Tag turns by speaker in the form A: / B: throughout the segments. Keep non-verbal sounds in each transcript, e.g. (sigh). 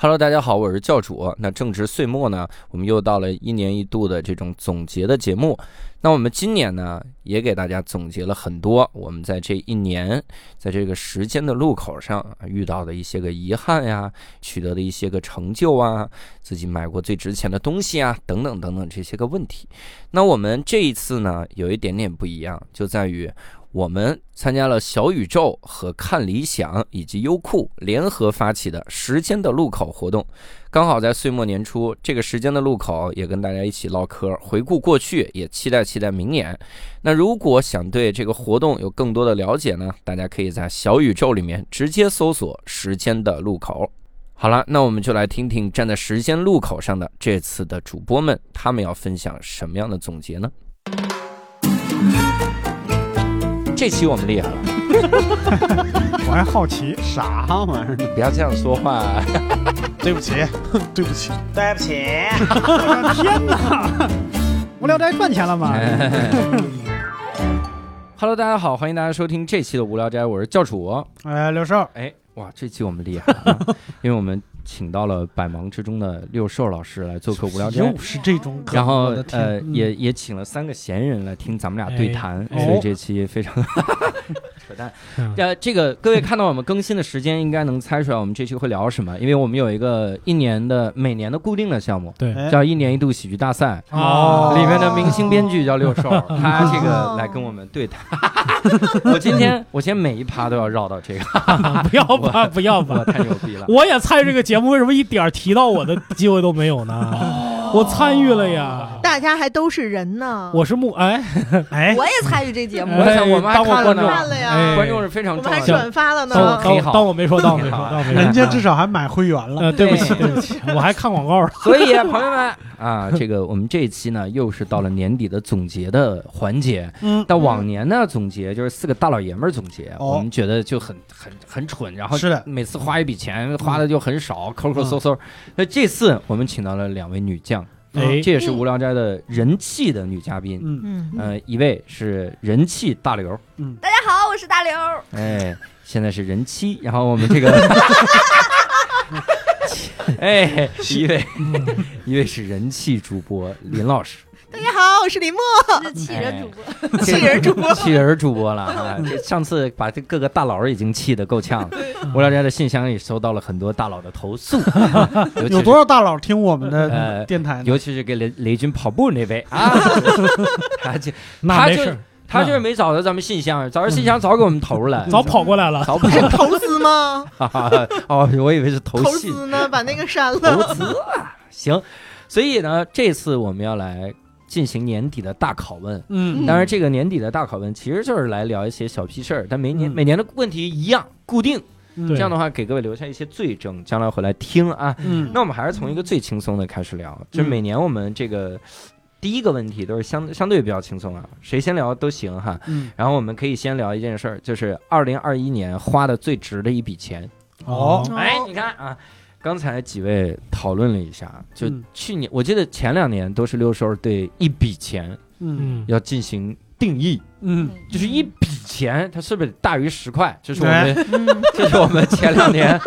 A: Hello，大家好，我是教主。那正值岁末呢，我们又到了一年一度的这种总结的节目。那我们今年呢，也给大家总结了很多我们在这一年，在这个时间的路口上啊遇到的一些个遗憾呀，取得的一些个成就啊，自己买过最值钱的东西啊，等等等等这些个问题。那我们这一次呢，有一点点不一样，就在于。我们参加了小宇宙和看理想以及优酷联合发起的“时间的路口”活动，刚好在岁末年初，这个时间的路口也跟大家一起唠嗑，回顾过去，也期待期待明年。那如果想对这个活动有更多的了解呢，大家可以在小宇宙里面直接搜索“时间的路口”。好了，那我们就来听听站在时间路口上的这次的主播们，他们要分享什么样的总结呢？这期我们厉害了。
B: 我还好奇，
C: 啥玩意儿？
A: (laughs) 不要这样说话、啊
B: 对
A: (laughs)
B: 不起，对不起，
D: 对不起，
B: 天哪！无聊斋赚钱了吗？
A: 哎 Hello，大家好，欢迎大家收听这期的无聊斋，我是教主。
B: 哎，刘少，
A: 哎，哇，这期我们厉害了、啊， (laughs) 因为我们请到了百忙之中的六兽老师来做客无聊斋
E: 又。是这种梗，
A: 然后
E: 我的天
A: 呃，
E: 嗯
A: 也也请了三个闲人来听咱们俩对谈，
E: 哎
A: 所以
B: 哦
A: 这期非常 (laughs) 扯淡
E: 嗯。
A: 呃，这个各位看到我们更新的时间，应该能猜出来我们这期会聊什么，因为我们有一个一年的每年的固定的项目，
E: 对
B: 哎
A: 叫一年一度喜剧大赛。
B: 哦
A: 里面的明星编剧叫六 (laughs) 兽，他这个来跟我们对 (laughs) 谈。我今天我今天每一趴都要绕到这 (laughs) 个，
E: 不要吧，不要
A: 啊我 (laughs)
E: 吧！
A: 太牛逼了。
E: 我也参与这个节目，为什么一点儿提到我的机会都没有
A: 哦
E: 呢？ (laughs) 我参与了呀，
F: 大家还都是人呢。
E: 我是木哎，
B: 哎，
F: 我也参与这节目，
A: 我
E: 哎
A: 想我们还
E: 当过
A: 看了
E: 观
A: 呢
E: 众，
F: 看了呀
E: (laughs) 哎
A: 观众是非常
F: 我
A: 重
F: 们还
A: 要的。
F: 转发了
E: 当我
A: 可以
F: 呢。
A: 好
E: 当当我没说，
A: (laughs)
E: 当我没说，
A: 好
E: 当我没说。
B: 人家至少还买会员了。
E: 呃，对不起，对不起，我还看广告了。
A: 所以朋友们啊，这个我们这一期呢，又是到了年底的总结的环节。
B: 嗯，
A: 但往年呢，总结就是四个大老爷们儿总结，
B: 哦
A: 我们觉得就很很很蠢，然后
B: 是的
A: 每次花一笔钱花的就很少，抠抠搜搜。那这次我们请到了两位女将，
E: 哎，
A: 这也是无聊斋的人气的女嘉宾。
B: 嗯
F: 嗯，
A: 呃，一位是人气大刘，
B: 嗯，
G: 大家好，我是大刘。
A: 哎，现在是人妻，然后我们这个，哎，一位一位是人气主播林老师，
F: 大家好，我是李默，
G: 是气人主播，
A: 气人主播，气人主播了啊！这上次把这各个大佬已经气得够呛了，无聊斋的信箱里收到了很多大佬的投诉，尤其
B: 有
A: 是
B: 多少大佬听我们的
A: 呃
B: 电台呢？
A: 尤其是给雷雷军跑步那位啊，他就
E: 那
A: 他
E: 没
A: 就嗯
E: 事儿，
A: 他就是没找到咱们信箱，找着信箱早给我们投了，
E: 早跑过来了。
A: 早跑
F: 哎是投资吗？
A: 了。 (laughs) 哦，我以为是投
F: 投
A: 信，
F: 资呢？把那个删
A: 投
F: 了。
A: 资啊，行。所以呢，这次我们要来进行年底的大拷问。
B: 嗯
A: 当然，这个年底的大拷问其实就是来聊一些小屁事儿，但每年、
B: 嗯
A: 每年的问题一样固定。
B: 嗯
E: 对
A: 这样的话，给各位留下一些罪证，将来回来听啊。
B: 嗯
A: 那我们还是从一个最轻松的开始聊，就是
B: 嗯
A: 每年我们这个第一个问题都是相相对比较轻松啊，谁先聊都行哈。
B: 嗯，
A: 然后我们可以先聊一件事儿，就是二零二一年花的最值的一笔钱。
B: 哦，
A: 哎，你看啊，刚才几位讨论了一下，就
B: 嗯
A: 去年、我记得前两年都是六兽对一笔钱
B: 嗯
E: 嗯，
A: 要进行定义，
B: 嗯，
A: 就是一笔钱它是不是大于十块？这是我
B: 哎
A: 们、 (laughs)
F: 嗯
A: 这是我们前两年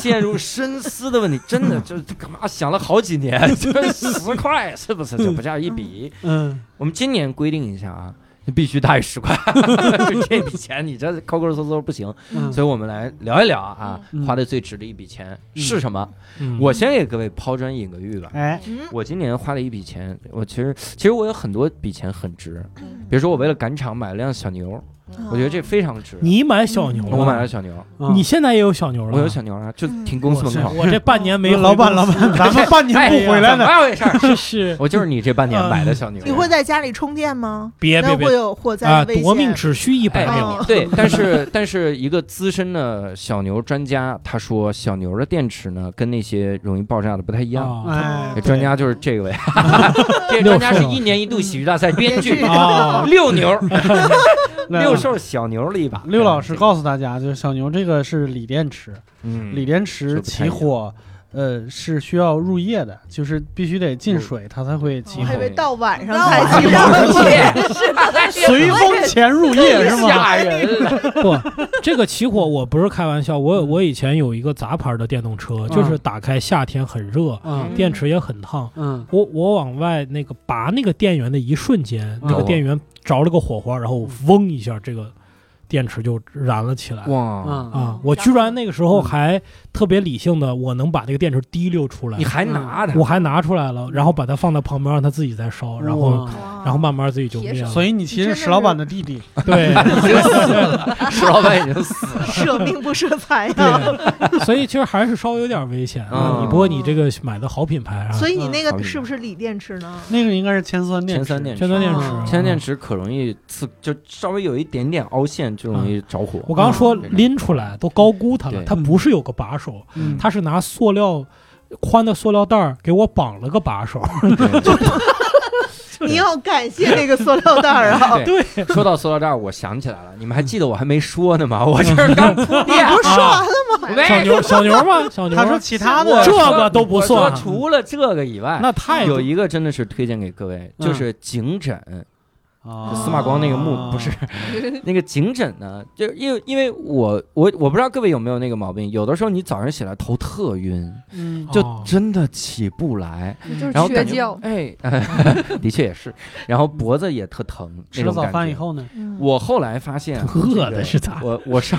A: 陷入深思的问题，真的 (laughs) 就是干嘛想了好几年， (laughs) 这十块是不是就不叫一笔？
B: 嗯，
A: 我们今年规定一下啊。必须大于十块， (laughs) 就这笔钱你这抠抠搜搜不行，
B: 嗯
A: 所以我们来聊一聊啊，
B: 嗯
A: 花的最值的一笔钱
B: 嗯
A: 是什么？
E: 嗯
A: 我先给各位抛砖引个玉吧。
B: 哎，
F: 嗯
A: 我今年花了一笔钱，我其实其实我有很多笔钱很值，比如说我为了赶场买了辆小牛，
B: 啊
A: 我觉得这
F: 哦
A: 非常值。
E: 你买小牛了？
A: 我买了小牛，
E: 你现在也有小牛了？
A: 我有小牛啊，就停公司门口。
E: 我这半年
A: (laughs)
E: 没
B: 嗯老板，老
E: 板
B: 板，咱们半年
A: 哎
B: 嗯不回来
A: 怎
B: 呢。
A: 么
E: (laughs)
A: 回事儿？
E: 是是，
A: (laughs) 我就是你这半年买的小牛。
F: 你会在家里充电吗？
E: 别别
F: 那
E: 别
F: 会有火灾
E: 啊！
F: 的危险。
E: 夺命只需一百
A: 哎
E: 秒。
F: 嗯
A: 对，但是但是一个资深的小牛专家他说，小牛的电池呢跟那些容易爆炸的不太一样。
C: 嗯
E: 啊
B: 哎，
A: 这
B: 对
A: 专家就是这位， (laughs) 这专家是一年一度喜剧大赛编
E: (laughs)
A: 剧
F: (laughs) 嗯
E: 啊！
A: 六牛。
B: 来
A: 六兽小牛了一把。
B: 六老师告诉大家，就是小牛这个是锂电池，
A: 嗯，
B: 锂电池起火，
C: 呃，是需要入夜的，就是必须得进水，它才会起
G: 哦
F: 我还以
C: 火。
F: 为到晚上
G: 那
F: 才
G: 我
F: 去
G: 让
F: 上去。
G: 去，是的，
C: (laughs) 随风潜入夜是吗？
A: 吓人了。
E: 不，这个起火我不是开玩笑，我我以前有一个杂牌的电动车，就是打开夏天很热，
C: 嗯
E: 电池也很烫，
C: 嗯，
E: 我我往外那个拔那个电源的一瞬间，那个
A: 哦
E: 电源着了个火花，然后嗡一下，这个电池就燃了起来。
A: 哇，
C: 嗯
E: 啊！我居然那个时候还特别理性的，我能把那个电池滴溜出来
A: 你，还拿它？
E: (laughs) 我还拿出来了，然后把它放到旁边，让它自己再烧，然后
G: 哦
C: 哇
F: 哦
E: 然后慢慢自己就
G: 铁
E: 灭了。
C: 所以你其实是石老板的弟弟，
E: 对，
A: 石老板已经 (laughs) 死了。
F: 舍命不舍财
E: (laughs)
F: 啊！
E: 对，所以其实还是稍微有点危险。啊
A: 嗯
E: 你不过你这个买的好品牌啊，
F: 所以你
C: 嗯
F: 那
A: 好
F: 个
A: 理解
F: 是不是锂电
E: (laughs)
F: 池呢？
C: 那个应该是铅酸电池。
A: 前三电池，
E: 尖端电池，
F: 哦
A: 前三电。池可容易刺，就稍微有一点点凹陷就容易着火。
E: 我刚刚说拎出来都高估它了，
A: 嗯对
E: 它不是有个把手，
C: 嗯，
E: 他是拿塑料宽的塑料袋儿给我绑了个把手。
F: 你要感谢那个塑料袋儿啊！
A: (laughs) 对，说到塑料袋，我想起来了，你们还记得我还没说呢吗？我这儿刚铺
F: 你
A: 垫。
F: 不是说完了
E: 小
A: 喂，
E: 牛，小牛吗？小牛，
C: 他说其他
A: 我
C: 的
E: 这
A: 说
E: 个都不
A: 我说
E: 算，
A: 除了这个以外，
E: 那太
A: 有一个真的是推荐给各位，
C: 嗯
A: 就是颈枕。
C: 啊
A: 司马光那个墓不是那个颈枕呢，就因为因为我我我不知道各位有没有那个毛病，有的时候你早上起来头特晕，
C: 嗯
A: 就
E: 哦
A: 真的起不来。(laughs)
G: 嗯就是
A: 然后
G: 缺
A: 感觉
G: 觉。
A: 哎， (laughs) 的确也是，然后脖子也特疼。
C: 吃
A: 那
C: 了
A: 种
C: 早
A: 感
C: 饭
A: 觉
C: 以，后呢？
F: 吗？
A: 我后来发现啊
E: 饿的是
A: 这
E: 咋
A: 个？我我上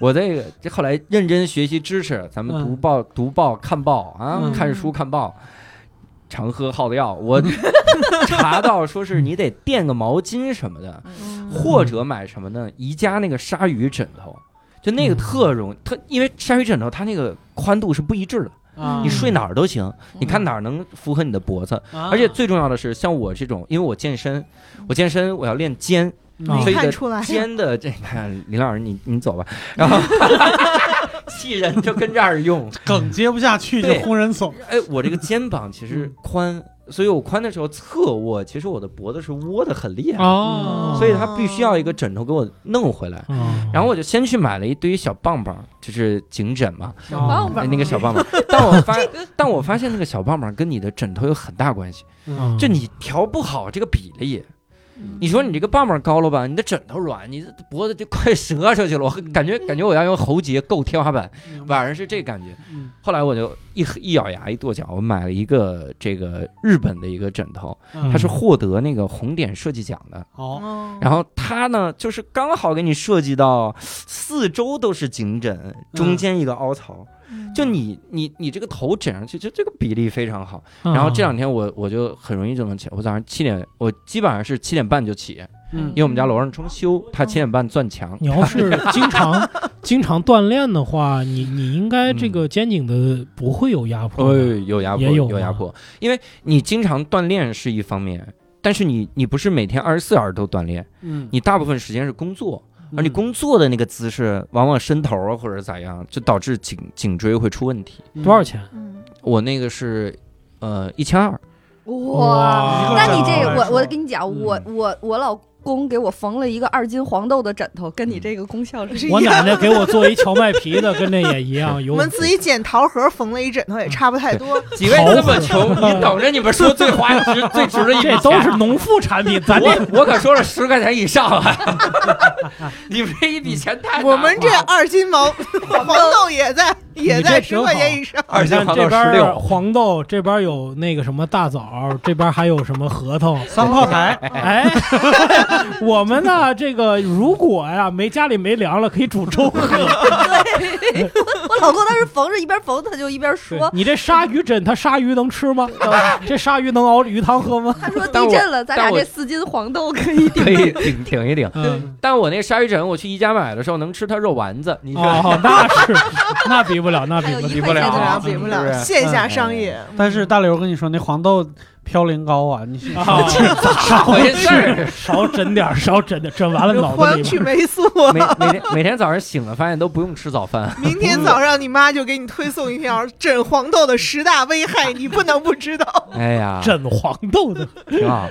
A: 我这个这后来认真学习知识，咱们
C: 嗯
A: 读报、读报看报啊，
C: 嗯
A: 看书看报，常喝耗子药。我 (laughs) 查到说是你得垫个毛巾什么的，
F: 嗯
C: 嗯
A: 或者买什么呢？宜家那个鲨鱼枕头。就那个
E: 嗯
A: 特容易，特因为鲨鱼枕头它那个宽度是不一致的，
G: 嗯
C: 啊，
A: 你
E: 嗯
A: 睡哪儿都行，你看哪儿能符合你的脖子，
C: 啊，
A: 而且最重要的是，像我这种，因为我健身，我健身我要练
E: (laughs)
A: 肩，
E: 啊
A: 所
F: 没
A: 以
F: 嗯看
A: 的
F: 出来，
A: 肩的这，看林老师你你走
E: (laughs)
A: 吧，然后气人就跟这儿
E: (laughs)
A: 用。
C: 梗接不下去就
A: 对
C: 轰人耸。
A: 哎，我这个肩膀其实
E: 嗯
A: 宽，所以我宽的时候侧卧，其实我的脖子是窝的很厉害，
E: 哦，
A: 所以他必须要一个枕头给我弄回来。
E: 嗯，
A: 然后我就先去买了一堆小棒棒，就是颈枕嘛，
C: 小
E: 棒
A: 哎那个小棒
E: (laughs)
A: 棒。但我发，但我发现那个小棒棒跟你的枕头有很大关系。
E: 嗯
A: 就你调不好这个比例，你说你这个棒棒高了吧，你的枕头软，你这脖子就快折出去了，我感觉感觉我要用喉结够天花板，晚嗯上是这感觉。
C: 嗯
A: 后来我就一一咬牙一跺脚，我买了一个这个日本的一个枕头，
C: 嗯
A: 它是获得那个红点设计奖的。
C: 哦，
F: 哦
A: 然后它呢，就是刚好给你设计到四周都是颈枕，中间一个凹槽，就你你你这个头枕上去，就这个比例非常好。嗯
E: 嗯
A: 然后这两天我我就很容易就能起来，我早上七点，我基本上是七点半就起，
C: 嗯
A: 因为我们家楼上装修，他七点半钻墙
E: 嗯你。要是经常经常锻炼的话，你你应该这个肩颈的不会有
A: 嗯
E: 压
A: 哎
E: 迫的。，
A: 有压迫，
E: 也有啊
A: 有
E: 吗
A: 压迫，因为你经常锻炼是一方面，但是你你不是每天二十四小时都锻炼，
C: 嗯，
A: 你大部分时间是工作，
E: 嗯
A: 而你工作的那个姿势往往伸头啊或者咋样，就导致颈颈椎会出问题。
C: 嗯
E: 多少？钱？
F: 嗯
A: 我那个是，呃，一千二，
C: 嗯
G: 哇，
A: 啊
E: 哇
G: 那你这
C: 来
G: 我
C: 说
G: 我跟你讲，
E: 嗯
G: 我我我老公给我缝了一个二斤黄豆的枕头，跟你这个功效是一
E: 我
G: 样。
E: 奶奶给我做一荞麦皮的，跟那也一
G: (laughs)
E: 样。有
A: (laughs)
F: 我们自己捡桃核缝了一枕头，也差不太多。
A: 几位这么穷，你等着你们说最花值最值的一
E: (laughs)
A: 笔
E: 这
A: 钱
E: 都是农副产品，咱这
A: 我我可说了十块钱以上
E: (laughs)
A: 啊！你们这一笔钱太
F: 我们这
A: 啊
F: 二
A: (laughs)
F: 斤毛黄豆也在也在
E: 你这
F: 十
E: 挺好
F: 块钱以上，
A: 二斤
E: 你看
A: 黄
E: 这
A: 豆
E: 边
A: 十
E: 儿
A: 六，
E: 黄豆，这边有那个什么大枣，这边还有什么核桃。
C: 三炮台，
E: 哎， (laughs) 我们呢，这个如果呀没家里没粮了，可以煮粥
A: (laughs)
E: 喝。
G: 对，我老公当时缝着一边缝他就一
E: (laughs)
G: 边说，
E: 你这鲨鱼枕，它鲨鱼能吃吗？这鲨鱼能熬鱼汤喝吗？
G: 他说
A: 但我
G: 地震了，咱俩
A: 但我
G: 这四斤黄豆可以顶
A: 可以顶顶一顶。
G: (laughs)
E: 嗯，
A: 但我那鲨鱼枕，我去宜家买的时候能吃它肉丸子，你说
E: 哦，那是，那比不了，那比
G: 还
E: 不
G: 有
E: 了
G: 一。
A: 比不
G: 块钱
A: 了啊
G: 的粮
F: 比
A: 是
F: 不
A: 不
F: 了
A: 是
E: 嗯
F: 线下商业。
C: 但是大刘，我跟你说，那黄豆嘌呤高啊，你是
E: 啊， (laughs)
A: 咋回事儿？
E: 少整点儿，少整点儿，整完了脑
F: 还
E: 子里
F: 去
E: 面。
F: 霉素
A: 每
F: 了。
A: 每天每天早上醒了，发现都不用吃早饭。
F: 明天早上你妈就给你推送一条枕黄豆的十大危害，你不能不知道。
A: (laughs) 哎
E: (laughs)
A: 呀，
E: 枕黄豆的，
A: 挺好。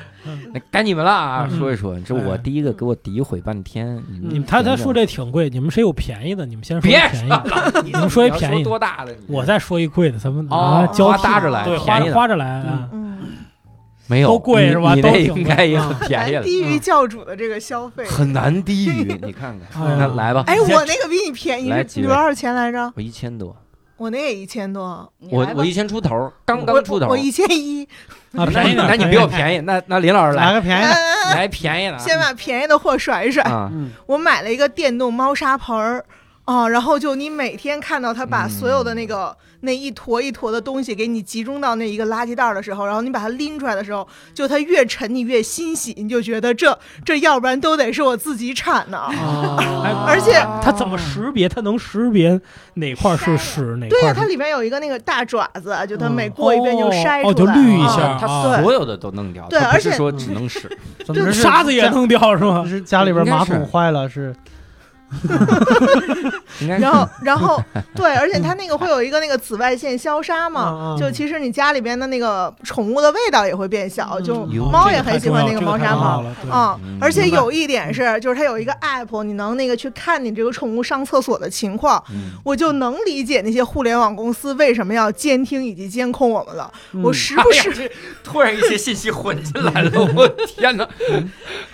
A: 那该你们了啊，
E: 嗯
A: 说一说，这我
E: 哎
A: 第一个给我诋毁半天，
C: 嗯
A: 你
E: 你
A: 们
E: 们他他
A: 他
E: 说这挺贵，你们谁有便宜的？你们先说
A: 别
E: 便宜的，
A: 你
E: 们说一
A: 要
E: 便宜
A: 多大的？
E: 我再说一贵的，咱们
A: 哦
E: 拿交
A: 花
E: 替
A: 搭着来
E: 对，花
A: 便宜的
E: 花着来啊。
F: 嗯，
A: 没有
E: 都贵
A: 你
E: 是吧
A: 你
E: 都
A: 这
E: 挺
A: 应该
E: 贵
A: 也
E: 啊
A: 很
F: 咱
A: 便宜了，
F: 哎低于教主的这个消费。
A: 很难低
F: (laughs)
A: 于。你看看，
E: 哎呀
A: 那嗯 (laughs) 来吧，
F: 哎，我那个比你便宜
A: 来，
F: 是
A: 几
F: 你
A: 位
F: 多少钱来着？
A: 我一千多，
F: 我那也一千多，
A: 我我一千出头，刚刚出头。
F: 我一千一。 (laughs)
E: 啊，
A: (laughs) 那
E: 便宜点，
A: 那你比
E: 便
A: 我
E: 宜点
A: 便宜，那那林老师
C: 来
A: 来
C: 个便宜的？
F: 嗯
A: 来便宜了啊，
F: 先把便宜的货甩一甩。
E: 哎
A: 啊，
C: 嗯，
F: 我买了一个电动猫砂盆儿。哦，然后就你每天看到它把所有的那个、那一坨一坨的东西给你集中到那一个垃圾袋儿的时候，然后你把它拎出来的时候，就它越沉你越欣喜，你就觉得这这要不然都得是我自己产的。
C: 啊
E: (laughs) 哎
F: 而且
E: 它怎么识别？它能识别哪块是屎，哪
F: 对呀、
E: 块
F: 它
E: 是？
F: 里面有一个那个大爪子，就它
E: 嗯
F: 每过一遍就筛出来，
E: 哦就滤一
A: 啊
E: 下
A: 他
E: 啊
A: 所有的都弄掉，
F: (laughs) 对
A: 他不
F: 而
A: 是
F: 且嗯
A: 说只能使，
C: 怎么着是
E: 沙子也弄啊掉是
C: 家？
E: 吗？
C: 是家里边马桶坏了是？
A: 应该是
F: (laughs) 然后，然 (laughs) 后，对，而且它那个会有一个那个紫外线消杀嘛
C: 嗯嗯，
F: 就其实你家里边的那个宠物的味道也会变小，就
A: 嗯
F: 猫也 (laughs) 很喜欢那个猫砂
C: 这个太重要
F: 盆。
C: 了
E: 盆。
F: 啊、
A: 嗯
F: 而且有一点是，就是它有一个 app，你能那个去看你这个宠物上厕所的情况，
A: 嗯
F: 我就能理解那些互联网公司为什么要监听以及监控我们了。我
C: 嗯
F: 时不时
A: 突然一些信息混进来了， (laughs) 我天哪！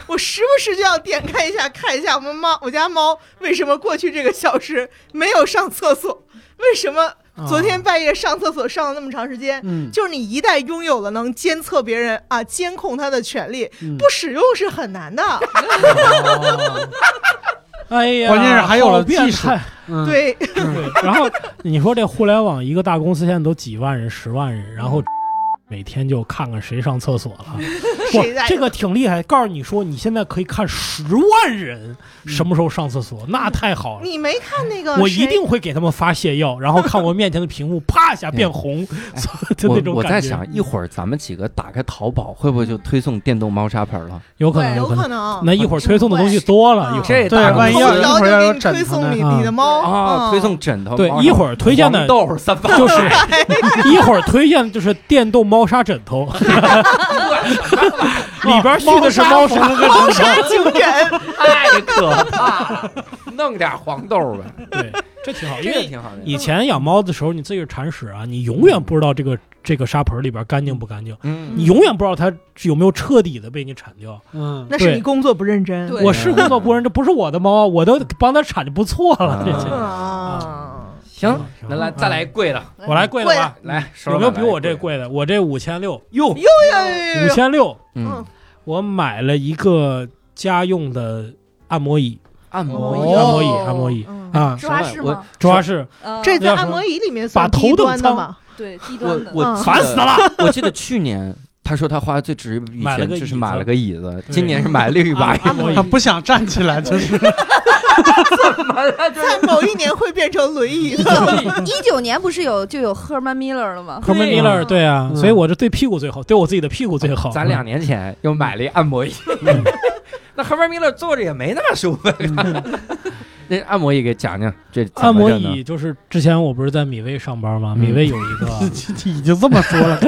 F: 我时不时就要点开一下，看一下我们猫，我家猫为什么过去这个小时没有上厕所？为什么昨天半夜上厕所上了那么长时间？
C: 嗯
F: 就是你一旦拥有了能监测别人啊、监控他的权利，
C: 嗯哦
F: 不使用是很难的。
E: 哎呀，
C: 关键是还有了
E: 好变
C: 技术
E: 态。
C: 嗯，
F: 对，
E: 对，然后你说这互联网一个大公司现在都几万人、十万人，然后 (laughs) 每天就看看谁上厕所了。哇
F: 谁在，
E: 这个挺厉害。告诉你说，你现在可以看十万人什么时候上厕所，那太好了。
F: 嗯你没看那个
E: 我
F: 谁
E: 一定会给他们发泻药，然后看我面前的屏幕啪一下变红，就那
A: 哎我
E: 种
A: 我在
E: 感觉。
A: 想，一会儿咱们几个打开淘宝，会不会就推送电动猫砂盆了？
E: 有可能，嗯有
F: 有
E: 可能。
F: 可能。
E: 那一会儿推送的东西多了，一
A: 这
E: 会儿
A: 大
C: 对，万一
F: 头
C: 要一
F: 条
C: 会
F: 就
C: 儿要有
F: 给你
C: 枕
F: 推
C: 头
F: 送
C: 呢
F: 你
E: 啊
F: 你的猫
A: 啊，
F: 嗯 (laughs)
A: 推送枕头，
E: 对
A: 猫，
E: 一会儿推荐
A: 黄
E: 的
A: 豆三八，
E: (laughs) 就是一会儿推荐的就是电动猫砂枕头，
A: 哎
E: 里边续的是猫砂，
F: 猫砂警枕，
A: 太可怕了，弄点黄豆呗，
E: 对，这挺好，因
A: 这个
E: 为
A: 挺好的。
E: 以前养猫的时候，你自己是铲屎啊，你永远不知道这个这个砂盆里边干净不干净，
A: 嗯
E: 你永远不知道它有没有彻底的被你铲掉。
C: 嗯，
F: (laughs) (laughs) 那是你
E: 对
F: 工作不认真。
G: 对
E: 我是工作不认，这不是我的猫啊，我都帮它铲就不错了。这
A: 嗯
E: 这
F: 啊，
A: 行，那来再来，贵的，
E: 嗯我来贵的吧，
A: 来，手上
E: 有没有
A: 拿
E: 比我
A: 一
E: 这
A: 贵
E: 贵的？我这五千六，哟，
F: 哎
E: 五
F: 呦
E: 千六，
A: 的？嗯，
E: 我买了一个家用的按摩椅，
A: 按摩
E: 按
A: 椅
G: 哦
E: 摩椅，按摩椅
F: 嗯
E: 啊，
G: 抓是吗？
E: 主要是
G: 呃
F: 这在按摩椅里面算
E: 把头
F: 低
E: 等
F: 端的
E: 舱
F: 嘛？ (laughs)
G: 对低
A: 我
G: 端的，
A: 我
F: 嗯
A: 记
E: 烦
A: 得
E: 死了，
A: (laughs) 我记得去年他说他花最值以
E: 买了
A: 前
E: 个
A: 就是
E: 椅
A: 买
E: 子
A: 了个椅子，
E: 对
A: 今年是买了一把
E: (laughs) 按按摩椅
C: 他不想站起来就是。
F: 在某一年会变成轮椅
G: (laughs)
F: 的。 (laughs)
G: 一九年不是有就有赫尔曼·米勒了吗？
E: 科门
A: 对
E: 尼勒，对啊，
C: 嗯
E: 所以我这对屁股最好，对我自己的屁股最好。嗯
A: 咱俩年前又买了一按摩椅， (laughs) 那赫曼米勒坐着也没那么舒服。 (laughs)
C: 嗯 (laughs)
A: 那按摩椅给讲讲，这怎么
E: 按摩
A: 着呢嗯
E: 椅就是之前我不是在米味上班吗？米味有一
A: (laughs)
E: 个
C: 已经这么说了，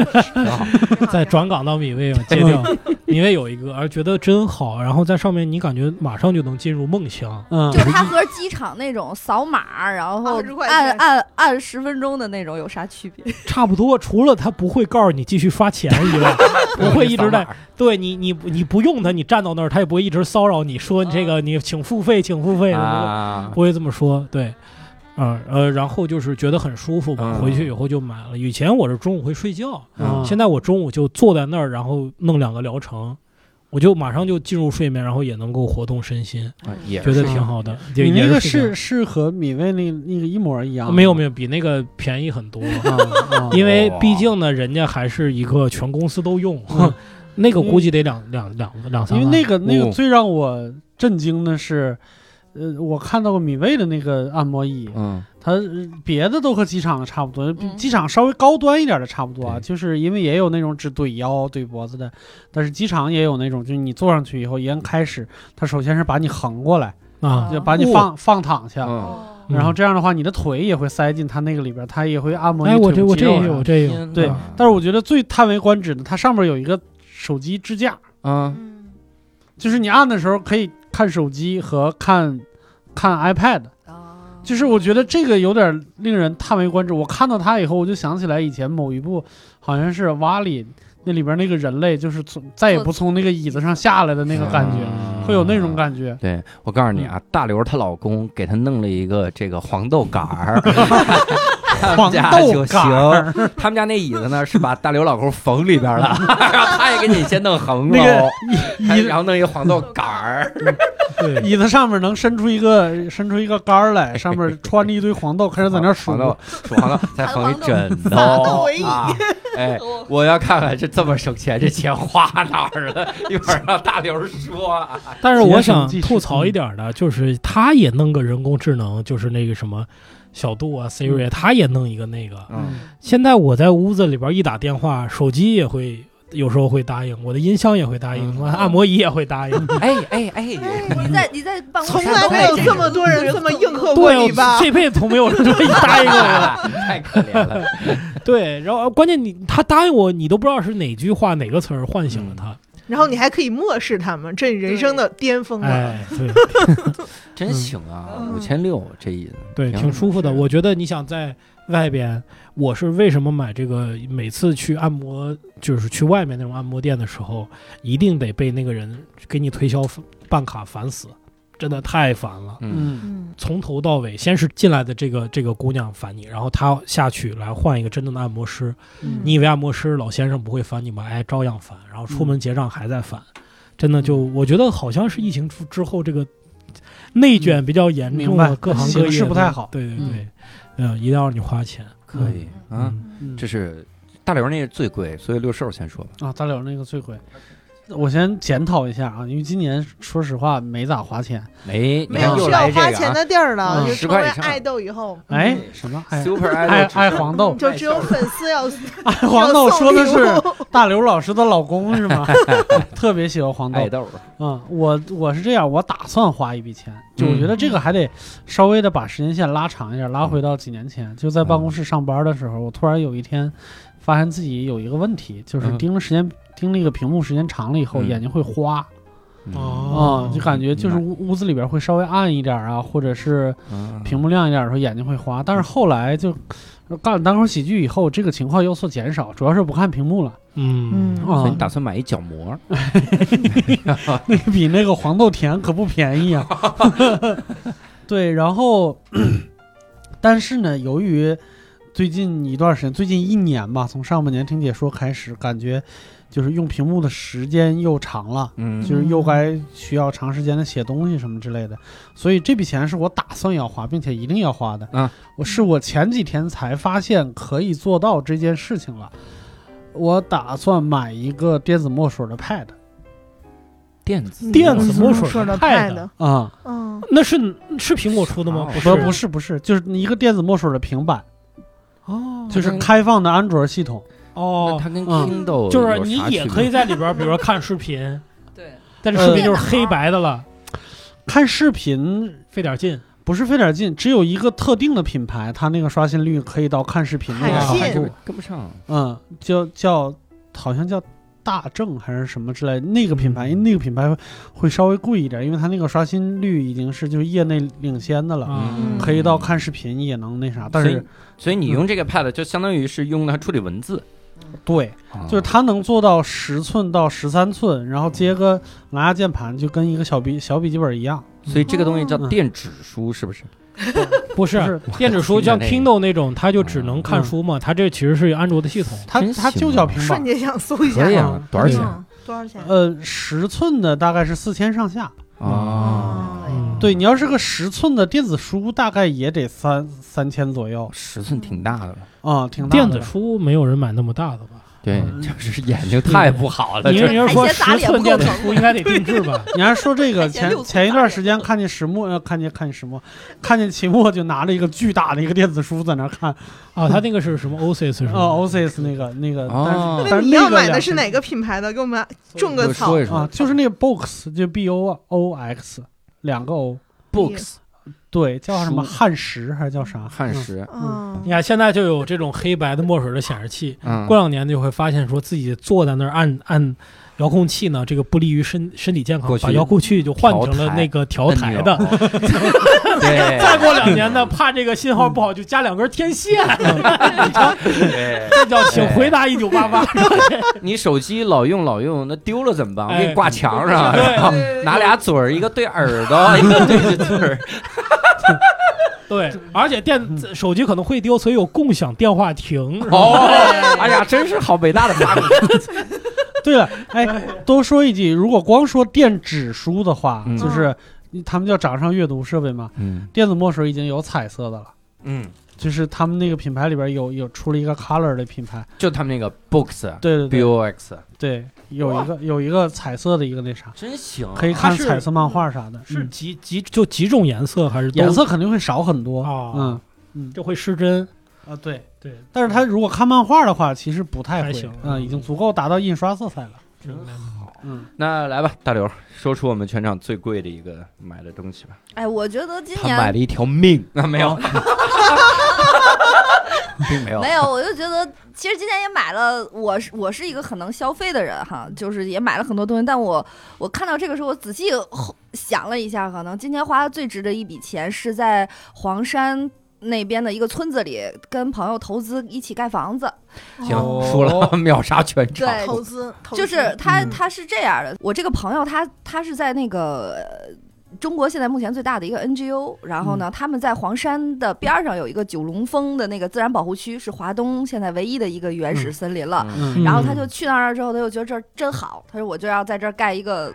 E: (laughs) 在转岗到米味嘛，接掉米味有一个，而觉得真好。然后在上面你感觉马上就能进入梦乡，
C: 嗯
G: 就，是它和机场那种扫码，然后
F: 20块钱
G: 按按按十分钟的那种有啥区别？
E: 差不多除了它不会告诉你继续刷钱以
A: (laughs)
E: 外，不会一直在对你你你不用它，你站到那儿它也不会一直骚扰你说你这个你请付费，请付费什么的。
A: 啊，
E: 不会这么说，对，啊呃，然后就是觉得很舒服嘛，
A: 嗯
E: 回去以后就买了。以前我是中午会睡觉，
A: 嗯
E: 现在我中午就坐在那儿，然后弄两个疗程，我就马上就进入睡眠，然后也能够活动身心，
A: 啊也
E: 觉得
A: 是
E: 挺好的。也
C: 你那
E: 也
C: 个
E: 睡觉
C: 是是和米味那那个一模一样，
E: 没有没
C: 有，
E: 有比那个便宜很多，
C: 啊
E: 因为毕竟呢，人家还是一个全公司都用， (laughs)
C: 嗯
E: 那个估计得两两两两三
C: 因为
E: 万。
C: 那个那
A: 哦
C: 个最让我震惊的是，呃，我看到过米味的那个按摩椅，
A: 嗯，
C: 它呃别的都和机场的差不多，比
G: 嗯
C: 机场稍微高端一点的差不多啊，
A: 对
C: 就是因为也有那种只怼腰、怼脖子的，但是机场也有那种，就是你坐上去以后，一按开始，它首先是把你横过来，
E: 啊
G: 哦
C: 就把你放、放躺下，
A: 嗯，
G: 哦
E: 嗯
C: 然后这样的话，你的腿也会塞进它那个里边，它也会按摩你
E: 哎，我
C: 腿
E: 这
C: 部
E: 我
C: 肌
E: 这
C: 肉
E: 也
C: 啥
E: 有，啊
C: 的
E: 这也有，
A: 天
C: 对
A: 哪，
C: 但是我觉得最叹为观止的，它上面有一个手机支架，
A: 嗯
F: 嗯
C: 就是你按的时候可以看手机和看看 iPad。
G: 啊
C: 就是我觉得这个有点令人叹为观止。我看到它以后，我就想起来以前某一部好像是《瓦里》那里边那个人类，就是从再也不从那个椅子上下来的那个感觉，
A: 嗯
C: 会有那种感觉。
A: 对，我告诉你
C: 嗯
A: 啊，大刘她老公给她弄了一个这个黄豆杆
C: (laughs)
A: 儿，他们
C: 黄
A: 家
C: 豆
A: 就
C: 杆儿，
A: 行。他们家那椅子呢是把大刘老公缝里
C: (laughs)
A: 边了，然后他也给你先弄横
C: 那
A: 喽
C: 个，
A: 还
C: 椅
A: 然后弄一个黄豆杆儿，
C: (laughs)
E: 对，
C: 椅子上面能伸出一个伸出一个杆儿来，上面穿着一堆黄豆，开始在那儿数
A: 黄。豆数黄豆，再缝一枕
F: 撒
A: 头
F: 豆为。
A: 啊 (laughs) 哎，
G: 哦
A: 我要看看这这么省钱，这钱花哪儿了？一会儿让大刘说啊。
E: 但是
C: 节
E: 我
C: 省
E: 想
C: 技术
E: 吐槽一点的，就是他也弄个人工智能，就是那个什么小度啊、Siri，啊他也弄一个那个。
A: 嗯
E: 现在我在屋子里边一打电话，手机也会有时候会答应，我的音箱也会答应，
A: 嗯
E: 我按摩仪也会答应。
A: (laughs) 哎哎哎，
G: 你在你在办公
F: 从
G: 室
F: 来没有这么多人这么应和过
E: 对，
F: 你吧
E: 我？ (laughs) 这辈子从没有人这么答应过我。
A: (laughs) 太可怜
C: (laughs)
A: 了。
E: 对，然后关键你他答应我，你都不知道是哪句话哪个词儿唤醒了他。
F: (laughs) 然后你还可以漠视他们，这你人生的巅峰了。
E: 哎，对
A: 真行啊，
F: 嗯
A: 五千六这椅子，
E: 对，挺舒服的。我觉得你想在外边，我是为什么买这个？每次去按摩，就是去外面那种按摩店的时候，一定得被那个人给你推销办卡烦死，真的太烦了。
A: 嗯，
C: 嗯，
F: 嗯，
E: 从头到尾，先是进来的这个这个姑娘烦你，然后她下去来换一个真正的按摩师，
C: 嗯
E: 你以为按摩师老先生不会烦你吗？哎，照样烦。然后出
C: 嗯
E: 门结账还在烦，真的就我觉得好像是疫情之之后这个内卷比较严重
C: 嗯明
E: 了，
C: 白
E: 各行各业
C: 形势不太好
E: 对对对，嗯，一定要让你花钱。
A: 可以啊，
E: 嗯，
C: 嗯
A: 这是大刘那是最贵，所以六兽先说吧。
C: 啊，咱俩那个最贵。我先检讨一下啊，因为今年说实话没咋花钱。
A: 没，你
F: 没
A: 看
F: 有
A: 又
F: 需
A: 来
F: 要
A: 这个
F: 花
A: 啊
F: 钱的地儿了，
C: 嗯
F: 就
A: 10
F: 成
A: 块
F: 为
A: 以上
F: 爱豆以后，
C: 哎，什么？哎，
A: ，Super
C: 爱
A: Idol
C: 爱黄豆
F: 嗯，就只有粉丝要
C: (laughs) 爱哎黄豆
F: 要
C: 说
F: 送
C: 的是
F: 礼物
C: 大刘老师的老公
A: (laughs)
C: 是吗？ (laughs) 特别喜欢黄豆
A: 爱。豆，
C: 嗯，我我是这样，我打算花一笔钱，就我
A: 嗯
C: 觉得这个还得稍微的把时间线拉长一点，拉回到几年前，就在办公
A: 嗯
C: 室上班的时候，我突然有一天发现自己有一个问题，就是
A: 嗯
C: 盯了时间盯那个屏幕时间长了以后，
A: 嗯
C: 眼睛会花
A: 哦，
C: 啊、
E: 哦
C: 就感觉就是
A: 明
C: 屋屋子里边会稍微暗一点啊，或者是
A: 嗯
C: 屏幕亮一点的时候眼睛会花，但是后来就干了单口喜剧以后，这个情况有所减少，主要是不看屏幕了。 (laughs)
E: 嗯
F: 嗯
C: 啊
A: 所以你打算买一角膜？
C: 那个比那个黄豆甜可不便宜啊。 (laughs) 对，然后， (clears throat) 但是呢，由于最近一段时间，最近一年吧，从上半年听解说开始，感觉就是用屏幕的时间又长了。
A: 嗯
C: 就是又该需要长时间的写东西什么之类的，所以这笔钱是我打算要花，并且一定要花的。
A: 嗯，
C: 我是我前几天才发现可以做到这件事情了。我打算买一个电子墨水的 Pad
A: 电子
E: 电子墨水
F: 说的
E: 派的
F: 的，
C: 啊、
F: 嗯，
E: 那是是苹果出的吗
A: 哦？
C: 不
E: 不是
C: 不是不是，就是一个电子墨水的平板，
A: 嗯
E: 哦
C: 就是开放的安卓系统。
A: 那
E: 哦，
A: 它跟
C: 嗯
A: Kindle
E: 就是
A: 有
E: 你
A: 啥
E: 也
A: 区别
E: 可以在里边，比如说看视频，
G: 对，
E: 但
C: 呃
E: 是视频就是黑白的了，
C: 看视频
E: 费点劲。
C: 不是费点劲，只有一个特定的品牌，它那个刷新率可以到看视频那个
F: 海
C: 程
F: 信
C: 度。
A: 哦跟不上，
C: 嗯，叫叫好像叫大正还是什么之类，那个品牌，因为那个品牌会会稍微贵一点，因为它那个刷新率已经是就是业内领先的了，
E: 嗯
C: 可以到看视频也能那啥。但
A: 所
C: 是
A: 以所以你用这个 Pad 就相当于是用它处理文字，
C: 对，
A: 哦
C: 就是它能做到十寸到十三寸，然后接个蓝牙键盘，就跟一个小笔小笔记本一样。
A: 所以这个东西叫
C: 嗯
A: 电子书，是不是？
E: 不是啊
C: 是
E: (laughs) 电子书，像
A: 听
E: Kindle 那种，它就只能看书嘛，它这其实是安卓的系统。
C: 它
A: 真
C: 它
A: 行
C: 就
A: 啊
C: 叫平
F: 瞬
C: 板。
F: 间想搜一下
A: 可以
C: 嗯
A: 啊，多少钱
F: 嗯多少钱？
C: 呃，十寸的大概是四千上下。
A: 啊？
E: 嗯
C: 对你要是个十寸的电子书，大概也得三三千左右
A: 十寸挺大的了，
C: 啊、挺大的
E: 电子书没有人买那么大的吧？
A: 对，
E: 嗯
A: 就是眼睛太不好了，
E: 你
A: 这
E: 人家说
G: 海鲜
E: 十
G: 杂粮
E: 寸电子
G: 够疼
E: 书应该得定制
F: (laughs)
E: 吧？
C: 你还说这个
G: 还嫌
C: 前
G: 六寸
C: 前一
G: 大
C: 段
G: 呀
C: 时间看见石墨，呃，看见看见石墨，看见秦墨就拿着一个巨大的一个电子书在那儿看，
E: 啊，他那个是什么 OSIS 是吗？
C: 哦，OSIS 那个那个，但是
A: 哦
C: 嗯但是
F: 你要
C: 那个
F: 买
C: 两
F: 的
C: 个
F: 是哪个品牌的？给我们种个
A: 就
F: 草嗯
A: 说一说
C: 啊，就是那个 box 就 b o o x 两个 o，
A: books
C: 对，叫什么
A: 书
C: 汉石还是叫啥？ (laughs)
A: 汉
C: 嗯
A: 石，
F: 啊
E: 你，看现在就有这种黑白的墨水的显示器，
A: 嗯
E: 过两年就会发现说自己坐在那儿按按遥控器呢，这个不利于身身体健康
A: 过，去
E: 把遥控器就换成
A: 调
E: 了
A: 台
E: 那个调台的。
A: (laughs)
E: (laughs)
A: 对
E: 再过两年呢，怕这个信号不好，就加两根天线，
A: 对，
E: (laughs) 这叫请回答一九八八。
A: 你手机老用老用，那丢了怎么办？我给你
E: 哎
A: 挂墙上，
E: 对
A: 然后
F: 对
A: 拿俩嘴儿，一个对耳朵，一个对着嘴
E: (laughs)
A: 儿，
E: 对，而且
G: 嗯
E: 电手机可能会丢，所以有共享电话
G: (laughs)
E: 亭。
A: 哦，哎呀，真是好伟大的发明！
C: 对了，哎，多说一句，如果光说电子书的话，
A: 嗯
C: 就是他们叫掌上阅读设备嘛，
A: 嗯
C: 电子墨水已经有彩色的了，
A: 嗯，
C: 就是他们那个品牌里边有有出了一个 color 的品牌，
A: 就他们那个 books
C: 对对
A: b
C: 对
A: o x，
C: 对，有一个有一个彩色的一个那啥，
A: 真行，
C: 可以
E: 哦它
C: 看
E: 是
C: 彩色漫画啥的，
E: (laughs) 是
C: 嗯
E: 几几就几种颜色还是都
C: 颜色肯定会少很多，
E: 啊
C: 嗯
E: 就会失真？
C: 啊对。
E: 哦对，
C: 但是他如果看漫画的话，其实不太
E: 还
C: 会
E: 行，
C: 嗯，已经足够达到印刷色彩了。
E: 真好。
C: 嗯，
A: 那来吧，大刘，说出我们全场最贵的一个买的东西吧。
G: 哎，我觉得今
A: 他
G: 年
A: 买了一条命，那没 (laughs) 有，并没有
G: 没，有，我就觉得其实今年也买了，我是我是一个很能消费的人哈，就是也买了很多东西，但我我看到这个时候，我仔细后想了一下，可能今年花的最值的一笔钱是在黄山。那边的一个村子里，跟朋友投资一起盖房子，
A: 行，
F: 哦
A: 输了， (laughs) 秒杀全场。
G: 对，
F: 投资投资
G: 就是他
C: 嗯
G: 他是这样的，我这个朋友他他是在那个。呃中国现在目前最大的一个 NGO，然后呢，
C: 嗯
G: 他们在黄山的边儿上有一个九龙峰的那个自然保护区，是华东现在唯一的一个原始森林了。
C: 嗯
G: 然后他就去那儿之后，他就觉得这儿真好，他说我就要在这儿盖一个，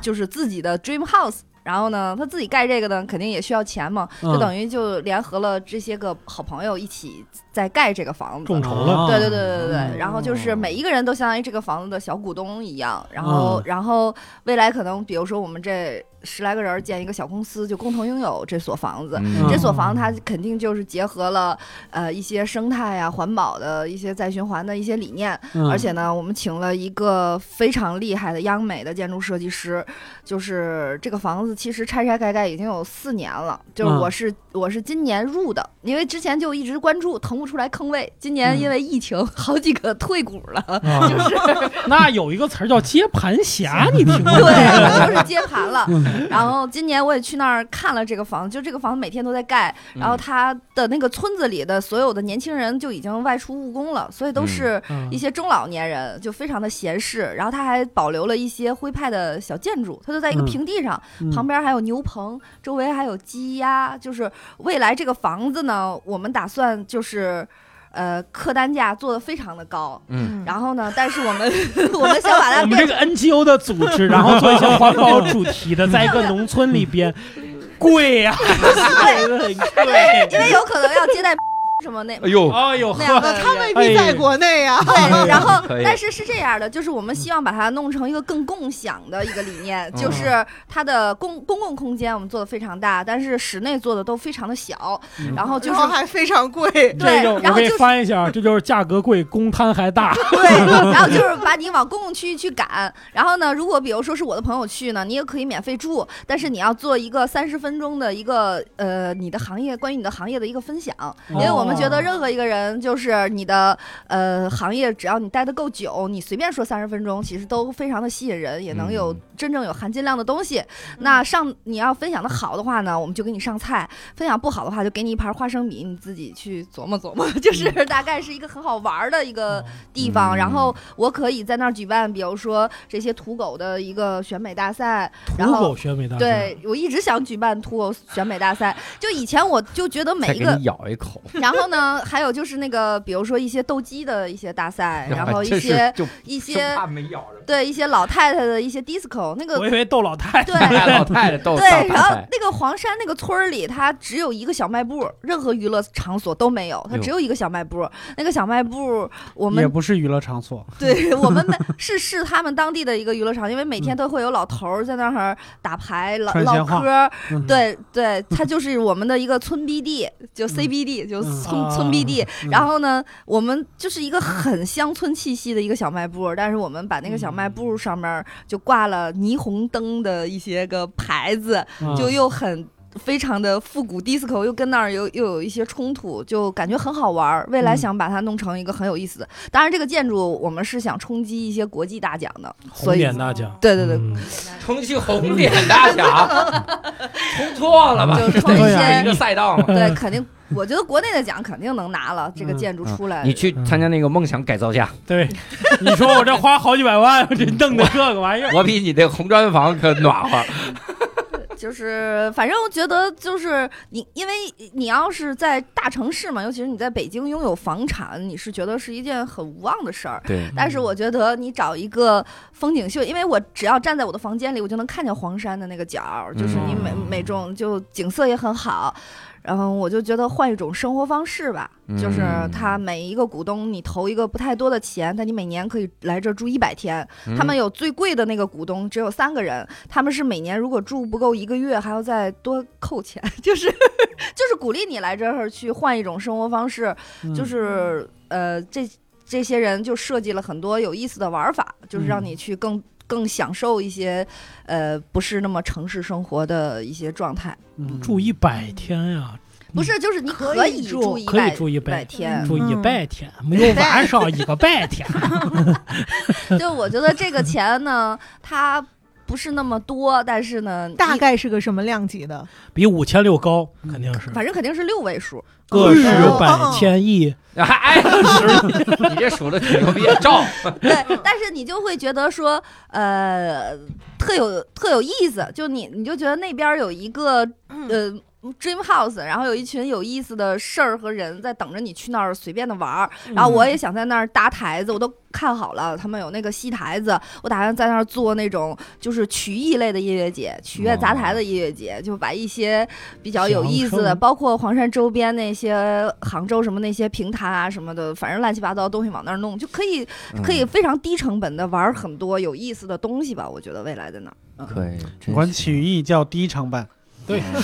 G: 就是自己的 dream house。然后呢，他自己盖这个呢，肯定也需要钱嘛，就
C: 嗯
G: 等于就联合了这些个好朋友一起在盖这个房子。
E: 众
C: 嗯
E: 筹了
G: 对对对对对
A: 嗯
G: 对，然后就是每一个人都相当于这个房子的小股东一样，然后
C: 嗯
G: 然后未来可能比如说我们这十来个人建一个小公司，就共同拥有这所房子。
A: 嗯
G: 这所房它肯定就是结合了呃一些生态呀、环保的一些再循环的一些理念，
C: 嗯
G: 而且呢，我们请了一个非常厉害的央美的建筑设计师，就是这个房子其实拆拆盖盖已经有四年了，就是
C: 嗯
G: 我是、我是今年入的，因为之前就一直关注腾不出来坑位，今年
C: 嗯
G: 因为疫情好几个退股
C: (laughs)
G: 了，
E: 啊， (laughs) 那有一个词儿叫接盘
G: (laughs)
E: 侠，你听过？
G: 对，就是接盘了。
C: 嗯
G: (laughs) 然后今年我也去那儿看了这个房子，就这个房子每天都在盖，
C: 嗯
G: 然后它的那个村子里的所有的年轻人就已经外出务工了，所以都
A: 嗯
G: 是。
E: 嗯
G: 一些中老年人就非常的闲适，然后他还保留了一些徽派的小建筑，它就在一个
C: 嗯
G: 平地上，
C: 嗯
G: 旁边还有牛棚，周围还有鸡鸭，就是未来这个房子呢，我们打算就是。呃，客单价做的非常的高，
A: 嗯，
G: 然后呢，但是我们 (laughs) 我们想把它
E: 我们这
G: 变
E: 个 NGO 的组
G: (laughs)
E: 织，然后做一些环保主题的，在一个农村里
G: (laughs)
E: 边，贵啊呀、很 (laughs) 贵。
G: 啊因为有可能要接待 (laughs) 什么那
A: 哎呦，
E: 哎呦
G: 那样
E: 呵，
G: 的
F: 那哦他未
G: 人
F: 必
E: 哎
F: 在国内呀。
G: 对，然后
A: 可以
G: 但是是这样的，就是我们希望把它弄成一个更共享的一个理念，就是它的公公共空间我们做的非常大，但是室内做的都非常的小，
C: 嗯
G: 然后就
F: 然
G: 是
F: 后还非常贵，
E: 这就
G: 对，然
E: 我
G: 后
E: 给你
G: 就是
E: 翻一下，这就是价格贵，公摊还大。
G: 对，然后就是把你往公共区域去赶。然后呢，如果比如说是我的朋友去呢，你也可以免费住，但是你要做一个三十分钟的一个呃你的行业关于你的行业的一个分享，
C: 嗯
G: 因为我们
A: 哦
G: 觉得任何一个人就是你的呃行业，只要你待得够久，你随便说三十分钟，其实都非常的吸引人，也能有
A: 嗯
G: 真正有含金量的东西。那上你要分享的好的话呢，我们就给你上菜；分享不好的话，就给你一盘花生米，你自己去琢磨琢磨。 (laughs) 就是
A: 嗯
G: 大概是一个很好玩儿的一个。地方，然后我可以在那儿举办，比如说这些土狗的一个选美大赛。
E: 土
G: 然后
E: 狗选美
A: 啊
E: 大赛，
G: 对我一直想举办土狗选美大赛，就以前我就觉得每
A: 再
G: 一
A: 给 (laughs)
G: 个
A: 你，咬一口，
G: 然后呢，还有就是那个，比如说一些斗鸡的一些大
A: (laughs)
G: 赛，哎然后一
A: 这是
G: 些
A: 就
G: 一
A: 就
G: 些
A: 怕没咬着，
G: 对一些老太太的一些 disco 那个
E: (laughs) 我以为逗老太太，
G: 对
A: (laughs) 老太太逗
G: 对，
A: 大
G: 然后
A: 太。
G: 那个黄山那个村儿里，它只有一个小卖部，任何娱乐场所都没有，它
A: 哟
G: 只有一个小卖部。那个小卖部，我
C: 也
G: 们
C: 不是娱乐场所，
G: 对我们那是是他们当地的一个娱乐场，因为每天都会有老头儿在那儿打牌、唠
C: 传
G: 唠
C: 闲话
G: 嗑儿。
C: 嗯，
G: 对对，它就是我们的一个村 B 地，就 CB 地，就
C: 嗯
G: 村
E: 啊
G: 村 B 地。
C: 嗯
G: 然后呢，我们就是一个很乡村气息的一个小卖部，但是我们把那个小卖部上面儿就挂了霓虹灯的一些个牌子，
C: 嗯
G: 就又很非常的复古 disco，又跟那儿又又有一些冲突，就感觉很好玩儿。未来
C: 嗯
G: 想把它弄成一个很有意思的，当然这个建筑我们是想冲击一些国际大奖的，所
E: 红
G: 以
E: 点大奖。
G: 对对对，
E: 嗯
A: 冲击红点大 (laughs) 奖，冲错了吧？
G: 就是冲
A: 这
G: 一
A: 是
G: 些
A: 一个赛道嘛。
G: 对，肯定我觉得国内的奖肯定能拿了，这个建筑出来。
A: 你去参加那个梦想改造
G: (laughs)
A: 家，
E: 对，你说我这花好几百万，我这弄的这个玩意儿，
A: 我比你那红砖房可暖和。
G: (laughs) 就是，反正我觉得就是你，因为你要是在大城市嘛，尤其是你在北京拥有房产，你是觉得是一件很无望的事儿。
A: 对，
G: 但是我觉得你找一个风景秀，因为我只要站在我的房间里，我就能看见黄山的那个角儿，就是你每每种就景色也很好。然后我就觉得换一种生活方式吧，就是他每一个股东你投一个不太多的钱，但你每年可以来这儿住一百天。
A: 嗯
G: 他们有最贵的那个股东只有三个人，他们是每年如果住不够一个月还要再多扣钱， (laughs) 就是就是鼓励你来这儿去换一种生活方式，
C: 嗯
G: 就是呃，这这些人就设计了很多有意思的玩法，就是让
C: 嗯
G: 你去更更享受一些呃不是那么城市生活的一些状态。
C: 嗯
E: 住一百天呀，
G: 不是，就是你
F: 可
G: 嗯可
F: 以
G: 以
F: 住
G: 住一
E: 可以
G: 百
E: 住一
G: 百
E: 百天，
G: 天，嗯
E: 住一百天，没有晚上一个白天。
G: 就我觉得这个钱呢，它不是那么多，但是呢，
F: (laughs) 大
G: 你
F: 概是个什么量级的？
E: 比五千六高，
G: 嗯
E: 肯定是
G: 反正肯定是六位数。
E: 个十
G: 嗯
F: 哦
E: 百
F: 哦
E: 千亿，
A: 哎，十，你这数的挺牛逼，啊照。
G: 对，但是你就会觉得说，呃，特有特有意思，就你你就觉得那边儿有一个
F: 嗯
G: 呃 dream house，然后有一群有意思的事儿和人在等着你去那儿随便的玩儿，然后我也想在那儿搭台子，我都看好了，他们有那个戏台子，我打算在那儿做那种就是曲艺类的音乐节、曲乐杂台的音乐节，就把一些比较有意思的，
E: 享受
G: 包括黄山周边那些杭州什么那些平台啊什么的，反正乱七八糟的东西往那儿弄，就可以 (laughs)
C: 嗯
G: 可
A: 嗯
G: 以非常低成本的玩很多有意思的东西吧。我觉得未来在那儿，嗯、
A: 可以，嗯
C: 管曲艺叫低成本，
E: 对，
G: (laughs)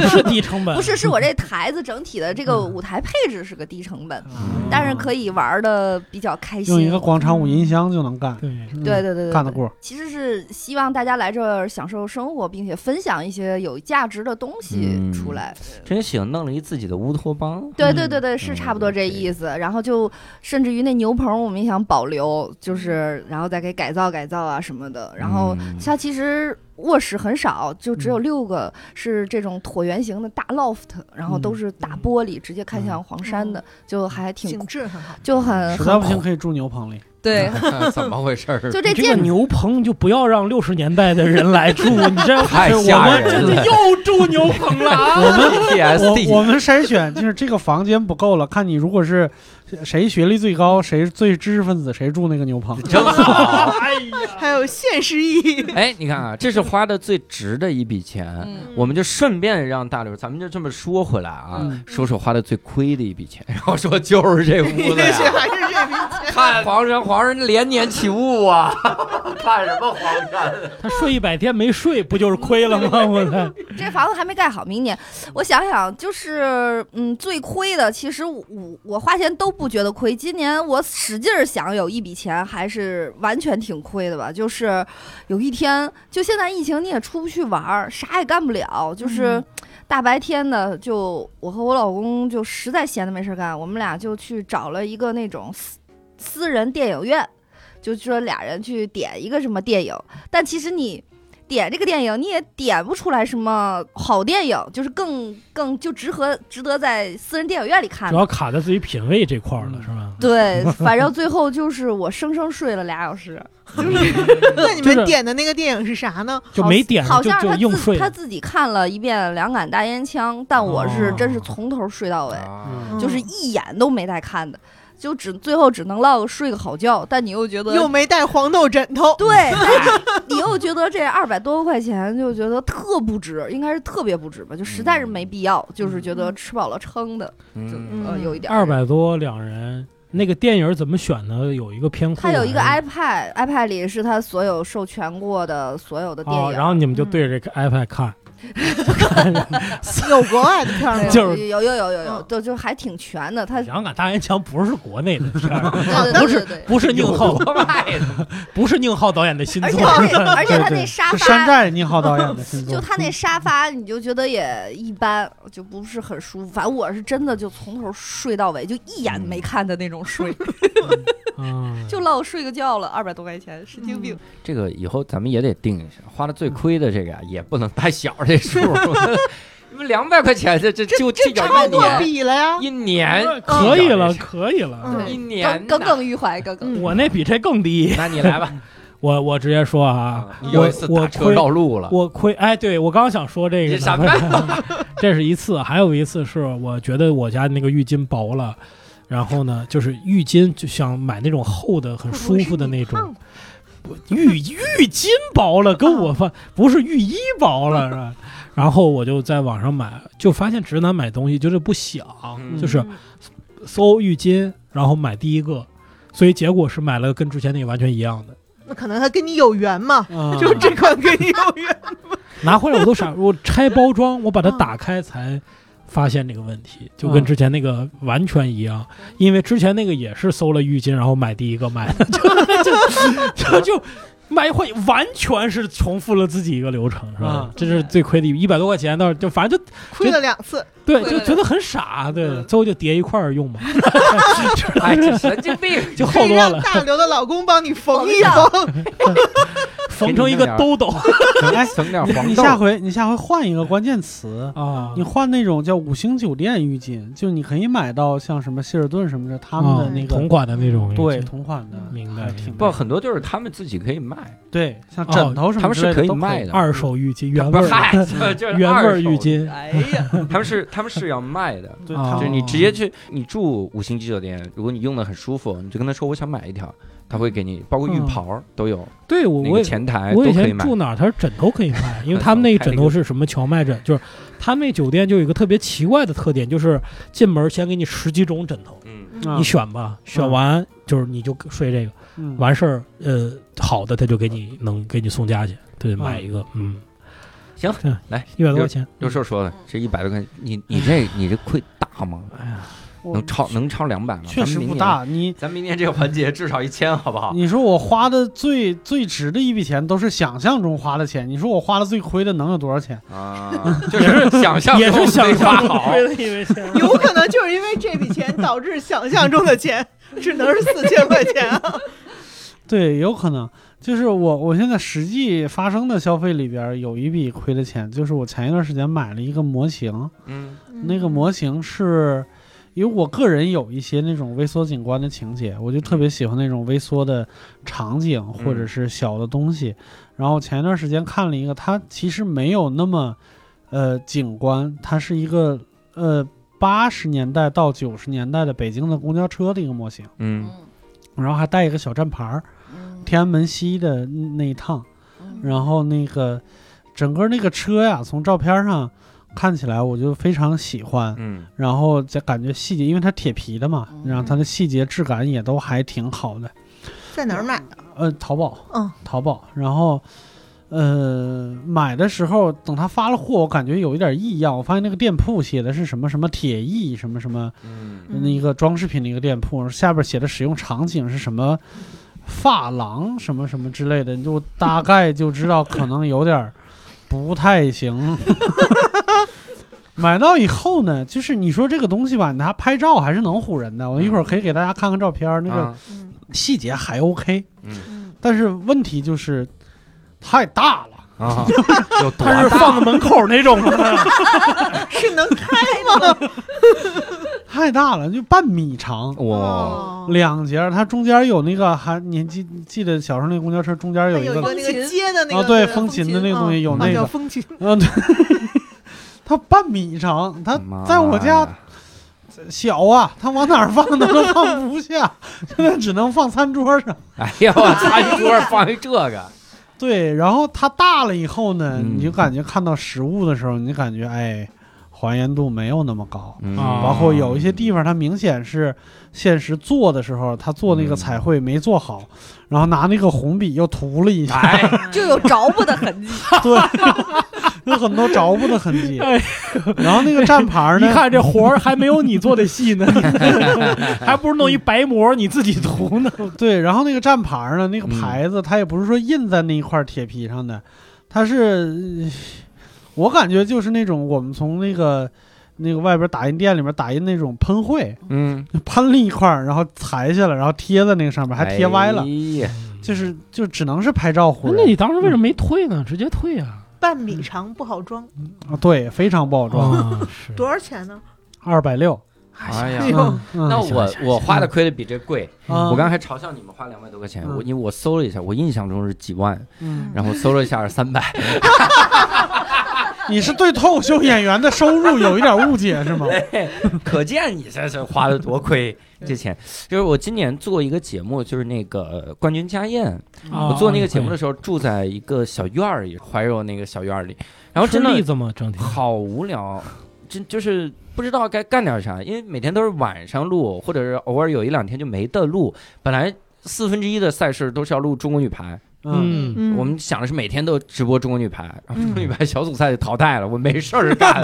E: 是是低成
C: 嗯
E: 本，
G: 嗯不是是我这台子整体的这个舞台配置是个低成本，
E: 嗯
G: 但是可以玩的比较开心。
C: 用一个广场舞音箱就能干，
E: 对，
C: 嗯
G: 对对对对，
C: 干
G: 对
C: 得过。
G: 其实是希望大家来这儿享受生活，并且分享一些有价值的东西
A: 嗯
G: 出来。
A: 真行，弄了一自己的乌托邦。
G: 对对对对，
C: 嗯
G: 是差不多这意思。然后就甚至于那牛棚，我们也想保留，就是然后再给改造改造啊什么的。然后
A: 嗯
G: 它其实卧室很少，就只有六个是这种椭圆形的大 loft，然后都是大玻璃，直接看向黄山的，就还挺
F: 景致很好。
G: 就很
C: 实在
G: 很
C: 不行可以住牛棚里，
G: 对，
A: (laughs) 怎么回事儿？ (laughs)
G: 就这
E: 这个
G: 建筑
E: 牛棚就不要让六十年代的人来住，你这
A: 太吓人了
E: 我们这又住牛棚了啊！
A: 我们
C: 我我
A: PTSD，
C: 们筛选就是这个房间不够了，看你如果是谁学历最高，谁最知识分子，谁住那个牛棚。
A: 真好。 (laughs)
E: 哎呀，
F: 还有现实意义，
A: 哎，你看啊，这是花的最值的一笔钱。
G: 嗯
A: 我们就顺便让大刘，咱们就这么说回来啊，
C: 嗯
A: 说说花的最亏的一笔钱，然后说就是这屋子
F: 也许
A: 呀，
F: 还是这笔
A: (laughs)
F: 钱。
A: 看黄山，黄山连年起雾啊， (laughs) 看什么黄山？啊
E: 他睡一百天没睡，不就是亏了
G: (laughs)
E: 吗？我操！
G: 这房子还没盖好，明年我想想，就是嗯，最亏的，其实我我我花钱都不觉得亏。今年我使劲儿想有一笔钱，还是完全挺亏的吧。就是有一天，就现在疫情你也出不去玩儿，啥也干不了，就是
F: 嗯
G: 大白天的，就我和我老公就实在闲的没事儿干，我们俩就去找了一个那种私私人电影院，就说俩人去点一个什么电影，但其实你。点这个电影，你也点不出来什么好电影，就是更更就值和值得在私人电影院里看
E: 主
G: 的。
E: 要卡在自己品味这块儿了，
C: 嗯
E: 是吧？ (laughs)
G: 对，反正最后就是我生生睡了俩小时，
F: 那你
E: 就
F: 们
E: 是
F: 点的那个电影是啥呢？
E: 就没点
G: 好
E: 哎上就
G: 像是
E: 就
G: 他
E: 硬
G: 自
E: 睡
G: 他自己看了一遍《两杆大烟枪》，但我是真是从头睡到
E: 哦
G: 尾，
A: 啊
F: 嗯
G: 就是一眼都没带看的，就只最后只能落个睡个好觉。但你又觉得
F: 嗯又没带黄豆枕头，
G: 对， (laughs) 但是你又觉得这二百多块钱就觉得特不值，应该是特别不值吧？就实在是没必要，就是觉得吃饱了撑的，就
A: 嗯
G: 呃有一点儿
E: 二。百多两人。那个电影怎么选的？有一个偏库，啊
G: 他有一个
E: 还是
G: iPad，iPad 里是他所有授权过的所有的电
E: 哦，
G: 影，嗯
E: 然后你们就对着这个 iPad 看，
F: (laughs) 有国外的片儿
G: 对
F: 吗？ (laughs)
E: 就是
G: 有有有有有，
F: 嗯
G: 就就还挺全的。他
E: 两杆大烟枪不是国内的片儿，
G: (laughs) 对
E: 不
G: 对
E: 是
G: 对
E: (laughs)
G: 对。
E: 不是宁浩，
A: 卖的
E: 不是宁浩导演的新
G: 而且
E: 作，
G: 他
E: (laughs)
G: 那， (laughs) 而且他
E: 对
G: 那
E: 对
G: 沙
C: 是山
G: 发，
C: 寨你好导
G: (laughs)
C: 演的新作，
G: 就
E: 嗯
G: 他那沙发，你就觉得也一般，就不是很舒服。反正我是真的就从头睡到尾，就一眼没看的那种睡，
E: 嗯
G: 就落睡个觉了，二百多块钱，神经病。
A: 这个以后咱们也得定一下，花的最亏的这个啊也不能太小这数， (laughs) 你们两百块钱这这就
F: 这
A: 咬
F: 超
A: 一
F: 多
A: 年，
F: 笔了呀！
A: 一年
E: 嗯可以
A: 这
E: 了，
A: 是
E: 可以了。
A: 一
F: 嗯，
A: 年
G: 耿耿
A: 呐
G: 耿于怀，耿耿。
F: 嗯
E: 我那比这更低，
A: 那你来吧，
E: 我我直接说啊，
A: 你有
E: 我
A: 一次打
E: 我
A: 车
E: 亏
A: 绕路了，
E: 我亏，哎，对我刚刚想说这
A: 你
E: 个呢，
A: 什么？
E: (laughs) 这是一次，还有一次是我觉得我家那个浴巾薄了，然后呢，就是浴巾就想买那种厚的、很舒服的那种。不浴浴巾薄了，跟我发不是浴衣薄了是吧？然后我就在网上买，就发现直男买东西就是不想，
A: 嗯
E: 就是搜浴巾，然后买第一个，所以结果是买了跟之前那个完全一样的。
F: 那可能他跟你有缘嘛，
C: 嗯
E: 啊
F: 就是这款跟你有
C: (laughs)
F: 缘。
E: 拿回来我都傻，我拆包装，我把它打开才发现这个问题，就跟之前那个完全一样。因为之前那个也是搜了浴巾，然后买第一个买的，就就就就买一回，完全是重复了自己一个流程，是吧
C: 嗯？
E: 这是最亏的，一百多块钱倒是就反正就
F: 亏了两次，
E: 对，
G: 亏
E: 就
G: 了
E: 觉得很傻，对，
F: 嗯
E: 最后就叠一块儿用嘛，
A: 哎，这神经
E: (laughs)
A: 病，
E: 就
F: 可
E: 好
F: 以
E: 多
F: 让
E: 了，
F: 大刘的老公帮你缝一
G: 缝
C: (laughs)
F: 缝。
E: 缝成一个兜兜
A: (laughs)
C: 哎，
A: 整点黄
C: 你
A: 豆
C: 下回你下回换一个关键词，
E: 啊
C: 你换那种叫五星酒店浴巾，就你可以买到像什么希尔顿什么的他们的
E: 啊
C: 那
E: 同
C: 个
E: 款的嗯那种，
C: 对同款的，
E: 明白
C: 还挺
E: 明
A: 不，很多就是他们自己可以卖，
C: 对，像
E: 哦
C: 枕头什
A: 他们
C: 么之类
A: 是
C: 的
A: 可以
C: 都
A: 卖的，
E: 二手浴巾原
A: 不
E: 味
A: 是 (laughs)
E: 儿
A: 嗨，这
E: (laughs)
A: 这是
E: 原味
A: 二
E: 儿
A: 手
E: 浴，巾，
G: 哎呀，
A: 他们是他们是要卖的。
C: 对，哦
E: 啊
C: 他
A: 就是
C: 们
A: 你直接去，你住五星级酒店，如果你用的很舒服，你就跟他说我想买一条，他会给你，包括浴
E: 嗯
A: 袍都有，
E: 对我
A: 那
E: 我
A: 个
E: 也
A: 前台
E: 我
A: 哎都
E: 以
A: 可以
E: 前
A: 买。
E: 住哪儿，他是枕头可以
A: (laughs)
E: 卖，因为他们那个枕头是什么荞麦枕，就是他们那酒店就有一个特别奇怪的特点，就是进门先给你十几种枕头，
A: 嗯，
C: 啊
E: 你选吧，选完就是你就睡这个，
C: 嗯
E: 完事儿呃好的他就给你能给你送家去，对，买一个，嗯，
A: 行
E: 嗯，
A: 来
E: 一百多块钱，
A: 六兽说的这一百多块钱，你你这你这亏大吗？
E: 哎呀，
C: 我
A: 能超能超两百吗？
C: 确实
A: 咱们
C: 不
A: 明年。
C: 大，你。
A: 咱明年这个环节至少一千，好不好？
C: 你说我花的最最值的一笔钱都是想象中花的钱，你说我花的最亏的能有多少钱？
A: 啊， (laughs) 就是想象
E: 也
A: 中
E: 是想
A: 没花
E: 象
A: 好，
E: 亏了一百 (laughs) 钱。
F: 有可能就是因为这笔钱导致想象中的钱 (laughs) 只能是四千块钱啊！
C: 对，有可能就是我我现在实际发生的消费里边儿有一笔亏的钱，就是我前一段时间买了一个模型，
A: 嗯
C: 那个模型是因为我个人有一些那种微缩景观的情节，我就特别喜欢那种微缩的场景或者是小的东西。然后前一段时间看了一个，它其实没有那么呃景观，它是一个呃八十年代到九十年代的北京的公交车的一个模型，
A: 嗯
G: 嗯
C: 然后还带一个小站牌儿。
G: 嗯
C: 天安门西的那一趟，
G: 嗯
C: 然后那个整个那个车呀，从照片上看起来我就非常喜欢，
A: 嗯
C: 然后再感觉细节，因为它铁皮的嘛，
G: 嗯
C: 然后它的细节质感也都还挺好的。
F: (laughs) 在哪儿买的？
C: 呃，淘宝，
F: 嗯，
C: 淘宝，然后。呃，买的时候等他发了货，我感觉有一点异样。我发现那个店铺写的是什么什么铁艺什么什么，
A: 嗯
F: 嗯
C: 那个装饰品的一个店铺，下边写的使用场景是什么发廊什么什么之类的，你就大概就知道可能有点儿不太行。 (laughs) 买到以后呢，就是你说这个东西吧，你拿拍照还是能唬人的。我一会儿可以给大家看看照片儿，那个
A: 嗯啊
F: 嗯
C: 细节还 OK，
A: 嗯
F: 嗯
C: 但是问题就是太大了。 (laughs)
A: 啊，有多
E: 它是
A: 大？ (laughs)
E: 放在门口那种的，
F: 是能开吗？
C: 太大了，就半米长，
A: 哇，
F: 哦
G: 哦
C: 两节儿，它中间有那个还你记记得小时候那个公交车中间
F: 它
C: 有一
F: 有一
C: 个
F: 个那个接的那
C: 啊
F: 个
C: 对
F: 风
C: 风琴的那个东西
F: 嗯
C: 有
F: 啊
C: 那
F: 叫
C: 个
F: 风琴，
C: 嗯，对，它半米长，它
A: 妈
C: 啊在我家
A: 呀
C: 小啊，它往哪儿放它都放不下，现在只能放餐桌上。
A: 哎呀，我擦，一桌放一这个，
C: 对，然后它大了以后呢，
A: 嗯
C: 你就感觉看到实物的时候，你就感觉哎，还原度没有那么高。
A: 嗯
E: 啊
C: 包括有一些地方，它明显是现实做的时候，它做那个
A: 嗯
C: 彩绘没做好，然后拿那个红笔又涂了一下，
F: 啊
A: 哎，
C: (laughs)
G: 就有着不的 (laughs) 痕迹。
C: 对，有很多着不的痕迹。然后那个站牌
E: 一
C: 呢，
E: 看这活儿还没有你做的
A: (laughs)
E: 细呢，还不如弄一白膜你自己涂呢。
C: 对，然后那个站牌儿呢，那个
A: 嗯
C: 牌子它也不是说印在那一块铁皮上的，它是，呃我感觉就是那种我们从那个那个外边打印店里面打印那种喷绘，
A: (laughs) 嗯，
C: 喷了一块儿，然后裁下来，然后贴在那个上面，还贴歪了，
A: 哎呀
E: (laughs)
C: 就是就只能是拍照糊
E: 啊那你
C: 人
E: 当时为什么没退呢？直接退啊！
F: 半米长不好装，
C: 啊，对，非常不好装，
E: 啊，是
F: 多少钱呢？
C: 二百六。
A: 哎呀
F: 哎呦
C: 嗯，
A: 那
C: 嗯
A: 我我花的亏的比这贵，
C: 啊
A: 我刚才嘲笑你们花两百多块钱，
C: 嗯
A: 我因为我搜了一下，我印象中是几万，
C: 嗯，
A: 然后搜了一下三百，
C: 你是对脱口秀演员的收入有一点误解
A: (laughs)
C: 是吗？
A: 哎可见你这是花的多亏这钱。就是我今年做一个节目，就是那个呃冠军家宴，
E: 啊
A: 我做那个节目的
E: 时
A: 时候住在一个小院儿里，怀柔那个小院儿里，然后
E: 吃
A: 真
E: 栗
A: 的
E: 子吗？整天
A: 好无聊，真就是不知道该干点啥，因为每天都是晚上录，或者是偶尔有一两天就没得录，本来。四分之一的赛事都是要录中国女排，
C: 嗯，
F: 嗯
A: 我
G: (laughs)
A: 们想的是每天都直播中国女排，然后中国
E: 嗯
A: 女排小组赛就淘汰了，我 (laughs) 没事儿干，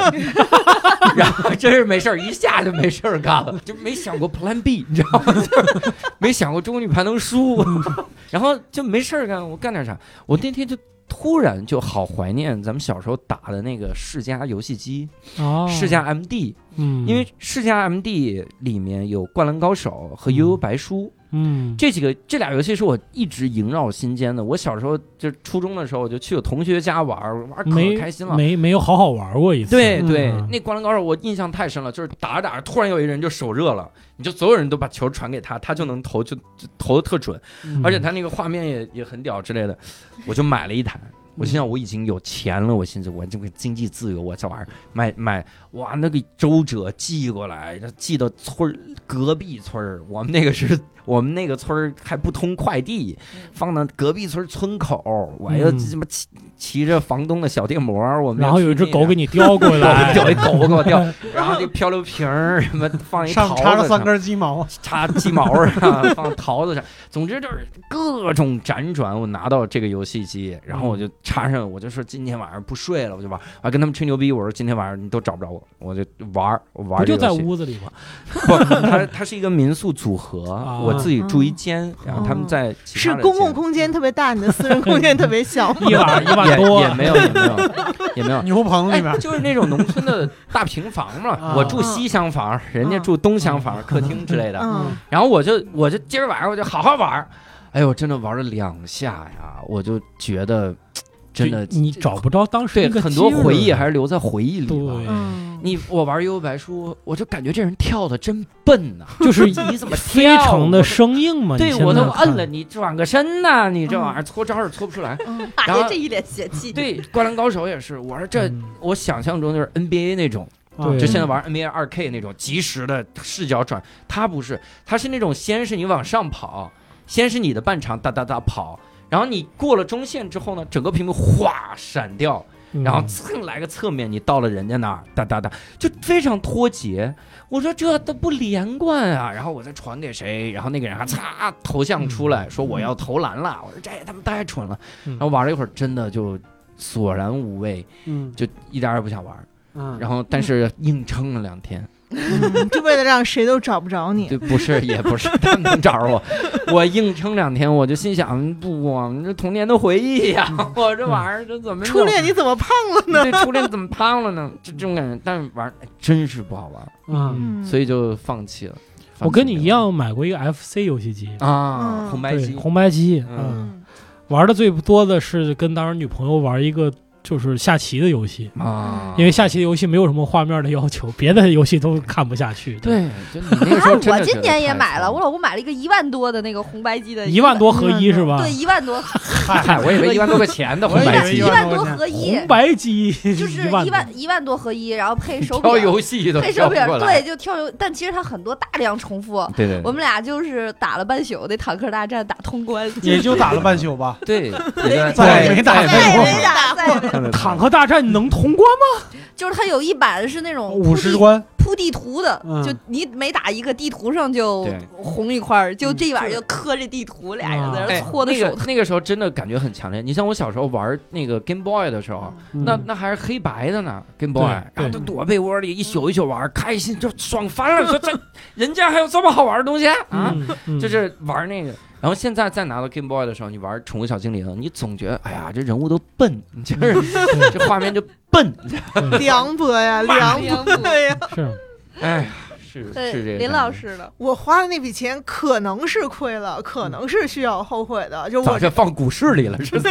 E: (laughs)
A: 然后真是没事儿，一下就没事儿干了，就没想过 Plan B，你知道吗？ (laughs) 就是没想过中国女排能输， (laughs) 然后就没事儿干，我干点啥？我那天就突然就好怀念咱们小时候打的那个世嘉游戏机，
E: 哦，
A: 世嘉 MD，
E: 嗯，
A: 因为世嘉 MD 里面有《灌篮高手》和《悠悠白书》。
E: 嗯
A: 这几个这俩游戏是我一直萦绕心间的。我小时候就初中的时候，我就去我同学家玩儿，玩儿
E: 没
A: 可开心了。
E: 没没有好好玩过一次。
A: 对
C: 嗯
A: 对
E: 嗯，
A: 那《灌篮高手》我印象太深了，就是打着打着，突然有一人就手热了，你就所有人都把球传给他，他就能投，就就投的特准，
E: 嗯，
A: 而且他那个画面也也很屌之类的，我就买了一台。
E: 嗯
A: 我心想我已经有钱了，我心想我这个经济自由，我这玩意儿买买哇那个周折寄过来，然后寄到村儿隔壁村儿，我们那个是 (laughs) 我们那个村儿还不通快递，放到隔壁村村口，我又
E: 嗯
A: 什么骑骑着房东的小电摩，我们
E: 然
A: 要
E: 后有一
A: 去
E: 只
A: 那
E: 狗
A: 个 (laughs)
E: 给你叼过来，
A: 有一狗给我
E: (laughs)
A: 掉，然后这漂流瓶儿什么放一
C: 上
A: 桃
C: 插
A: 子
C: 了三
A: 上，
C: 根鸡毛，
A: 插鸡毛儿啊，放桃子上，总之就是各种辗转，我拿到这个游戏机，然后我就插上，我就说今天晚上不睡了，我就玩，我还跟他们吹牛逼，我说今天晚上你都找不着我，我就玩儿，我玩
E: 不
A: 儿这
E: 就
A: 个
E: 在
A: 游戏。
E: 屋子里吗？
A: 不，它它是一个民宿组合，
E: 啊
A: 我自己住一间，然后他们在其
F: 是
A: 他的嗯
F: 公
A: 间
F: 共空间特别大，你的私人
A: (laughs)
F: 空间特别小吗？
E: 一晚一晚
A: 也
E: 多
A: 也没有也没有也
C: (laughs)
A: 没有，
C: 牛棚里面
A: 哎，。就是那种农村的大平房嘛
C: 啊，
A: 我住西厢房，人家住东厢房、客厅之
F: (laughs)
A: 类的。
F: 嗯，
A: 然后我就我就今儿晚上我就好好玩儿，哎呦，真的玩了两下呀，我就觉得 (laughs) 真的
E: 就你找不着当时
A: 对
E: 那个
A: 很多
E: 劲儿
A: 回忆还是嗯留在回忆里吧。
E: 对，
F: 嗯
A: 你我玩悠悠白书，我就感觉这人跳的真笨呐、
E: 就
A: (laughs)
E: 是
A: 你怎么
E: 非
A: 跳
E: 常
A: 我
E: 的生硬嘛。
A: 对
E: 你现
A: 我
E: 在
A: 都摁
E: 看嗯
A: 了，你转个身呐、你这玩意儿搓招也搓不出
E: (laughs)
A: 来。
G: 大
A: 然后
G: 爷这一脸啊邪气。
A: 对，《灌篮高手》也是，我说这
E: 嗯
A: 我想象中就是 NBA 那种，
C: 啊
E: 对
A: 就现在玩 NBA 二 K 那种及时的视角转，它不是，它是那种先是你往上跑，先是你的半场哒哒哒跑，然后你过了中线之后呢，整个屏幕哗闪掉，然后
E: 嗯
A: 蹭来个侧面，你到了人家那儿哒哒哒，就非常脱节。我说这都不连贯啊，然后我再传给谁，然后那个人还擦头像出来说我要投篮了，我说这也他妈太蠢了，
E: 嗯
A: 然后玩了一会儿，真的就索然无味，
C: 嗯
A: 就一点儿也不想玩。
C: 嗯，
A: 然后但是硬撑了两天，
F: 就为了让谁都找不着你。
A: 对，不是也不是他们能找着我，我硬撑两天，我就心想，不，我们这童年的回忆呀、我这玩意儿这怎么
F: 初恋你怎么胖了呢？
A: 对初恋怎么胖了呢？这这种感觉，但是玩儿哎真是不好玩儿，
C: 嗯，
F: 嗯
A: 所以就放弃了。
E: 我跟你一
A: 放弃了
E: 样买过一个 FC 游戏机，
A: 啊，
F: 嗯
A: 红白
E: 对，
A: 机，
E: 红白机，
A: 嗯
E: 嗯，
F: 嗯
E: 玩的最多的是跟当时女朋友玩一个就是下棋的游戏，
A: 啊
E: 因为下棋的游戏没有什么画面的要求，别的游戏都看不下去。
A: 对，就你那个时候真的觉得太爽，
G: 啊，我今年也买了，我老公买了一个一万多的那个红白机的，
E: 一万多啊合一是吧？
G: 对，一万多，
A: 嗨，我以为一万多块钱的
E: 我以
A: 红
E: 为
A: 白机
G: 一
E: 一，
G: 万
E: 万
G: 多
E: 多
G: 合一，
E: 红白机
G: 就是
E: 万
G: 一
E: 多
G: 万一万多合一，然后配手
A: 挑
G: 柄，
A: 游戏都
G: 配手
A: 挑不
G: 柄
A: 过，来。
G: 对，就挑游，但其实它很多大量重复。
A: 对对
G: 我们俩就是打了半宿，那坦克大战打通关，
C: 也就打了半
A: (laughs)
C: 宿吧。
A: 对对，
C: 再也没打
A: 再也
C: 过
A: 没碰
G: 再没
E: (laughs)
G: 打，再也没
A: 过
E: 坦克大战能通关吗？
G: 就是它有一版是那种
C: 哦五
G: 铺
C: 十
G: 地
C: 关，
G: 铺地图的，
C: 嗯
G: 就你每打一个地图上就
A: 对
G: 红一块儿，就
E: 嗯
G: 这玩意儿就磕着地图，俩人在那
A: 哎
G: 儿 (laughs) 搓的
A: 那
G: 手
A: 个那个时候真的感觉很强烈。你像我小时候玩那个 Game Boy 的时候，那
C: 嗯
A: 那还是黑白的呢，Game Boy，然后
E: 对
A: 就躲被窝里一宿一宿玩，开心就爽
E: (laughs)
A: 翻了。说这人家还有这么好玩的东西啊！
E: 嗯，嗯
A: 就是玩那个。然后现在再拿到 Game Boy 的时候，你玩《宠物小精灵》，你总觉得哎呀，这人物都笨，就是
E: (laughs) 对
A: 这画面就笨。
E: (laughs)
F: 梁博
A: (laughs)
F: 呀，梁
G: 梁
F: 博呀，
E: 是
A: 哎呀，是
G: 对，
A: 是这个。
G: 林老，师的，
F: 我花的那笔钱可能是亏了，可能是需要后悔的。就
A: 早
F: 我
A: 就放股市里了，是吧？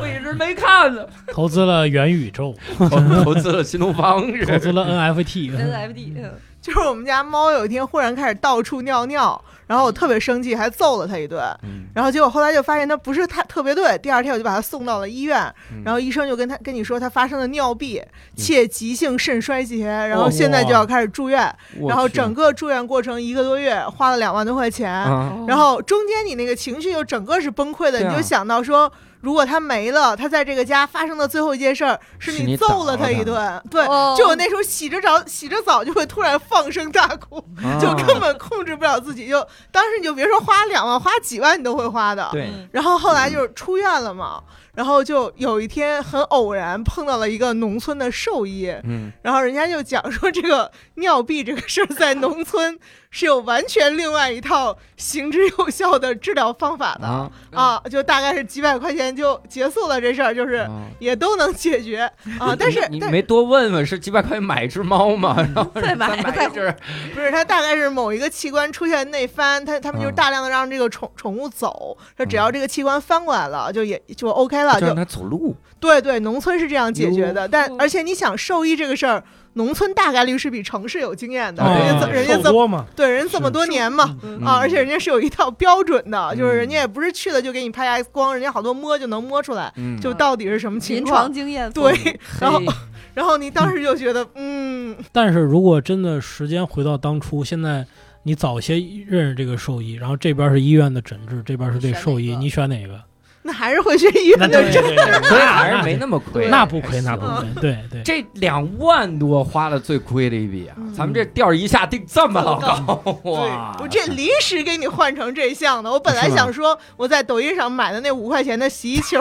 A: 我一直没看呢，
E: 投资了元宇宙， (laughs)
A: 投投资了新东方是 (laughs)
E: 投资了
G: 真
E: NFT，
G: FD，
F: 就是我们家猫有一天忽然开始到处尿尿，然后我特别生气，还揍了它一顿。
A: 嗯
F: 然后结果后来就发现它不是太特别对，第二天我就把它送到了医院，
A: 嗯
F: 然后医生就跟他跟你说它发生了尿闭且急性肾衰竭，然
A: 哦
F: 后现在就要开始住院，然后整个住院过程一个多月，花了两万多块钱，
A: 啊，
F: 然后中间你那个情绪又整个是崩溃的，
A: 对啊
F: 你就想到说。如果他没了，他在这个家发生的最后一件事儿是
A: 是你
F: 揍了
A: 打了
F: 他一
A: 他
F: 顿，对，
G: 哦
F: 就我那时候洗着澡洗着澡就会突然放声大哭，
A: 嗯
F: 就
A: 啊
F: 根本控制不了自己，就当时你就别说花两万，花几万你都会花的。
A: 对
G: 嗯
F: 然后后来就是出院了嘛，然后就有一天很偶然碰到了一个农村的兽医，
A: 嗯，
F: 然后人家就讲说这个尿闭这个事儿在农村是有完全另外一套行之有效的治疗方法的
A: 啊，
F: 啊，就大概是几百块钱就结束了这事儿，就是
A: 啊
F: 也都能解决啊。但是
A: 你你
F: 但
A: 没多问问，是几百块钱买一只猫
F: (laughs)
A: 吗？然后
G: 再买
A: 再买
G: 再
A: 一只，
F: 不是，它大概是某一个器官出现内翻，它他们就是
A: 嗯
F: 大量的让这个宠宠物走，它只要这个器官翻过来了，就也就 OK 了，
A: 嗯就
F: 啊就
A: 让它走路。
F: 对对，农村是这样解决的。但
G: 哟
F: 而且你想兽医这个事儿，农村大概率是比城市有经验的，
A: 啊这
F: 人家这
A: 个
F: 人家
E: 手
F: 这么
E: 多嘛，
F: 对人这么多年嘛。
G: 嗯
F: 啊，而且人家是有一套标准的，就是人
A: 嗯
F: 家也不是去了就给你拍 X 光，人家好多摸就能摸出来，
A: 嗯，
F: 就到底是什么情
G: 临
F: 况
G: 床。嗯经验丰富，
F: 对，然 (laughs) 后
A: 嘿
F: 然后你当时就觉得，嗯，
E: 但是如果真的时间回到当初，现在你早些认识这个兽医，然后这边是医院的诊治，这边是对兽医，你选哪个？
F: 那还是会去医院的。
E: 对对
A: 所以还是没那么亏，
E: 那不
A: 还
E: 亏，那
A: 行
E: 不亏，对对。
A: 这两万多花了最亏的一笔啊！
F: 嗯
A: 咱们这调儿一下定这么老高，
F: 对
A: 哇！
F: 我这临时给你换成这项的，我本来
A: 是吗
F: 想说我在抖音上买的那五块钱的洗衣球，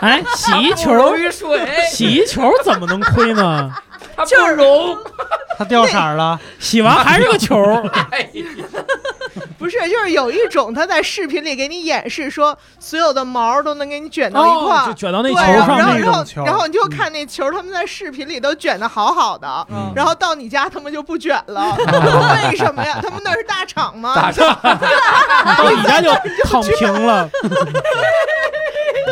E: 哎，洗衣球，
A: 不如水，
E: 洗衣球怎么能亏呢？
A: 它不融。
C: 他掉色儿了，
E: 洗完还是个球，
A: 哎
F: 不是，就是有一种他在视频里给你演示说所有的毛都能给你卷到一块
E: 哦就
F: 儿。
E: 卷到那
F: 对，
E: 球
F: 然后
E: 上
F: 然后
E: 那
F: 然
E: 个。
C: 种
F: 后
C: 球
F: 然后你就看那球，他们在视频里都卷的好好的，
A: 嗯
F: 然后到你家他们就不卷
E: (laughs)
F: 了，为什么呀？他们那是大厂吗？
A: 打上
E: (laughs) 到哦你家就躺平了。 (laughs)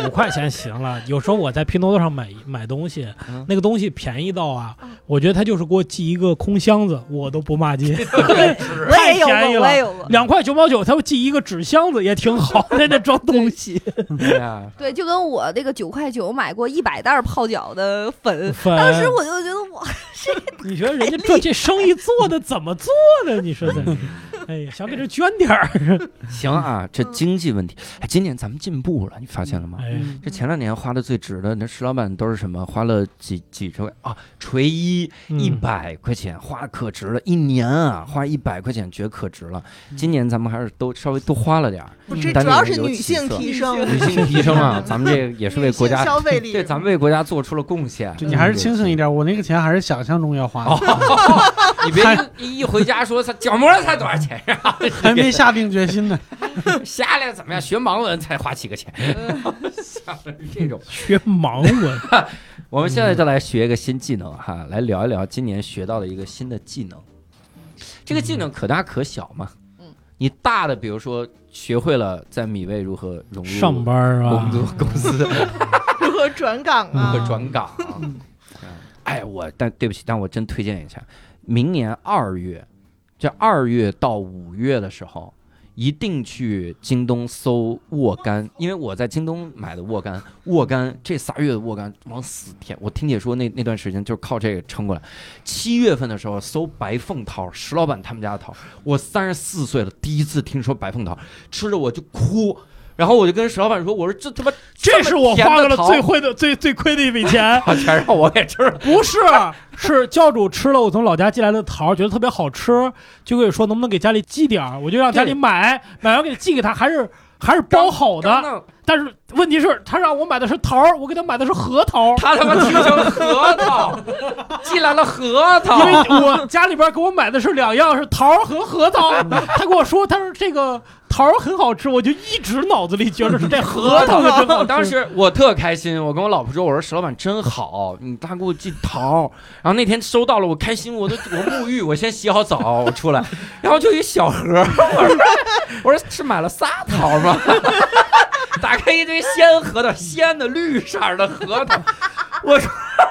E: 五块钱行了，有时候我在拼多多上买买东西
A: 嗯，
E: 那个东西便宜到啊，我觉得他就是给我寄一个空箱子，我都
A: (laughs)
E: 不骂街。
G: 我也有
E: 太便宜
G: 过，
E: 了
G: 我也有过。
E: 两块九毛九，他寄一个纸箱子也挺好，在那装东西。
A: 对哎呀，
G: 对，就跟我那个九块九买过一百袋泡脚的粉，
E: 粉
G: 当时我就觉得我
E: 你觉得人家这这生意做的怎么做的？你说这，哎呀，想给这捐点儿。
A: 行啊，这经济
F: 嗯
A: 问题，哎，今年咱们进步了，你发现了吗？
E: 哎，
C: 嗯
A: 这前两年花的最值的，那石老板都是什么？花了几几十块啊？锤一一
E: 嗯
A: 百块钱，花可值了，一年啊，花一百块钱觉得可值了。
C: 嗯
A: 今年咱们还是都稍微多花了点
C: (laughs)
A: 儿，
F: 不这
A: 单
F: 主要
A: 位
F: 是
A: 嗯有
F: 女
A: 起
F: 性
A: 色
F: 提升，
A: 女性提升啊，咱们这也
F: 也
A: 是为国家，
F: 消费
A: (laughs)
F: 力，
A: 对，咱们为国家做出了贡献。
C: 对你还是清醒一点。我那个钱还是想象中要花的，
A: 嗯你别一一回家说他角膜才多少钱， (laughs) 然后
C: 还没下定决心呢。
A: 下来怎么样？学盲文才花几个
C: (laughs)
A: 钱， (laughs) 像是这种。
E: 学盲文，
A: 我们现在就来学一个新技能哈，来聊一聊今年学到的一个新的技能。这个技能可大可小嘛
G: 嗯，
A: 你大的，比如说学会了在米未如何融入
E: 上班儿
A: 工
E: 啊，
A: 作公司
F: 如何转岗
A: 如
F: 啊？
A: 何转岗啊。哎，我但对不起，但我真推荐一下，明年二月，这二月到五月的时候，一定去京东搜沃柑，因为我在京东买的沃柑，沃柑这仨月的沃柑往死舔。我听姐说那那段时间就是靠这个撑过来。七月份的时候搜白凤桃，石老板他们家的桃，我三十四岁了，第一次听说白凤桃，吃着我就哭。然后我就跟石老板说：“我说这他妈
E: 这是我
A: 过。
E: 花过了最会的最最亏的一笔钱
A: 把钱让我给吃了。
E: 不 (laughs) 是，是教主吃了我从老家寄来的桃，觉得特别好吃，就跟我说能不能给家里寄点儿，我就让家里
A: 对
E: 买，买完给寄给他，还是还是包好的。但是问题是，他让我买的是桃，我给他买的是核桃，
A: 他他妈听成核桃，寄来了核
E: 因为
A: 桃。
E: 我家里边给我买的是两样，是桃和核 (laughs) 桃。他跟我说，他说这个桃很好吃，我就一直脑子里觉得是这核桃的真好 (laughs) 吃。
A: 当时我特开心，我跟我老婆说：“我说石老板真好，你他给我寄桃。”然后那天收到了，我开心，我都我沐浴，我先洗好澡，我出来，然后就一小盒，我说：“我说是买了仨桃吗？” (laughs) 打开一堆鲜核桃，鲜的绿色儿的核桃，我说：“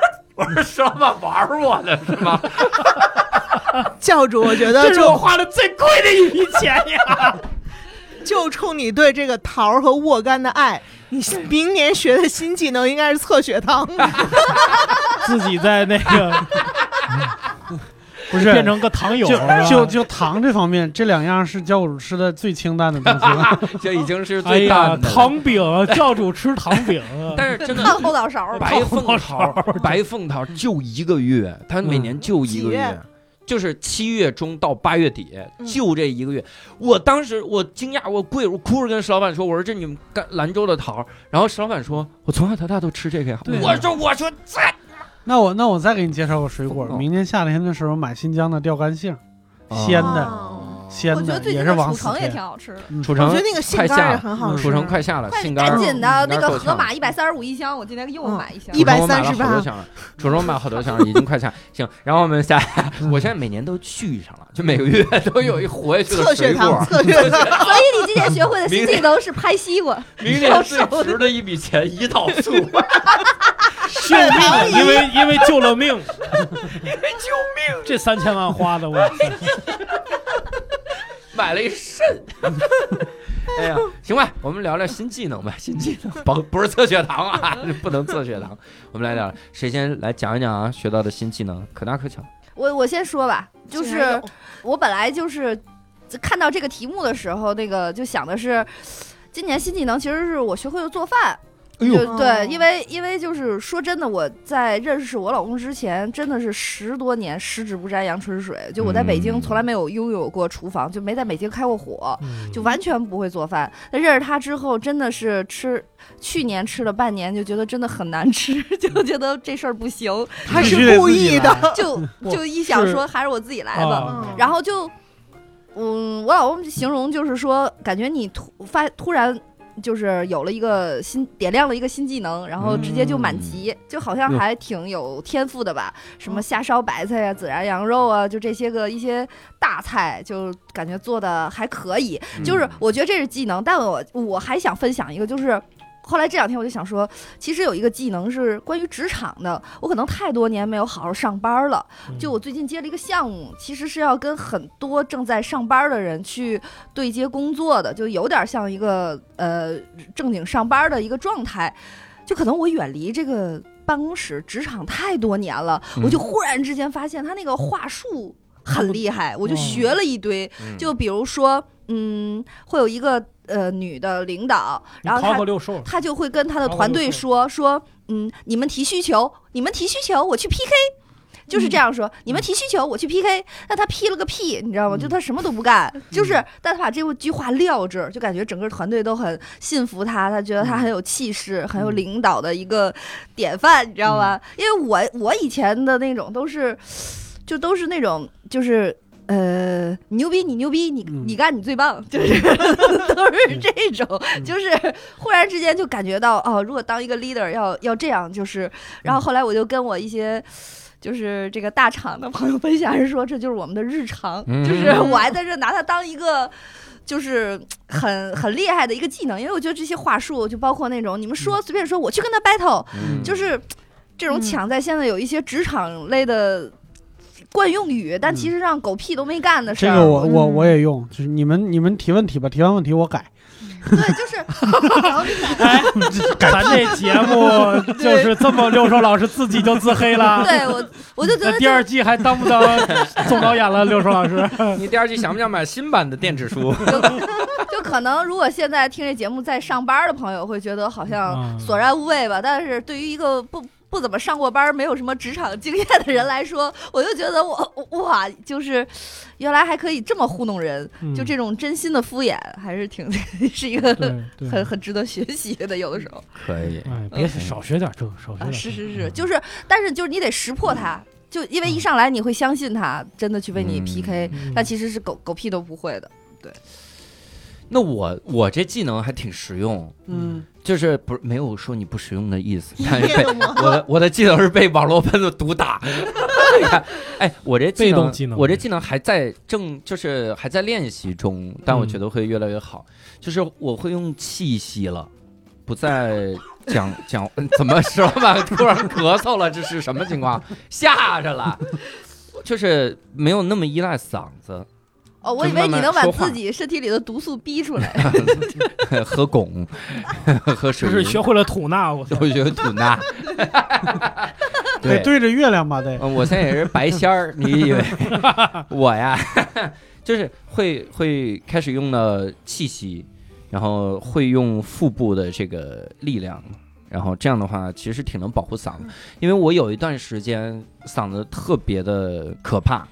A: (laughs) 我说石老板玩我呢是吗？”
F: 教主，我觉得
E: 这是我
F: 就
E: 花的最贵的一笔钱呀！
F: 就冲你对这个桃儿和沃柑的爱，你明年学的新技能应该是测
A: (laughs)
F: 血糖。
E: 自己在那 (laughs) 个
C: 不是
E: 变成个糖友，
C: 就是
E: 吧
C: 就就糖这方面，这两样是教主吃的最清淡的东西了。
A: (laughs) 这已经是
E: 哎
A: 最
E: 呀，
A: 淡的了。
E: 糖饼，啊
G: (laughs)
E: 教主吃糖饼，啊
A: 但是真的
G: 饭后脑勺儿吧。
A: 白凤桃，白凤桃就一个月，它
C: 嗯
A: 每年就一个
F: 几
A: 月
F: 月，
A: 就是七月中到八月底，
F: 嗯
A: 就这一个月。我当时我惊讶，我跪，我哭着跟石老板说：“我说这你们甘兰州的桃。”然后石老板说：“我从小到大都吃这个呀。”
C: 对啊
A: 我说：“我说这
C: 那我那我再给你介绍个水果
A: 哦，
C: 明年夏天的时候买新疆的吊干杏，鲜的
G: 哦
C: 鲜
G: 我觉
C: 的
G: 得最
C: 也
G: 近
C: 是
G: 的
C: 往
G: 储
C: 死
G: 橙也挺
C: 舔。
G: 好吃的，
A: 储
F: 我
A: 橙
F: 觉得那个杏
A: 快
F: 干
A: 下
F: 儿
A: 了
F: 也很好
C: 嗯
F: 吃。
A: 储橙快下了，
G: 快
A: 杏干
G: 赶
A: 儿
G: 紧的，那
A: 杏干儿
G: 个
A: 够
G: 盒
A: 呛
G: 马一百三十五一箱，我今天又买一箱
A: 储。橙
F: 138
A: 我买了好多箱了，楚中买了好多箱了，已经快下行。然后我们下，我现在每年都续上了，就每个月都有一活下去
F: 测
A: 的
F: 血
A: 水果
F: 糖，。测血
A: (laughs)
F: 糖，
G: 所以你今年学会的新技能是拍西瓜，
A: 明年最值的一笔钱，胰岛
G: (laughs)
A: 素，救
E: 救命！因为因为救了命，
A: 命！
E: 这三千万花的我，
A: 买了一肾。哎呀，行吧，我们聊聊新技能吧，新技能不不是测血糖啊，不能测血糖。我们来聊，谁先来讲一讲啊？学到的新技能，可大可小。
G: 我我先说吧，就是我本来就是看到这个题目的时候，那个就想的是，今年新技能其实是我学会了做饭。
A: 哎
G: 就
A: 呦
G: 对
F: 哦，
G: 因为因为就是说真的，我在认识我老公之前，真的是十多年十指不沾阳春水。就我在北京
A: 嗯
G: 从来没有拥有过厨房，就没在北京开过火，哎就
E: 嗯
G: 完全不会做饭。但认识他之后，真的是吃去年吃了半年，就觉得真的很难吃， (laughs) 就
E: 嗯
G: 觉得这事儿
E: (laughs)
G: 不行，
F: 他
C: 必须得
F: 是故
C: 自己
F: 意
C: 来
F: (laughs) 的。
G: 就
E: 我
G: 就一想
E: 是
G: 说还是我自己来吧。
E: 啊
F: 嗯
G: 然后就，嗯，我老公形容就是说，感觉你突发突然就是有了一个新点亮了一个新技能，然后直接就
E: 嗯
G: 满级，就好像
A: 哟
G: 还挺有天赋的吧？什
E: 嗯
G: 么虾烧白菜呀、孜然羊肉啊，就这些个一些大菜，就感觉做的还可以。 (laughs)
A: 嗯
G: 就是我觉得这是技能，但我我还想分享一个，就是后来这两天我就想说，其实有一个技能是关于职场的，我可能太多年没有好好上班了。嗯就
E: 嗯
G: 我最近接了一个项目，其实是要跟很多正在上班的人去对接工作的，就有点像一个呃正经上班的一个状态。就可能我远离这个办公室、职场太多年了，我就忽然之间发现他那个话术很厉害，我就学了一堆。
A: 嗯
G: 就比如说，嗯，会有一个呃女的领导，然后
E: 桃
G: 她
E: 和六
G: (laughs)
E: 兽，
G: 她就会跟她的
E: 桃花
G: 团
E: 六
G: 队
E: 兽
G: 说说，嗯，你们提需求，你们提需求，我去 PK。就是这样说，你们提需求，我去 PK。那他 P 了个屁，你知道吗？就他什么都不干， (laughs) 就是，但他把这句话撂这儿，就感觉整个团队都很信服他，他觉得他很有气势，很有领导的一个典范，你知道吧？因为我我以前的那种都是，就都是那种就是。呃，你牛逼，你牛逼，你
C: 嗯
G: 你干，你最棒，就是 (laughs) 都是这种，就是忽然之间就感觉到哦，如果当一个 leader 要要这样，就是，然后后来我就跟我一些。就是这个大厂的朋友分享是说，这就是我们的日常，
A: 嗯
G: 就是我还在这拿它当一个就是很很厉害的一个技能，因为我觉得这些话术，就包括那种你们说随便说，我去跟他 battle，
A: 嗯
G: 就是这种
F: 嗯
G: 抢在现在有一些职场类的惯用语，但其实让狗屁都没干的事
C: 这
G: 儿。
C: 个我我
F: 嗯
C: 我也用，就是你们你们提问题吧，提完问题我改。
G: 对，就是然后你把
E: 哎，咱这节目就是这么，六叔老师自己就自黑了。
G: 对我我就觉
E: 那
G: 得
E: 第二季还当不
G: (laughs)
E: 当总导演了，六叔老师？
A: 嗯你第二季想不想买新版的电子书？
G: 就就 (laughs) 可能如果现在听这节目在上班的朋友会觉得好像
E: 嗯
G: 索然无味吧，但是对于一个不。不怎么上过班，没有什么职场经验的人来说，我就觉得我哇，就是原来还可以这么糊弄人，就这种真心的敷衍，还是挺 (laughs) 是一个
E: 嗯对对，
G: 很很值得学习的。有的时候
A: 可以，
E: 哎，别少学点这个，嗯少学
G: 啊，
E: 点。
G: 是是是，就是，但是就是你得识破他，就因
E: 嗯
G: 为一上来你会相信他，真的去为你
A: 嗯
G: PK，但其实是狗狗屁都不会的。
A: (laughs) 那我我这技能还挺实用，
C: 嗯，
A: 就是不是没有说你不实用的意
F: (laughs)
A: 思，
F: 一
A: 但是
F: 点
A: 被
F: 都不
A: 我的我的技能是被网络喷子毒打。 (laughs) 你看，哎，我这技
E: 被
A: 能，
E: 动技能
A: 我这技能还在正就是还在练习中，但
E: 嗯
A: 我觉得会越来越好。就是我会用气息了，不再讲讲 (laughs) 嗯怎么石老板突然咳嗽了，这是什么情况？吓着了，就是没有那么依赖嗓子。
G: 哦，我
A: 就
G: 以为
A: 慢
G: 你
A: 慢
G: 能把
A: 说话
G: 自己身体里的毒素逼出来。
A: 喝汞， (laughs) 喝水
E: 就是
A: 银，
E: 学会了吐纳，我操
A: (laughs) 我学吐纳。 (laughs)
C: 得对着月亮吧，得。
A: 嗯，我现在也是白仙儿，你以为我呀？ (laughs) 就是会会开始用到气息，然后会用腹部的这个力量，然后这样的话其实挺能保护嗓子，因为我有一段时间嗓子特别的可怕。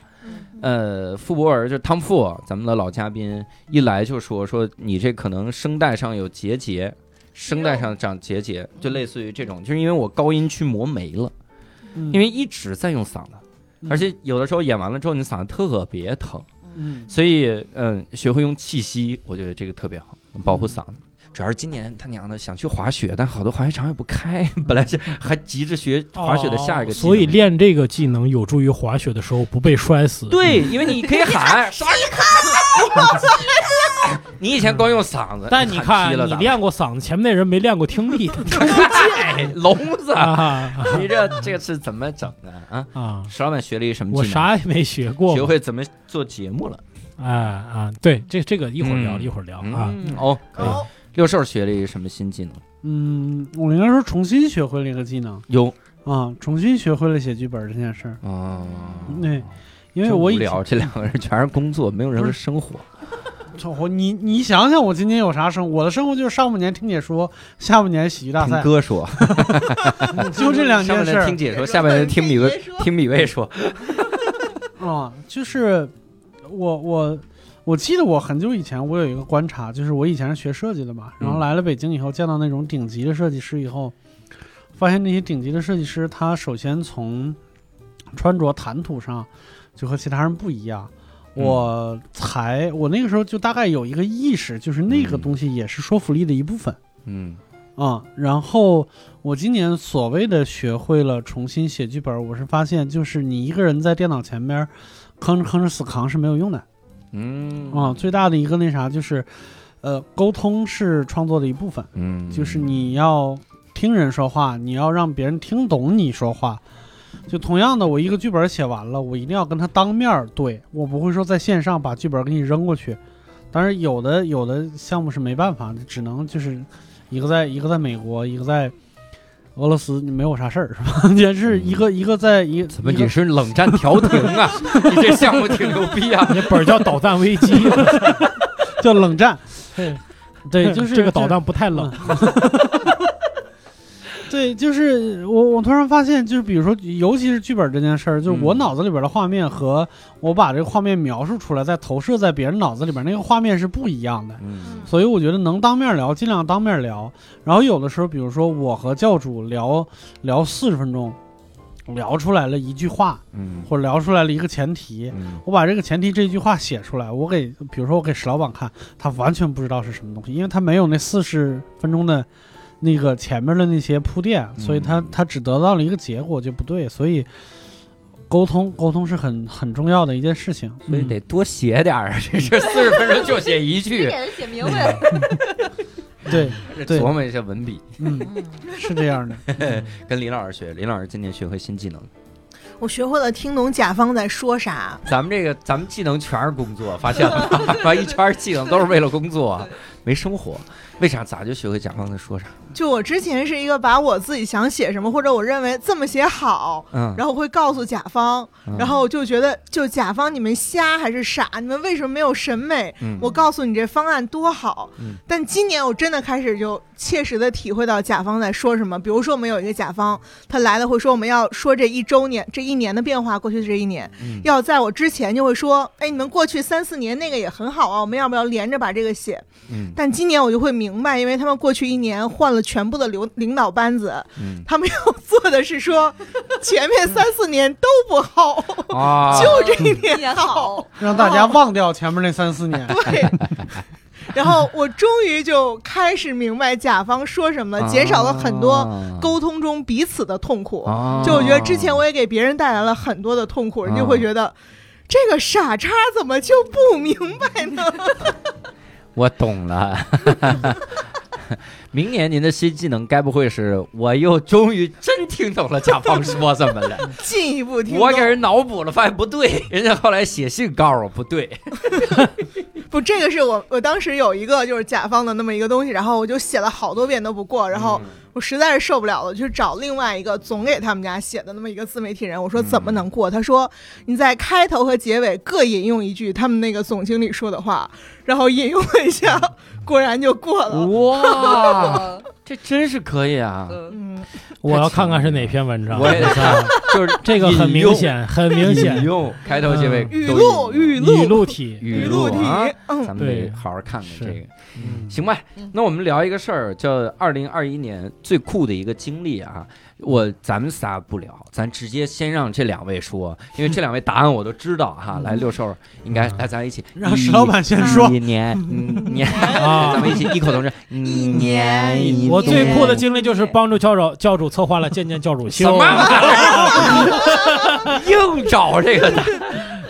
A: 呃，傅博文就是汤富，咱们的老嘉宾，一来就说说你这可能声带上有结节，声带上长结节，就类似于这种，就是因为我高音区磨没了。
C: 因
A: 因
E: 嗯
A: 为一直在用嗓子，而且有的时候演完了之后，你嗓子特别疼，
C: 嗯，
A: 所以嗯，学会用气息，我觉得这个特别好，保护嗓子。主要是今年他娘的想去滑雪，但好多滑雪场也不开，本来是还急着学滑雪的下一个技能、
E: 哦所以练这个技能有助于滑雪的时候不被摔死。
A: 对，因为你可以
E: (laughs)
A: 喊啥也看，你以前光用嗓子，
E: (laughs) 但你看
A: 劈了，
E: 你
A: 咱们
E: 练过嗓子，前面那人没练过听
A: (laughs)
E: 力
A: 哎聋子，
E: 啊
A: 你这这是怎么整的
E: (laughs)
A: 啊？
E: 啊！
A: 石老板学了一什么
E: 我
A: 技能？
E: 啥也没学过，
A: 学会怎么做节目了
E: 啊啊！对，这这个一会儿聊，
A: 嗯
E: 一会儿聊啊。
A: 嗯，哦，可以。
F: 哦，
A: 六兽学了一什么新技能？
C: 嗯，我应该说重新学会了一个技能
A: 有
C: 啊，重新学会了写剧本这件事儿，
A: 啊，
C: 对因为
A: 真
C: 我
A: 无
C: 以
A: 聊，这两个人全是工作，没有人的生活。
C: 前我你你想想我今年有啥生活？我的生活就是上半年听解说，下半年喜剧大
A: 听
C: 赛，
A: 哥说，
C: 就这两
A: 上半
C: 件事
A: 年
C: 儿
A: 听解说，下半年听米 (laughs)
F: 解
A: 未
F: 说
A: 听米未说。
C: 啊、就是我我我记得我很久以前我有一个观察，就是我以前是学设计的嘛，然后
A: 嗯
C: 来了北京以后见到那种顶级的设计师以后，发现那些顶级的设计师，他首先从穿着谈吐上就和其他人不一样。
A: 嗯
C: 我才，我那个时候就大概有一个意识，就是那个
A: 嗯
C: 东西也是说服力的一部分。
A: 嗯
C: 啊、然后我今年所谓的学会了重新写剧本，我是发现就是你一个人在电脑前面吭哧吭哧死扛是没有用的啊、
A: 嗯
C: 最大的一个那啥就是，呃，沟通是创作的一部分，
A: 嗯，
C: 就是你要听人说话，你要让别人听懂你说话。就同样的，我一个剧本写完了，我一定要跟他当面儿对，我不会说在线上把剧本给你扔过去。当然，有的有的项目是没办法的，只能就是一个在一个在美国，一个在俄罗斯，没有啥事儿是吧？ (laughs) 也是一个一个在一
A: 怎么
C: 一个
A: 你是冷战调停啊？你这项目挺牛逼啊！
E: 你本儿叫《导弹危机》
A: (laughs)
C: 叫冷战
E: 对，
C: 对，就是嗯
E: 这
C: 就
E: 个导
C: 是
E: 弹不太冷。
C: (laughs) 对，就是我我突然发现，就是比如说，尤其是剧本这件事儿，就是我
A: 嗯
C: 脑子里边的画面和我把这个画面描述出来，再投射在别人脑子里边，那个画面是不一样的。
A: 嗯
C: 所以我觉得能当面聊，尽量当面聊。然后有的时候，比如说我和教主聊聊四十分钟，聊出来了一句话，
A: 嗯
C: 或者聊出来了一个前提，
A: 嗯
C: 我把这个前提这句话写出来，我给，比如说我给石老板看，他完全不知道是什么东西，因为他没有那四十分钟的那个前面的那些铺垫，所以他
A: 嗯
C: 他只得到了一个结果就不对，所以沟通沟通是很很重要的一件事情。
A: 所嗯以得多写点儿，啊 (laughs) 这是四十分钟就写一
G: 给
A: 句，
G: 人写明白了。
C: 对，对
A: 琢磨一下文笔。
C: 嗯，是这样的。
A: 跟林老师学，林老师今年学会新技能。
F: 我学会了听懂甲方在说啥。
A: 咱们这个，咱们技能全是工作，发现了
F: (laughs)
A: 吗？完一圈技能都是为了工作，没生活。为啥？咋就学会甲方在说啥？
F: 就我之前是一个把我自己想写什么，或者我认为这么写好，
A: 嗯，
F: 然后会告诉甲方，
A: 嗯
F: 然后我就觉得就甲方你们瞎还是傻，你们为什么没有审美？
A: 嗯
F: 我告诉你这方案多好
A: 嗯，
F: 但今年我真的开始就切实的体会到甲方在说什么。比如说我们有一个甲方，他来了会说我们要说这一周年、这一年的变化，过去这一年，
A: 嗯
F: 要在我之前就会说，哎，你们过去三四年那个也很好啊，我们要不要连着把这个写？
A: 嗯
F: 但今年我就会明白，因为他们过去一年换了全部的领领导班子， (laughs)
A: 嗯
F: 他们要做的是说，前面三四年都不好，
A: 啊，
F: 就哦这一年
G: 也
F: 好。
G: 好，
C: 让大家忘掉前面那三
A: (laughs)
C: 四年。
F: (laughs) 对。然后我终于就开始明白甲方说什么了，减少了很多
A: 啊
F: 沟通中彼此的痛苦。
A: 啊
F: 就我觉得之前我也给别人带来了很多的痛苦，人就会觉得。这个傻叉怎么就不明白呢？ (laughs)
A: 我懂了。 (laughs) 明年您的新技能该不会是我又终于真听懂了甲方说什么了？
F: 进一步 (laughs) 听懂
A: 我给人脑补了，发现不对，人家后来写信告诉我不
F: (laughs)
A: 对。
F: 不，这个是我我当时有一个就是甲方的那么一个东西，然后我就写了好多遍都不过，然后我实在是受不了了，就找另外一个总给他们家写的那么一个自媒体人，我说怎么能过？他说你在开头和结尾各引用一句他们那个总经理说的话， (laughs) 然后引用了一下，果然就过了。
A: 哇，
G: 呃
A: 这真是可以啊！
G: 呃
F: 嗯，
E: 我要看看是哪篇文章。
A: 我也得
E: 看， (laughs)
A: 就是
E: 这个很明显，很明
A: 引
E: 显，嗯
A: 用开头结尾
F: 语
A: 都
F: 录
A: 引用
F: 语
E: 语
F: 录
E: 录体，
A: 语
F: 录
A: 录
F: 题
A: 啊，，
F: 嗯，
A: 咱们得
E: 对
A: 好好看看
E: 是
A: 这个。
E: 嗯
A: 行吧
G: 嗯，
A: 那我们聊一个事儿，叫二零二一年最酷的一个经历啊。我咱们仨不聊，咱直接先让这两位说，因为这两位答案我都知道
F: (laughs)
A: 哈。来，六兽应
E: 嗯
A: 该来，咱一起
C: 让石老板先说
A: 一年一
E: (laughs)
A: 年，
E: 啊
A: 咱们一起异口同声，一
E: (laughs)
A: 年一
E: 我最酷的
A: 年
E: 经历就是帮助教主教主策划了《剑剑教主
A: 什
E: 秀》。
A: 么
E: (laughs)
A: 玩意儿？ (laughs) 硬找这个的，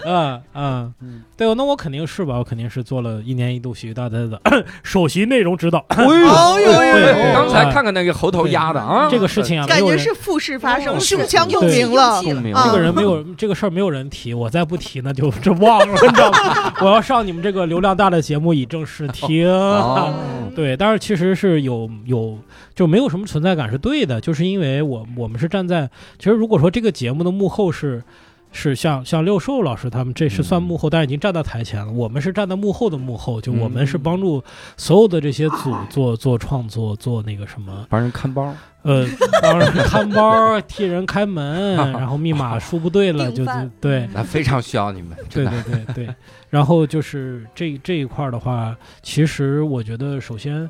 E: 嗯嗯
C: 嗯，
E: 对，那我肯定是吧，我肯定是做了一年一度喜剧大赛的 (coughs) 首席内容指导。
C: 哎
F: 哦呦呦
E: 对
F: 呦，
A: 刚才看看那个猴头压的啊，
E: 这个事情啊，没
F: 感
E: 有
F: 觉
E: 人，
F: 是复式发生，
A: 哦
F: 胸腔共
E: 对
F: 鸣了。
A: 共鸣，
F: 啊
E: 这个人没有这个事儿没有人提，我再不提那就这忘了，你知道吗？ (laughs) 我要上你们这个流量大的节目以正视听。 (laughs)
A: 哦
G: 嗯
E: 对，但是其实是有有就没有什么存在感是对的，就是因为我我们是站在其实如果说这个节目的幕后是是像像六兽老师他们这是算幕后，但是已经站到台前了，我们是站在幕后的幕后，就我们是
A: 嗯
E: 帮助所有的这些组做做创作做那个什么
A: 帮人看包，
E: 呃，帮人看包儿替人开门，然后密码输不对了就就
G: 订饭
E: 对。
A: 咱非常需要你们，真
E: 对
A: 的。
E: 对
A: (laughs)
E: 对对，然后就是这这一块儿的话，其实我觉得首先。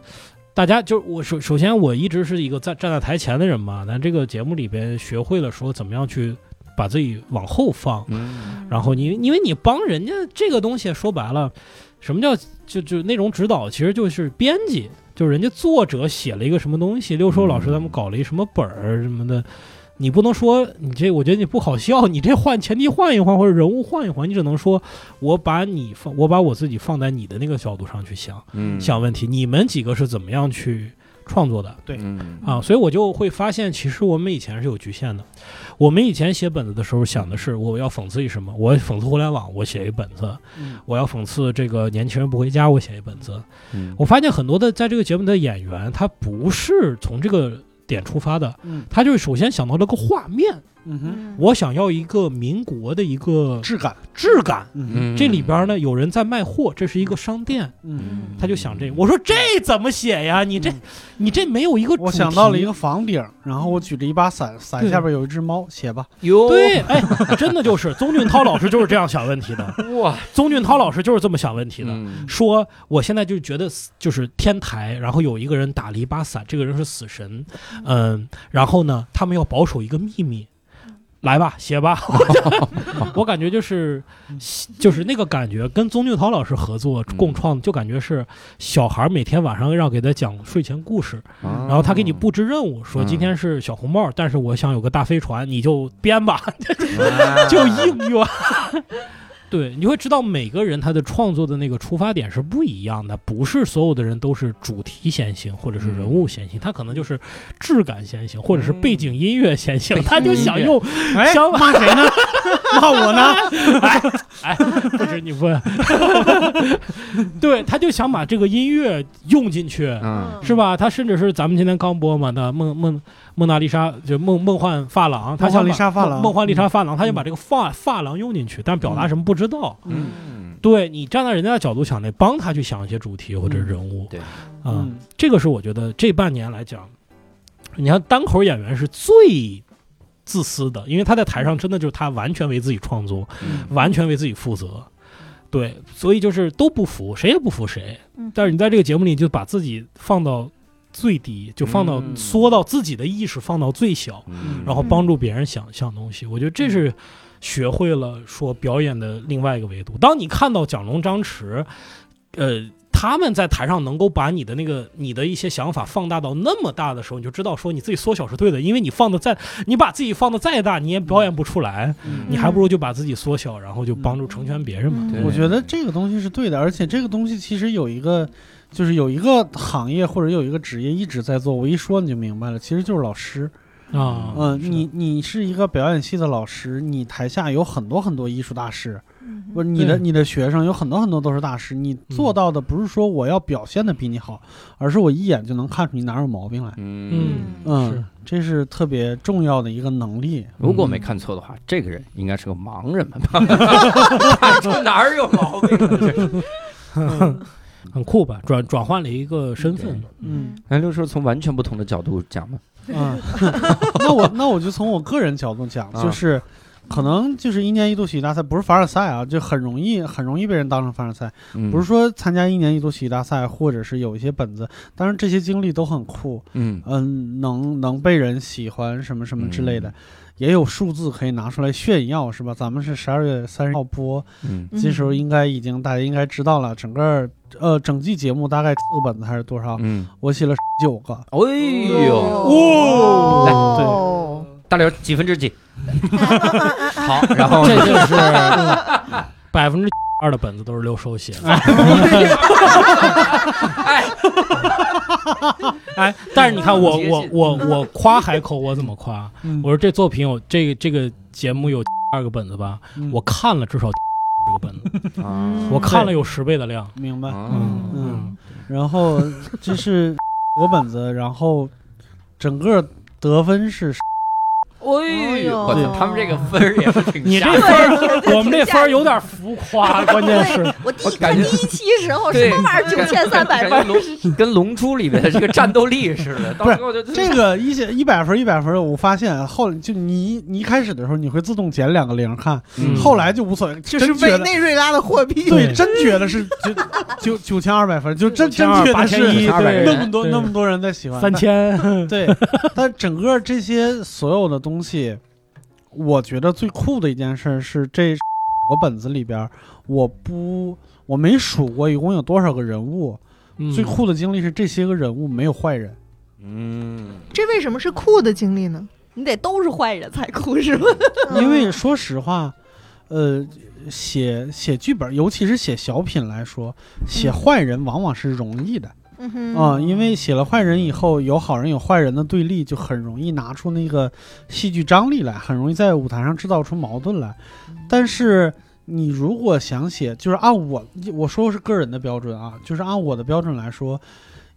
E: 大家就我首首先我一直是一个在站在台前的人嘛，咱这个节目里边学会了说怎么样去把自己往后放，
A: 嗯
E: 然后你因为你帮人家这个东西说白了，什么叫就就那种指导，其实就是编辑，就是人家作者写了一个什么东西，六兽老师他们搞了一什么本儿什么的，你不能说你这，我觉得你不好笑， (laughs) 你这换前提换一换或者人物换一换，你只能说我把你放，我把我自己放在你的那个角度上去想、
A: 嗯，
E: 想问题，你们几个是怎么样去创作的？对
A: 嗯
E: 啊，所以我就会发现，其实我们以前是有局限的。我们以前写本子的时候想的是，我要讽刺一什么？我讽刺互联网，我写一本子；
C: 嗯
E: 我要讽刺这个年轻人不回家，我写一本子。
A: 嗯
E: 我发现很多的在这个节目的演员，他不是从这个点出发的，
C: 嗯
E: 他就是首先想到了个画面，
C: 嗯哼，
F: 嗯
E: 我想要一个民国的一个
C: 质感。
E: 质感。
C: 嗯
A: 嗯
E: 这里边呢，有人在卖货，这是一个商店，
C: 嗯，
E: 他就想这个。我说这怎么写呀？你这
C: 嗯
E: 你这没有一个主题。
C: 我想到了一个房顶，然后我举着一把伞，伞
E: 对
C: 下边有一只猫，写吧。
A: 哟
E: 对，哎，真的就是宗俊涛老师就是这样想问
A: (laughs)
E: 题的，
A: 哇，
E: 宗俊涛老师就是这么想问题的。
A: 嗯
E: 说我现在就觉得死就是天台，然后有一个人打了嗯一把伞，这个人是死神，嗯，然后呢，他们要保守一个秘密。来吧，
A: (laughs)
E: 写吧。我感觉就是就是那个感觉，跟宗俊涛老师合作
A: 嗯
E: 共创，就感觉是小孩每天晚上让给他讲睡前故事，
A: 然
E: 然后他给你布置任务，
A: 嗯
E: 说今天是小红帽，但是我想有个大飞船，你就编吧，
A: 啊
E: (laughs)
C: (laughs)
E: 就应用。对，你会知道每个人他的创作的那个出发点是不一样的，不是所有的人都是主题先行或者是人物
C: 嗯
E: 先行，他可能就是质感先行或者是背景音乐先行，他就想用
C: 哎，
E: 想
C: 骂谁呢？骂我
E: (laughs)
C: 呢？
E: 哎， (laughs) 不是你问， (laughs) 对，他就想把这个音乐用进去，
A: 嗯
E: 是吧？他甚至是咱们今天刚播嘛的《梦梦蒙娜丽莎》，就梦梦幻发廊，他
C: 梦幻
E: 想把
C: 丽莎发廊嗯
E: 梦梦幻丽莎发廊，他就把这个发发廊用进去，但表达什么不知道。
A: 嗯，
E: 对你站在人家的角度想，得帮他去想一些主题或者
C: 嗯
E: 人物。
A: 对
E: 啊、这个是我觉得这半年来讲，你看单口演员是最自私的，因为他在台上真的就是他完全为自己创作，
A: 嗯
E: 完全为自己负责。对，所以就是都不服，谁也不服谁。
G: 嗯
E: 但是你在这个节目里就把自己放到最低，就放到、
A: 嗯
E: 缩到自己的意识放到最小，
A: 嗯
E: 然后帮助别人想想东西。我觉得这是学会了说表演的另外一个维度。当你看到蒋龙、张弛，呃。他们在台上能够把你的那个你的一些想法放大到那么大的时候，你就知道说你自己缩小是对的，因为你放的再你把自己放的再大，你也表演不出来。
A: 嗯
E: 你还不如就把自己缩小，然后就帮助成全别人嘛。
A: 对
C: 我觉得这个东西是对的，而且这个东西其实有一个，就是有一个行业或者有一个职业一直在做。我一说你就明白了，其实就是老师。
E: 啊
C: 嗯，你你是一个表演系的老师，你台下有很多很多艺术大师，
E: 嗯
C: 不是你的
E: 对
C: 你的学生有很多很多都是大师。你做
E: 嗯
C: 到的不是说我要表现的比你好，而是我一眼就能看出你哪有毛病来。
A: 嗯，
C: 嗯
E: 是，
C: 这是特别重要的一个能力。
A: 如果我没看错的话，这个人应该是个盲人吧？这哪儿有毛病啊？这 (laughs) 是
E: 很酷吧？转转换了一个身份
A: 对，
C: 嗯
A: 那哎六叔从完全不同的角度讲嘛，
C: 嗯， (laughs) 那我那我就从我个人角度讲，
A: 啊
C: 就是。可能就是一年一度喜剧大赛，不是凡尔赛啊，就很容易很容易被人当成凡尔赛。
A: 嗯
C: 不是，说参加一年一度喜剧大赛，或者是有一些本子，当然这些经历都很酷，
A: 嗯
C: 嗯，能能被人喜欢什么什么之类
A: 嗯
C: 的，也有数字可以拿出来炫耀，是吧？咱们是十二月三十号播，
A: 嗯
C: 这时候应该已经大家应该知道了，整个呃整季节目大概四个本子还是多少？
A: 嗯，
C: 我写了九个，
A: 哎呦，
E: 哦
G: 哦，
A: 大刘几分之几？好，然后
E: 这就是 (laughs) 百分之二的本子都是六兽写的。
A: 哎，
E: 哎，但是你看我
A: 嗯
E: 我我我夸海口，我怎么夸？
C: 嗯
E: 我说这作品有这个这个节目有二个本子吧，
C: 嗯
E: 我看了至少这个本
C: (laughs)
E: 子，
A: 啊
E: 我看了有十倍的量。
C: 明白。
A: 啊
C: 嗯，然
A: (laughs)
C: 后这是我本子，然后整个得分是
A: 哎呦，我
G: 哎
A: 操
G: 呦，
A: 他们这个分儿也是挺
E: 你这
A: 吓人
E: 分嗯儿，我们这分儿有点浮
C: (laughs)
E: 夸，关键是。
G: 我第
A: 我
G: 一
A: 感
G: 看
A: 觉
G: 第一期时候
A: 对
G: 什么玩意儿九千三 (laughs) 百
A: 感觉
G: 分，
A: 龙跟《龙珠》里面的这个战斗力似的，到
C: 不是
A: 时候就
C: 这个一些一百分一百分，我发现后来就你你一开始的时候你会自动减两个零看，
A: 嗯
C: 后来就无所谓，
F: 就是
C: 真觉
F: 委
C: 得
F: 内瑞拉的货币。
C: 对，真觉得是九九九千二百分，就真真觉得是
E: 9200
A: 八千一
C: 那么多
E: 对
C: 那么多人在喜欢
E: 三，千，
C: 但 (laughs) 对，但整个这些所有的东西，我觉得最酷的一件事是这我本子里边我不。我没数过一共有多少个人物，
E: 嗯
C: 最酷的经历是这些个人物没有坏人，
A: 嗯，
F: 这为什么是酷的经历呢？
G: 你得都是坏人才哭是吗？
F: 嗯
C: 因为说实话，呃，写写剧本，尤其是写小品来说，写坏人往往是容易的
F: 嗯哼
C: 啊、因为写了坏人以后，有好人有坏人的对立，就很容易拿出那个戏剧张力来，很容易在舞台上制造出矛盾来。但是你如果想写，就是按我我说是个人的标准啊，就是按我的标准来说，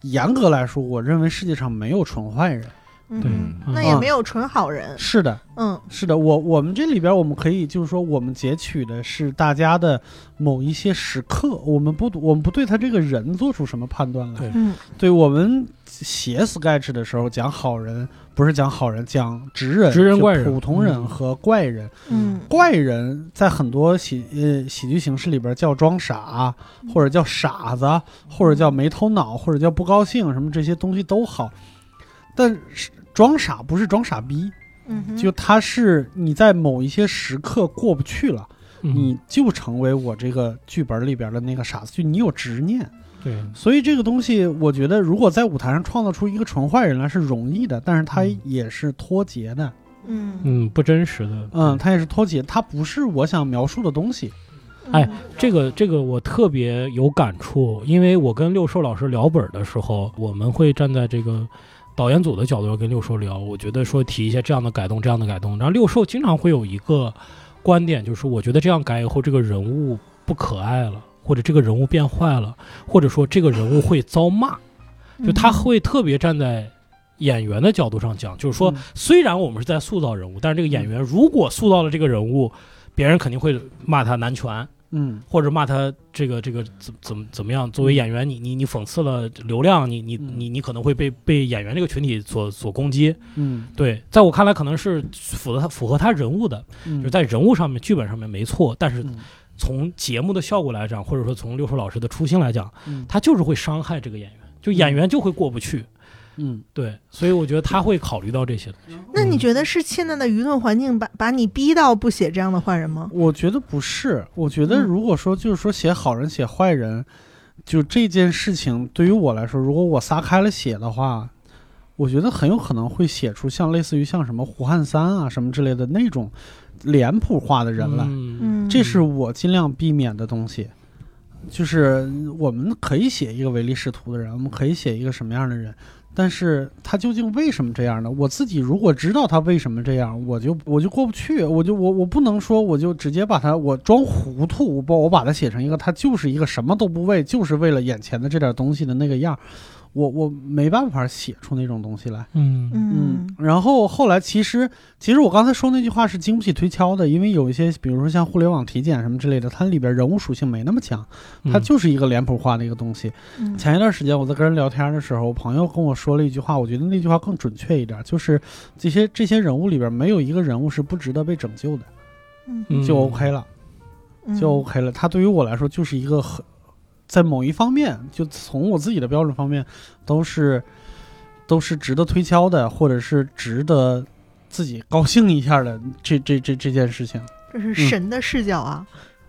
C: 严格来说，我认为世界上没有纯坏人。
F: 嗯
E: 对
F: 哼
E: 嗯
F: 那也没有纯好人。
C: 是的，
F: 嗯
C: 是的，我我们这里边我们可以就是说，我们截取的是大家的某一些时刻，我们不我们不对他这个人做出什么判断来。
E: 对
F: 嗯
C: 对我们写 sketch 的时候讲好人，不是讲好人，讲直人、
E: 直人
C: 就
E: 怪人
C: 普通人
E: 嗯
C: 和怪人。
F: 嗯
C: 怪人在很多喜呃喜剧形式里边叫装傻，或者叫傻子，或者叫没头脑，或者叫不高兴，什么这些东西都好。但是装傻不是装傻逼，
F: 嗯哼，
C: 就它是你在某一些时刻过不去了，
E: 嗯
C: 你就成为我这个剧本里边的那个傻子，就你有执念。
E: 对
C: 所以这个东西，我觉得如果在舞台上创造出一个纯坏人来是容易的，但是它
E: 嗯
C: 也是脱节的，
F: 嗯
E: 嗯不真实的
C: 嗯，它也是脱节，它不是我想描述的东西。
E: 哎，这个这个我特别有感触，因为我跟六兽老师聊本儿的时候，我们会站在这个导演组的角度上跟六兽聊，我觉得说提一些这样的改动，这样的改动。然后六兽经常会有一个观点，就是我觉得这样改以后，这个人物不可爱了，或者这个人物变坏了，或者说这个人物会遭骂，就他会特别站在。演员的角度上讲，就是说
C: 嗯，
E: 虽然我们是在塑造人物，但是这个演员如果塑造了这个人物，别人肯定会骂他男权，
C: 嗯
E: 或者骂他这个这个怎怎么怎么样？作为演员，你你你讽刺了流量，你你
C: 嗯
E: 你你可能会被被演员这个群体所所攻击。
C: 嗯
E: 对，在我看来，可能是符合他符合他人物的，
C: 嗯，
E: 就是在人物上面、剧本上面没错，但是
C: 嗯
E: 从节目的效果来讲，或者说从六叔老师的初心来讲，
C: 嗯
E: 他就是会伤害这个演员，就演员就会过不去。
C: 嗯
E: 对，所以我觉得他会考虑到这些。
F: 那你觉得是现在的舆论环境把把你逼到不写这样的坏人吗？
C: 我觉得不是，我觉得
F: 嗯
C: 如果说就是说写好人写坏人，就这件事情对于我来说，如果我撒开了写的话，我觉得很有可能会写出像类似于像什么胡汉三啊什么之类的那种脸谱化的人来，
E: 嗯，
F: 嗯，
C: 这是我尽量避免的东西。就是我们可以写一个唯利是图的人，我们可以写一个什么样的人，但是他究竟为什么这样呢？我自己如果知道他为什么这样，我就我就过不去，啊我就我我不能说我就直接把他我装糊涂，我把我把他写成一个他就是一个什么都不为，就是为了眼前的这点东西的那个样儿，我我没办法写出那种东西来。
E: 嗯
C: 嗯
F: 嗯，
C: 然后后来其实，其实我刚才说那句话是经不起推敲的，因为有一些，比如说像互联网体检什么之类的，它里边人物属性没那么强，
E: 嗯
C: 它就是一个脸谱化的一个东西。
F: 嗯
C: 前一段时间我在跟人聊天的时候，朋友跟我说了一句话，我觉得那句话更准确一点，就是这些这些人物里边没有一个人物是不值得被拯救的，
E: 嗯
C: 就 OK 了。
F: 嗯
C: 就 OK 了。它对于我来说就是一个很，在某一方面，就从我自己的标准方面，都是都是值得推敲的，或者是值得自己高兴一下的这这这这件事情。
F: 这
A: 嗯
F: 是神的视角啊，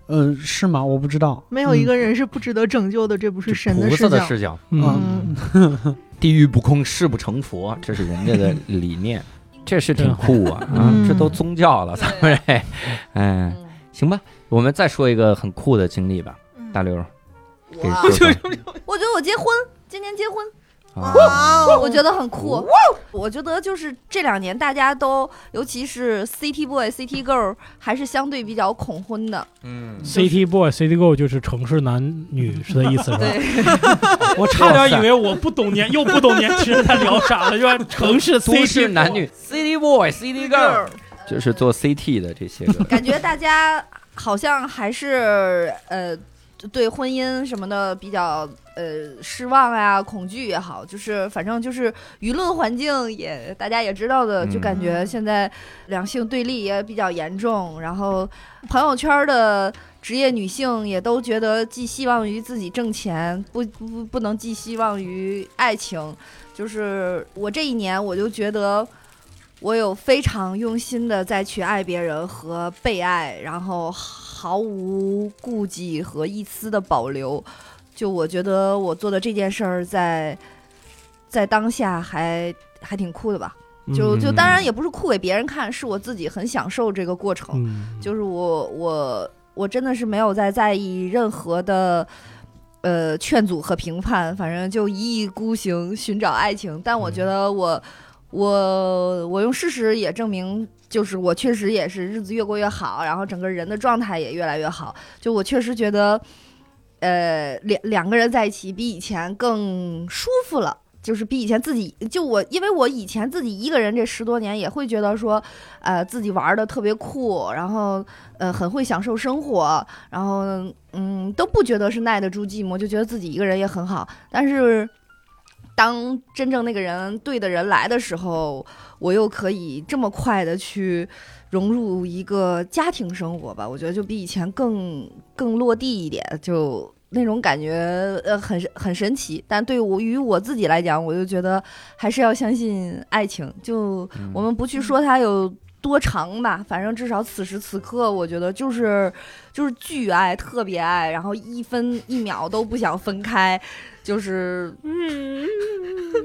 C: 呃，是吗？我不知道。
F: 没有一
C: 嗯
F: 个人是不值得拯救的，这不是神
A: 菩萨
F: 视
A: 的
F: 角。
A: 视角，
C: 啊
F: 嗯
A: 地狱不空，誓不成佛，这是人家的理念， (laughs) 这是挺酷啊啊
F: 嗯！
A: 这都宗教了，咱们这， (laughs) 哎，
G: 嗯
A: 行吧，我们再说一个很酷的经历吧，
F: 嗯
A: 大刘给
G: 我啊
A: 说说
G: 我觉得我结婚，今年结婚，
A: 啊，
F: 哇哦，
G: 我觉得很酷。我觉得就是这两年大家都，尤其是 City Boy、City Girl，还是相对比较恐婚的。
A: 嗯，
E: ，City Boy、City Girl 就是城市男
G: (laughs)
E: 女是的意思是吧？(laughs)
G: 对，
E: 我差点以为我不懂年，又不懂年轻人在聊啥了，就
G: (laughs)
E: 按城市
A: 都
E: CT
A: 市男女 City Boy、City Girl，就是做 CT 的
G: (laughs)
A: 这些个，
G: 感觉大家好像还是呃，对婚姻什么的比较呃失望呀、恐惧也好，就是反正就是舆论环境也大家也知道的，
A: 嗯
G: 就感觉现在两性对立也比较严重，然后朋友圈的。职业女性也都觉得寄希望于自己挣钱，不不不能寄希望于爱情。就是我这一年，我就觉得我有非常用心的在去爱别人和被爱，然后毫无顾忌和一丝的保留。就我觉得我做的这件事儿，在在当下还还挺酷的吧。
E: 嗯
G: 就就当然也不是酷给别人看，是我自己很享受这个过程。
E: 嗯，
G: 就是我我我真的是没有在在意任何的呃劝阻和评判，反正就一意孤行寻找爱情。但我觉得我、我我用事实也证明，就是我确实也是日子越过越好，然后整个人的状态也越来越好。就我确实觉得，呃，两两个人在一起比以前更舒服了。就是比以前自己，就我，因为我以前自己一个人这十多年也会觉得说，呃，自己玩的特别酷，然后呃很会享受生活，然后嗯都不觉得是耐得住寂寞，就觉得自己一个人也很好。但是当真正那个人对的人来的时候，我又可以这么快的去融入一个家庭生活吧，我觉得就比以前更更落地一点，就那种感觉呃很神很神奇。但对我于我自己来讲，我就觉得还是要相信爱情。就
A: 嗯
G: 我们不去说它有多长吧，反正至少此时此刻，我觉得就是就是巨爱，特别爱，然后一分一秒都不想分开，就是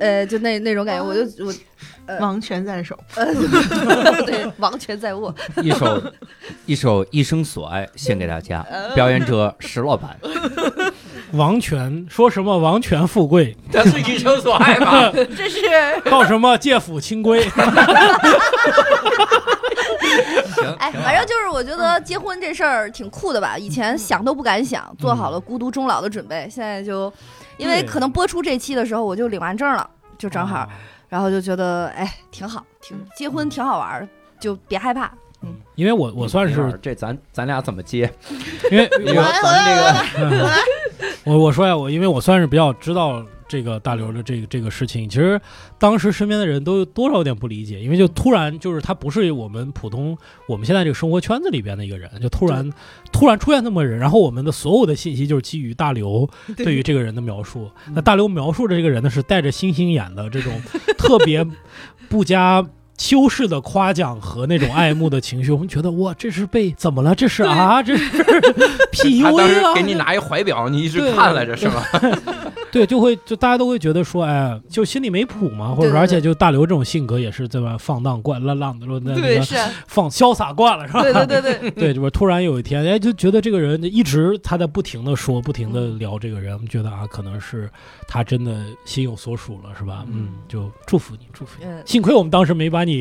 G: 呃，就那那种感觉，我就我
F: 王权在手，
G: 呃，对，王权在握，
A: 一首一首《一生所爱》献给大
G: (laughs)
A: 家，
G: 哦
A: 表演者石老 (laughs) 板。
E: 嗯王权说什么王权富贵，
A: 这是《一生所爱》吧？
G: 这是
E: 到什么借斧清规，
A: (laughs) 行，
G: 哎，反正就是我觉得结婚这事儿挺酷的吧，以前想都不敢想，做好了孤独终老的准备，现在就因为
E: 对
G: 可能播出这期的时候我就领完证了，就 (laughs) 正好，
E: 啊
G: 然后就觉得哎挺好，挺结婚挺好玩儿，就别害怕。
E: 嗯因为我我算
G: 嗯
E: 是
A: 这咱咱俩怎么接？ (laughs)
E: 因
G: (laughs)
E: 为
A: 因为咱这个
E: (laughs) 我我说呀，我因为我算是比较知道这个大刘的这个这个事情，其实当时身边的人都有多少有点不理解，因为就突然就是他不是我们普通我们现在这个生活圈子里边的一个人，就突然突然出现那么个人，然后我们的所有的信息就是基于大刘对于这个人的描述。
G: 嗯
E: 那大刘描述的这个人呢，是带着星星眼的这
G: (laughs)
E: 种特别不加。修饰的夸奖和那种爱慕的情绪，我们觉得哇，这是被怎么了？这是啊，这是
G: (laughs)
A: 他当时
E: PUA 了？
A: 给你拿一怀表，你一直
E: 对
A: 看来着是 (laughs) 吗？
E: 对，就会就大家都会觉得说，哎，就心里没谱嘛，或者
G: 对
E: 说，
G: 对
E: 而且就大刘这种性格也是对吧，放荡惯浪浪的，那那个
G: 是，啊
E: 放潇洒惯了是
G: (laughs)
E: 吧？
G: 对对对对，
E: 对，就是突然有一天，哎，就觉得这个人一直他在不停的说，不停的聊这个人，我们觉得啊，可能是他真的心有所属了，是吧？嗯，就祝福你，祝福你。
G: 嗯，
E: 幸亏我们当时没把你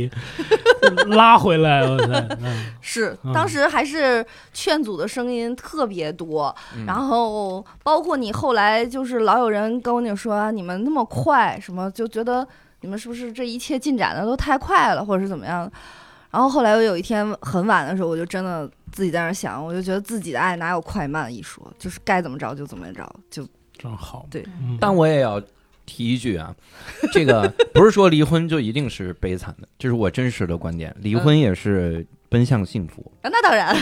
E: 拉回来，我操！
G: (laughs)
E: 嗯
G: 是
E: 嗯，
G: 当时还是劝阻的声音特别多，
A: 嗯
G: 然后包括你后来就是老有人跟你说、啊、你们那么快，什么就觉得你们是不是这一切进展的都太快了，或者是怎么样的。然后后来我有一天很晚的时候，我就真的自己在那儿想，我就觉得自己的爱哪有快慢一说，就是该怎么着就怎么着，就
E: 正好
G: 对
E: 嗯
A: 但我也要提一句啊，这个不是说离婚就一定是悲惨的，这是我真实的观点，离婚也是奔向幸福。
G: 啊 (laughs) 那当然，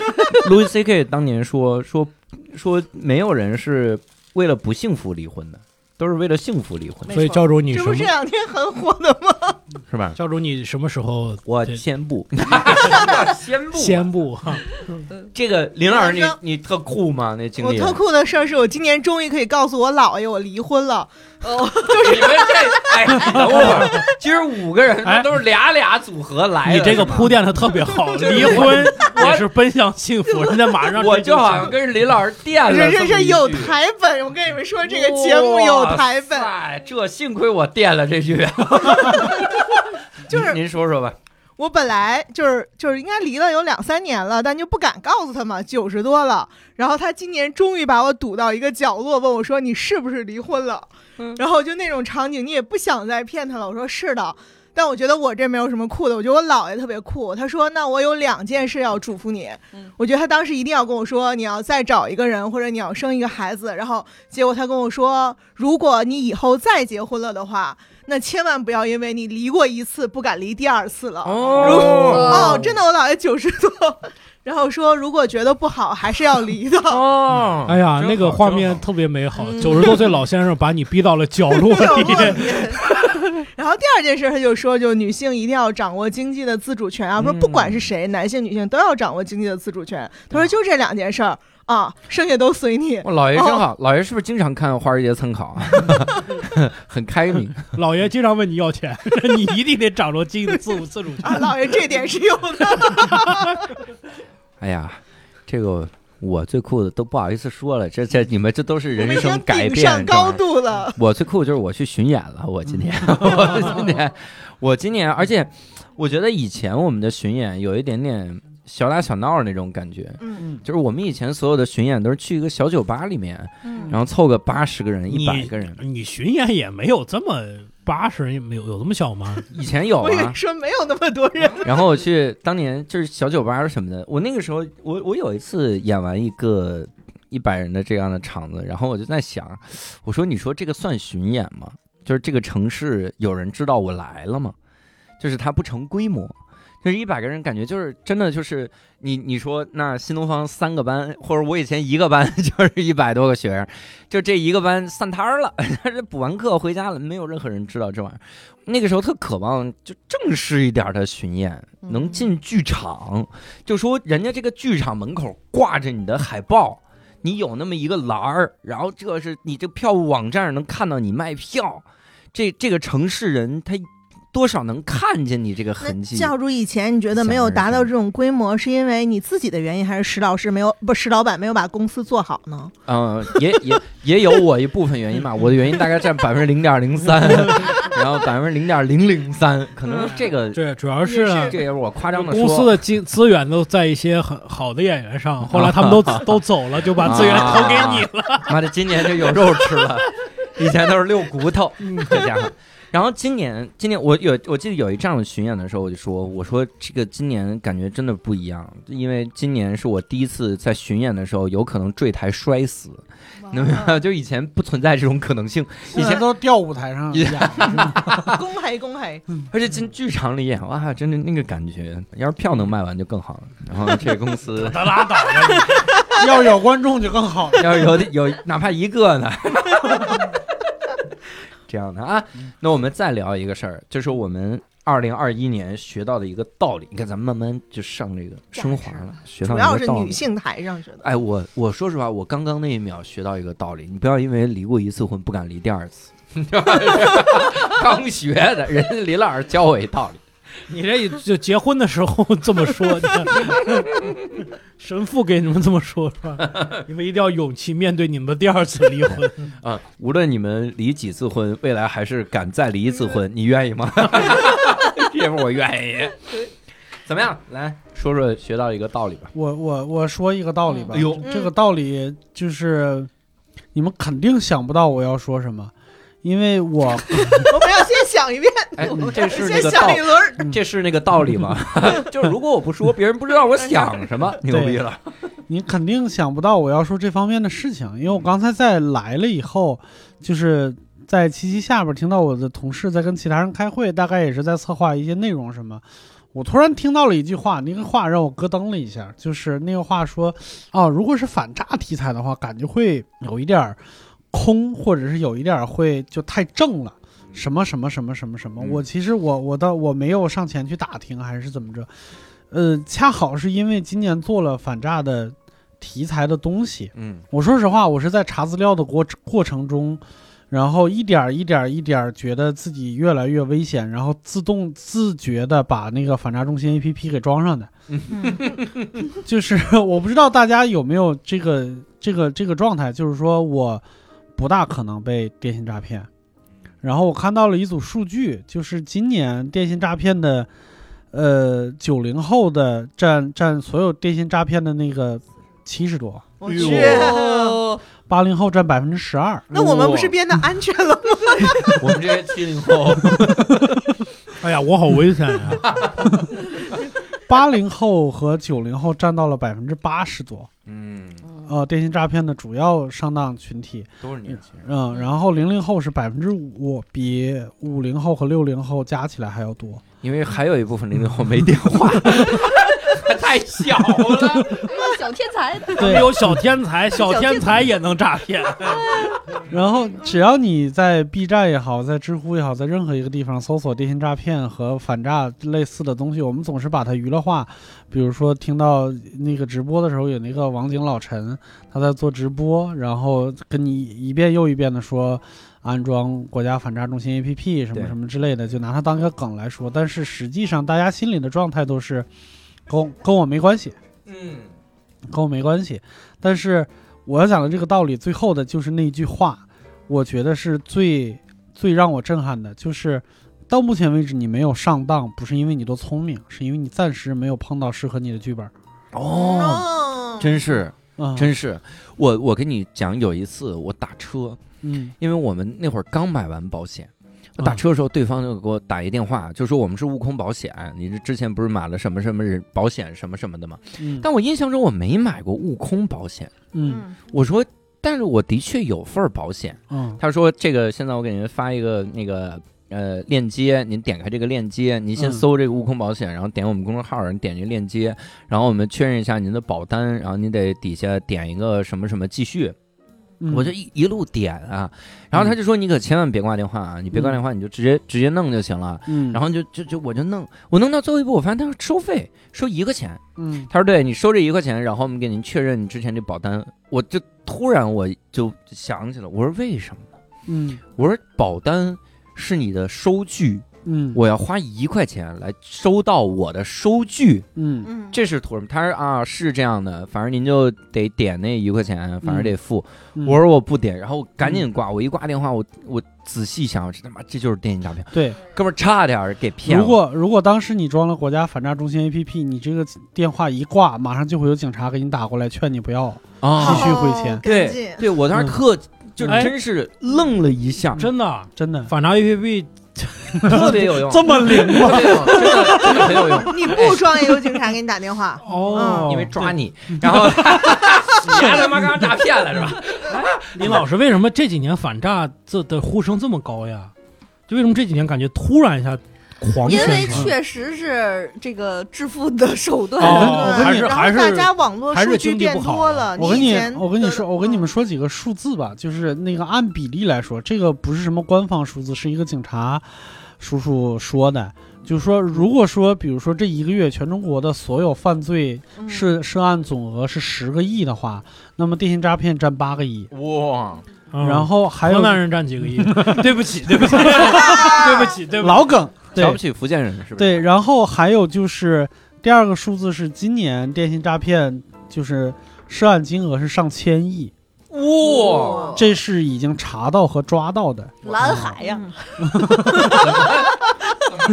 A: Louis C.K. 当年说说说没有人是为了不幸福离婚的，都是为了幸福离婚，
E: 所以教主你
F: 这
E: 什
F: 不
E: 么
F: 是这两天很火的吗？
A: 是吧？
E: 教主你什么时候
A: 我
E: 对
A: 先
F: (laughs)
A: 不，
E: 啊
A: 先
F: 啊
E: 先不哈？
A: 这个林老师你
F: 我说
A: 你特酷吗？那经
F: 我
A: 历，
F: 特酷的事儿是我今年终于可以告诉我姥爷我离婚了，
A: 你们这
F: (laughs)
A: 哎，等会儿，今儿五个人
E: 哎
A: 都是俩俩组合来
E: 你
A: 的，
E: 这个
A: 是吧
E: 铺垫的特别好，离婚也是奔向幸福，人家马上
A: 我
E: 这
A: 就好
E: 想
A: 像跟林老师垫了
F: 这
A: 么一句，
F: 这这有台本，我跟你们说这个节目有台本，
A: 哎，这幸亏我垫了这句。啊
F: (laughs) 就是
A: 您您说说吧，
F: 我本来就是就是应该离了有两三年了，但就不敢告诉他嘛，九十多了。然后他今年终于把我堵到一个角落，问我说：“你是不是离婚了？”然后就那种场景，你也不想再骗他了。我说：“是的。”但我觉得我这没有什么酷的，我觉得我姥爷特别酷。他说：“那我有两件事要嘱咐你。
G: 嗯
F: 我觉得他当时一定要跟我说，你要再找一个人，或者你要生一个孩子。然后结果他跟我说，如果你以后再结婚了的话，那千万不要因为你离过一次不敢离第二次了。
A: 哦
F: 哦，真的，我姥爷九十多， (laughs) 然后说如果觉得不好，还是要离的。
A: (laughs) 哦
E: 哎呀，那个画面特别美好，九十多岁老先生把你逼到了角落
F: 角
E: 里
F: 落，然后第二件事，他就说，就女性一定要掌握经济的自主权啊，说
A: 嗯
F: 不管是谁，男性女性都要掌握经济的自主权。他说
A: 嗯
F: 就这两件事儿啊，剩下都随
A: (laughs)
F: 你。
A: 我姥爷真好，姥爷是不是经常看《华尔街参考》
F: (laughs)
A: 啊？ (laughs) 很开明，
E: (laughs) 老爷经常问你要 (laughs) 钱，你一定得掌握经济的自主 (laughs) 自主
F: 啊，
E: 权。
F: 姥爷这点是有
A: (laughs)
F: 的。
A: 哎呀，这个我最酷的都不好意思说了，这这你们这都是人
F: 我
A: 生
F: 已经
A: 改
F: 顶
A: 变，
F: 上高
A: 是吧
F: 度了。嗯
A: 我最酷就是我去巡演了，我今天， (laughs) 我今年，我今年，而且我觉得以前我们的巡演有一点点小打小闹的那种感觉，
F: 嗯
A: 就是我们以前所有的巡演都是去一个小酒吧里面，
F: 嗯，
A: 然后凑个八十个人、
E: 你
A: 一百个人，
E: 你巡演也没有这么八十人，也没有有这么小吗？
A: 以前有
F: 我以为
A: 啊。
F: 说没有那么多人。
A: 然后我去当年就是小酒吧什么的，我那个时候我我有一次演完一个一百人的这样的场子，然后我就在想，我说你说这个算巡演吗？就是这个城市有人知道我来了吗？就是它不成规模。就是一百个人，感觉就是真的就是你你说那新东方三个班，或者我以前一个班 (laughs) 就是一百多个学生，就这一个班散摊儿了， (laughs) 这补完课回家了，没有任何人知道这玩意儿。那个时候特渴望就正式一点儿的巡演，能进剧场，就说人家这个剧场门口挂着你的海报。你有那么一个栏儿，然后这是你这票务网站上能看到你卖票，这这个城市人他多少能看见你这个痕迹。
F: 教主以前你觉得没有达到这种规模，是因为你自己的原因，还是石老师没有不石老板没有把公司做好
A: (laughs)
F: 呢？
A: 嗯，也也也有我一部分原因吧，我的原因大概占百分之零点零三，然后百分之零点零零三，可能这个
E: (laughs) 对，主要是啊
F: 也
A: 这也是我夸张的说。
E: 公司的经资源都在一些很好的演员 (laughs) 上，后来他们都都走了，就把资源投给你了。
A: (laughs) 妈的，今年就有肉吃了，以前都是溜骨头，这家伙。然后今年，今年我有我记得有一站我巡演的时候，我就说，我说这个今年感觉真的不一样，因为今年是我第一次在巡演的时候有可能坠台摔死，能明白吗？就以前不存在这种可能性，以
C: 嗯以
A: 前
F: 嗯
C: 前都掉舞台
F: (laughs)
C: 上
A: 以
C: 演了，
F: 公黑公黑，
A: 而且进剧场里演，哇，真的那个感觉，要是票能卖完就更好了。然后这个公司
E: 得拉倒吧！ (laughs)
C: 要有观众就更好了。
A: 要是有有哪怕一个呢， (laughs) 这样的啊。那我们再聊一个事儿，就是我们二零二一年学到的一个道理。你看，咱们慢慢就上这个升华了，学到
F: 主
A: 一
F: 要
A: 个
F: 是
A: 道
F: 女
A: 理。
F: 性台上觉得。
A: 哎，我我说实话，我刚刚那一秒学到一个道理，你不要因为离过一次婚不敢离第二次。 (laughs) 刚学的，人家李老师教我一道理。
E: 你这就结婚的时候这么说，你看 (laughs) 神父给你们这么说 (laughs) 是吧？你们一定要勇气面对你们的第二次离婚。
A: 啊，无论你们离几次婚，未来还是敢再离一次
F: 嗯
A: 婚，你愿意
F: (laughs)
A: 吗？这不我愿意。怎么样？来说说学到一个道理吧。
C: 我我我说一个道
F: 嗯
C: 理吧，
A: 哎呦
C: 这个道理就是你们肯定想不到我要说什么，因为我
F: 我们要先想一遍，
A: 哎
F: 我们
A: 这是那
F: 先
A: 个
F: 想
A: 道
F: 一轮儿。
A: 这是那个道理
F: (laughs)
A: 吗？就是如果我不说，别人不知道我想什么，牛逼了。
C: 你肯定想不到我要说这方面的事情，因为我刚才在来了以后，就是在七夕下边听到我的同事在跟其他人开会，大概也是在策划一些内容什么。我突然听到了一句话，那个话让我咯噔了一下，就是那个话说，哦，如果是反诈题材的话，感觉会有一点儿空，或者是有一点儿会就太正了，什么什么什么什么什么。
A: 嗯
C: 我其实我我倒我没有上前去打听还是怎么着，呃，恰好是因为今年做了反诈的题材的东西。
A: 嗯
C: 我说实话，我是在查资料的过过程中，然后一点儿一点儿一点儿觉得自己越来越危险，然后自动自觉的把那个反诈中心 APP 给装上的。
F: 嗯
C: 就是 (laughs) 我不知道大家有没有这个这个这个状态，就是说我不大可能被电信诈骗。然后我看到了一组数据，就是今年电信诈骗的，呃，九零后的占占所有电信诈骗的那个七十多，
F: 我
E: 哎
F: 去，
G: 哦，
C: 八零后占百分之十二。
F: 那我们
A: 哎
F: 不是变得安全了吗？
A: 我们这些七零后，
E: 哎呀，我好危险呀、 (laughs)
C: 八零后和九零后占到了百分之八十多，
A: 嗯，
C: 呃，电信诈骗的主要上当群体。
A: 都是年轻人。
C: 嗯，然后零零后是百分之五，比五零后和六零后加起来还要多。
A: 因为还有一部分零零后没电
F: (laughs)
A: 话，太小了。
G: 小天才的，
E: 没有小天才， (laughs) 小天才也能诈骗。
C: 然后只要你在 B 站也好，在知乎也好，在任何一个地方搜索电信诈骗和反诈类似的东西，我们总是把它娱乐化。比如说，听到那个直播的时候，有那个网警老陈，他在做直播，然后跟你一遍又一遍的说安装国家反诈中心 APP 什么
A: 对
C: 什么之类的，就拿它当一个梗来说。但是实际上，大家心里的状态都是跟跟我没关系。
A: 嗯，
C: 跟我没关系。但是我要讲的这个道理，最后的就是那一句话，我觉得是最最让我震撼的，就是到目前为止你没有上当，不是因为你多聪明，是因为你暂时没有碰到适合你的剧本。
A: 哦，
F: 哦
A: 真是
C: 啊、
A: 真是，我我跟你讲，有一次我打车，
C: 嗯
A: 因为我们那会儿刚买完保险，我
E: 啊
A: 打车的时候，对方就给我打一电话，就说我们是悟空保险，你这之前不是买了什么什么人保险什么什么的吗？
C: 嗯
A: 但我印象中我没买过悟空保险。
C: 嗯
A: 我说，但是我的确有份儿保险。
C: 嗯
A: 他说这个现在我给您发一个那个呃链接，您点开这个链接，您先
C: 嗯
A: 搜这个悟空保险，然后点我们公众号，然后点这个链接，然后我们确认一下您的保单，然后您得底下点一个什么什么继续，
C: 嗯
A: 我就一一路点啊，然后他就说你可千万别挂电话啊，你别挂电话，你就直接直接弄就行了。
C: 嗯，
A: 然
C: 后
A: 后就就就我就弄，我弄到最后一步，我发现他要收费，收一个钱。
C: 嗯
A: 他说对你收这一块钱，然后我们给您确认你之前这保单。我就突然我就想起了，我说为什么呢？
C: 嗯
A: 我说保单是你的收据，
C: 嗯
A: 我要花一块钱来收到我的收据，
C: 嗯
F: 嗯，
A: 这是图什么？他说啊是这样的，反正您就得点那一块钱，反正得付。
C: 嗯
A: 我说我不点，然后我赶紧挂。我一挂电话，我我仔细想，我这他妈这就是电信诈骗，
C: 对，
A: 哥们儿差点儿给骗了。
C: 如果如果当时你装了国家反诈中心 APP，你这个电话一挂，马上就会有警察给你打过来劝你不要。
A: 啊
C: 必须汇钱
F: 哦赶
A: 对
F: 紧
A: 对，我当时
C: 嗯
A: 特就
E: 哎
A: 真是愣了一下，
E: 真的
A: (laughs)
C: 真的，
E: 反诈 APP，
A: 特别 (laughs) 有用，
C: 这么灵
A: 特别有用，真的真 (laughs) 的很有用，
F: 你不装也有警察给你打电话
E: 哦
A: 因为抓你，然后 (laughs) 你还他妈刚刚诈骗了是吧？
E: 林老师为什么这几年反诈这的呼声这么高呀？就为什么这几年感觉突然一下狂
G: 因
E: 宣
G: 为
E: 传？
G: 确实是这个致富的手
E: (laughs)
G: 段。
E: 哦
F: 对
E: 还是
F: 嗯然
E: 还
F: 后
E: 是
F: 大家网络
E: 还是
F: 数据
E: 经济
F: 变
E: 不好
F: 多
E: 了
F: 了。
C: 啊我跟
F: 啊以
C: 你
F: 前
C: 我跟你
F: 得
C: 说，我跟你们
F: 嗯
C: 说几个数字吧，就是那个按比例来说，这个不是什么官方数字，是一个警察叔叔说的。就是说，如果说，比如说这一个月全中国的所有犯罪
F: 嗯
C: 涉涉案总额是十个亿的话，那么电信诈骗占八个亿，
A: 哇，
E: 嗯
C: 然后还
E: 河
C: 有
E: 南人占
C: (laughs)
E: 几个亿？对不起，对不起， (laughs) 对不起，对不起。
C: 老梗，对
A: 瞧不起福建人是不是？
C: 对，然后还有就是第二个数字是今年电信诈骗就是涉案金额是上千亿，
G: 哦
A: 哇，
C: 这是已经查到和抓到的。
G: 蓝海哎啊呀，
F: 嗯
A: (laughs)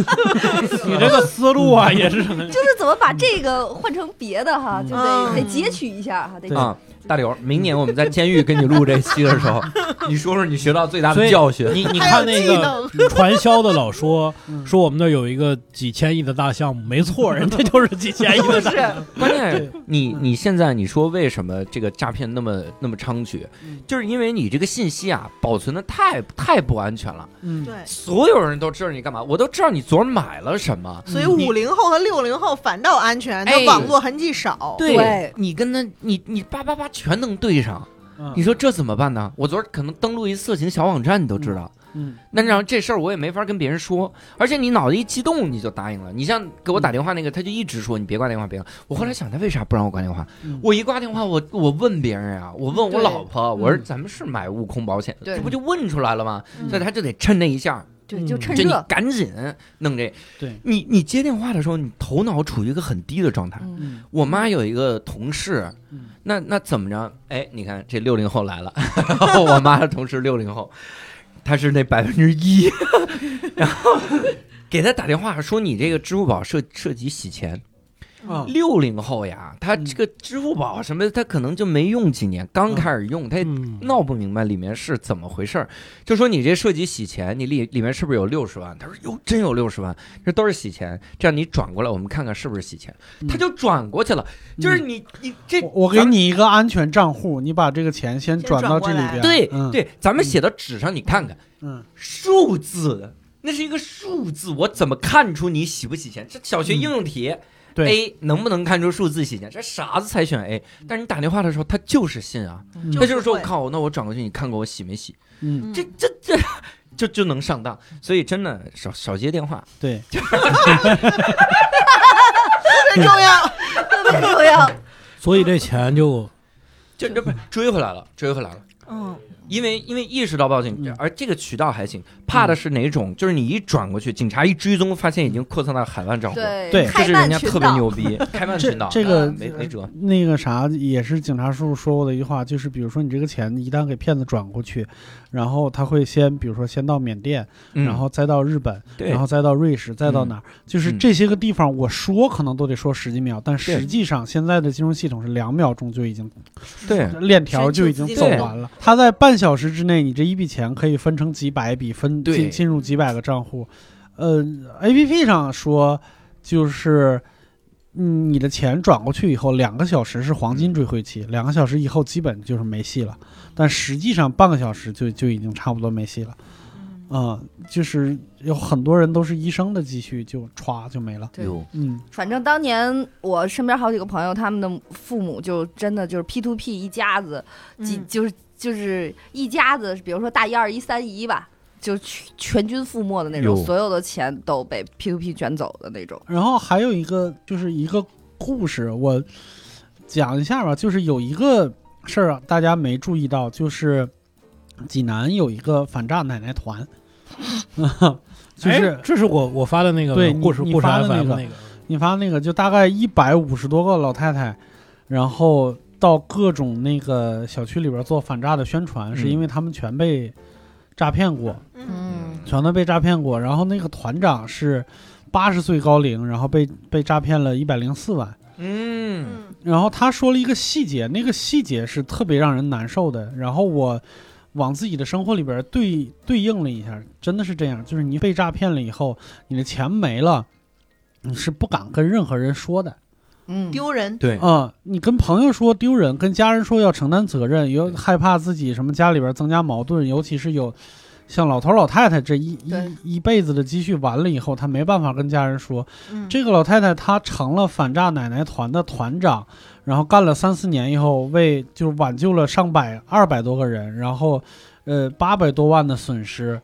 E: 你这个思路啊，
C: 嗯
E: 也是
G: 就是怎么把这个换成别的哈，就得
F: 嗯
G: 得截取一下哈，得
C: 对
A: 啊，大刘，明年我们在监狱跟你录这期的时候， (laughs) 你说说你学到最大
E: 所
A: 的
E: 以
A: 教训。
E: 你你
F: 还有
E: 看那
F: 技
E: 个
F: 能
E: 传销的老说
C: 嗯
E: 说我们那儿有一个几千亿的大项目，没
C: (laughs)
E: 错，人家就是几千亿哎的
F: 就
E: 大。
F: 是
A: 关键是
C: 对
A: 你
C: 嗯
A: 你现在你说为什么这个诈骗那么那么猖獗
C: 嗯，
A: 就是因为你这个信息啊保存的太太不安全了，
C: 嗯，
F: 对，
A: 所有人都知道你干嘛，我都知道你昨儿买了什么。
F: 所以
A: 嗯你
F: 五零后和六零后反倒安全，
A: 哎
F: 他网络痕迹少。
G: 对
A: 你跟他，你你叭叭叭全能对上，
C: 嗯
A: 你说这怎么办呢？我昨儿可能登录一色情小网站，你都知道。
C: 嗯
A: 那然后这事儿我也没法跟别人说，而且你脑子一激动你就答应了。你像给
C: 嗯
A: 我打电话那个，他就一直说你别挂电话，别挂。我后来想他为啥不让我挂电话？
C: 嗯
A: 我一挂电话，我我问别人啊，我问我
G: 对
A: 老婆，我说
C: 嗯
A: 咱们是买悟空保险的，
G: 对
A: 这不就问出来了吗？
F: 嗯
A: 所以他就得趁那一下，
G: 对，就趁
A: 就你 (laughs)
G: 热，
A: 赶紧弄这。
C: 对，
A: 你你接电话的时候，你头脑处于一个很低的状态。
G: 嗯，
C: 嗯
A: 我妈有一个同事
C: 嗯，
A: 那那怎么着？哎，你看这六零后来了， (laughs) 我妈的同事六零后，她是那百分之一， (laughs) 然后给她打电话说你这个支付宝涉涉及洗钱。
C: 啊
A: 六零后呀，他
C: 嗯
A: 这个支付宝什么，他可能就没用几年，刚开始用，他也
E: 嗯
A: 闹不明白里面是怎么回事儿，就说你这涉及洗钱，你里里面是不是有六十万？他说哟，真有六十万，这都是洗钱。这样你转过来，我们看看是不是洗钱。
C: 嗯
A: 他就转过去了，就是
C: 嗯
A: 你你这
C: 我我给
A: 咱们
C: 你一个安全账户，你把这个钱先
F: 先
C: 转到这
F: 转过
C: 里
F: 来
C: 边。
A: 对
C: 嗯，
A: 对，咱们写到纸上，你看看
C: 嗯
A: 数字，那是一个数字，我怎么看出你洗不洗钱？这小学
C: 嗯
A: 应用题。
C: 对
A: A 能不能看出数字洗钱？这傻子才选 A，但是你打电话的时候，他就是信啊，
C: 嗯
A: 他就是说，我
F: 会
A: 靠，那我转过去，你看过我洗没洗？
C: 嗯，
A: 这这这，就就能上当。所以真的少少接电话，
C: 对，
F: 特别重要。
G: 特 (laughs) 别重要。
E: 所以这钱就
A: 就这不追回来了，追回来了。
F: 嗯，
A: 因为因为意识到报警
C: 嗯，
A: 而这个渠道还行。怕的是哪种？就是你一转过去，警察一追踪，发现已经扩散到海湾账户，
C: 对
G: 对，
A: 这
G: 开
A: 是人
G: 曼
A: 家
G: 群
A: 特别
G: 岛，
A: 牛
C: (laughs)
A: 逼，开曼群岛
C: 这这个
A: 啊没没辙。
C: 那个啥也是警察叔叔说过的一句话，就是比如说你这个钱一旦给骗子转过去，然后他会先比如说先到缅甸，
A: 嗯
C: 然后再到日本，
A: 对
C: 然后再到瑞士，再到哪儿，就是
A: 嗯
C: 这些个地方，我说可能都得说十几秒，但
A: 对
C: 实际上现在的金融系统是两秒钟就已经
A: 对
C: 链条就已经走完了。它在半小时之内，你这一笔钱可以分成几百笔，分
A: 对
C: 进进入几百个账户。呃，A P P 上说就是。嗯，你的钱转过去以后，两个小时是黄
A: 嗯
C: 金追回期，两个小时以后基本就是没戏了。但实际上半个小时就就已经差不多没戏了。啊、就是有很多人都是医生的积蓄就歘就没了。
G: 对
A: 哟
C: 嗯，
G: 反正当年我身边好几个朋友，他们的父母就真的就是 P to P 一家子，几
F: 嗯
G: 就是就是一家子，比如说大一、二、一、三、一吧，就全全军覆没的那种
A: 哟，
G: 所有的钱都被 P to P 卷走的那种。
C: 然后还有一个就是一个故事，我讲一下吧，就是有一个事儿啊，大家没注意到，就是济南有一个反诈奶奶团， (laughs) 就是
E: 哎这是我我发的那个
C: 对你
E: 故事
C: 你
E: 故事
C: 发的
E: FM
C: 那
E: 那
C: 个你发那个就大概一百五十多个老太太，然后到各种那个小区里边做反诈的宣传，是因为他们全被诈骗过，
F: 嗯，
C: 全都被诈骗过。然后那个团长是八十岁高龄，然后被被诈骗了一百零四万。
A: 嗯，
C: 然后他说了一个细节，那个细节是特别让人难受的。然后我往自己的生活里边对对应了一下，真的是这样，就是你被诈骗了以后，你的钱没了，你是不敢跟任何人说的。
G: 嗯，
F: 丢人，
A: 对，
C: 啊、你跟朋友说丢人，跟家人说要承担责任，又害怕自己什么家里边增加矛盾，尤其是有像老头老太太这一
G: 对
C: 一一辈子的积蓄完了以后，他没办法跟家人说。
F: 嗯
C: 这个老太太她成了反诈奶奶团的团长，然后干了三四年以后，为就挽救了上百二百多个人，然后呃八百多万的损失。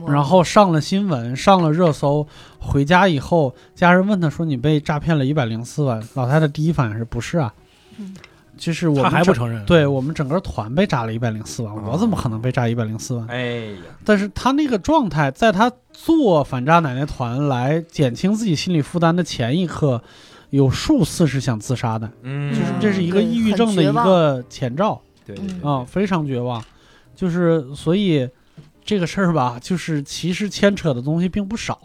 G: 我
C: 然后上了新闻，上了热搜。回家以后，家人问他说：“你被诈骗了一百零四万。”老太太第一反应是不是啊
F: 嗯？
C: 就是我
E: 他
C: 们
E: 还不
C: 整
E: 承认，
C: 对我们整个团被诈了一百零四万，我怎么可能被诈一百零四万？
A: 哎呀，
C: 但是他那个状态，在他做反诈奶奶团来减轻自己心理负担的前一刻，有数次是想自杀的，
A: 嗯，
C: 就是这是一个
G: 嗯对
C: 抑郁症的
G: 很绝
C: 一
G: 望
C: 个前兆。
A: 对
G: 嗯
A: 对
C: 啊，非常绝望。就是所以这个事儿吧， (laughs) 就是其实牵扯的东西并不少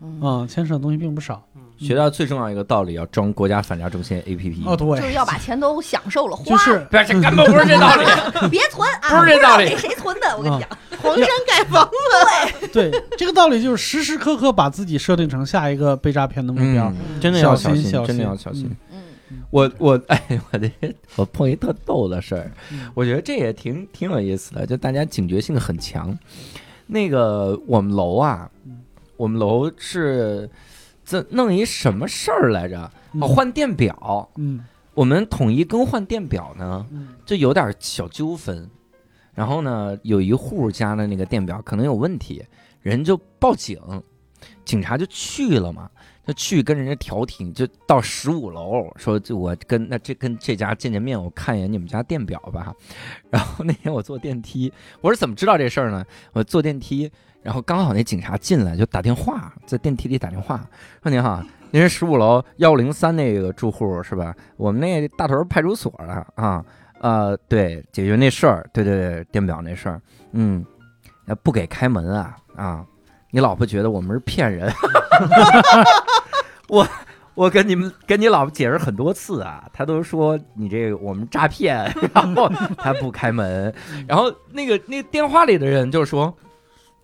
G: 嗯
C: 啊、牵扯的东西并不少。
A: 学到最重要一个道理，要装国家反诈中心 APP。
C: 哦，
G: 嗯
C: 对，
G: 就是要把钱都享受了花，
C: 就是
A: 不是，这根本不是这道理。
G: 别存啊，
A: 不是这道理
C: (laughs)
G: 不知道给谁存的？我跟你讲，
F: 黄山盖房，
C: 啊对这个道理，就是时时刻刻把自己设定成下一个被诈骗的目标。
A: 嗯真的要小
C: 小心
A: 心，
C: 嗯小
A: 真的
C: 心
A: 要小心
C: 嗯。
G: 嗯，
A: 我我 (laughs) 哎，我这我碰一特逗的事儿
C: 嗯，
A: 我觉得这也挺挺有意思的，就大家警觉性很强。那个我们楼啊
C: 嗯，
A: 我们楼是这弄一什么事儿来着？
C: 嗯
A: 哦，换电表。
C: 嗯
A: 我们统一更换电表呢，
C: 嗯
A: 这有点小纠纷。然后呢，有一户家的那个电表可能有问题，人就报警，警察就去了嘛，就去跟人家调停，就到十五楼说，就我跟那这跟这家见见面，我看一眼你们家电表吧。 (laughs) 然后那天我坐电梯，我是怎么知道这事儿呢？我坐电梯，然后刚好那警察进来就打电话，在电梯里打电话说您好。您是十五楼幺零三那个住户是吧？我们那大屯派出所的啊，呃，对，解决那事儿，对对对，电表那事儿，嗯，呃不给开门啊啊！你老婆觉得我们是骗人， (laughs) 我我跟你们跟你老婆解释很多次啊，她都说你这个我们诈骗， (laughs) 然后她不开门，然后那个那个电话里的人就说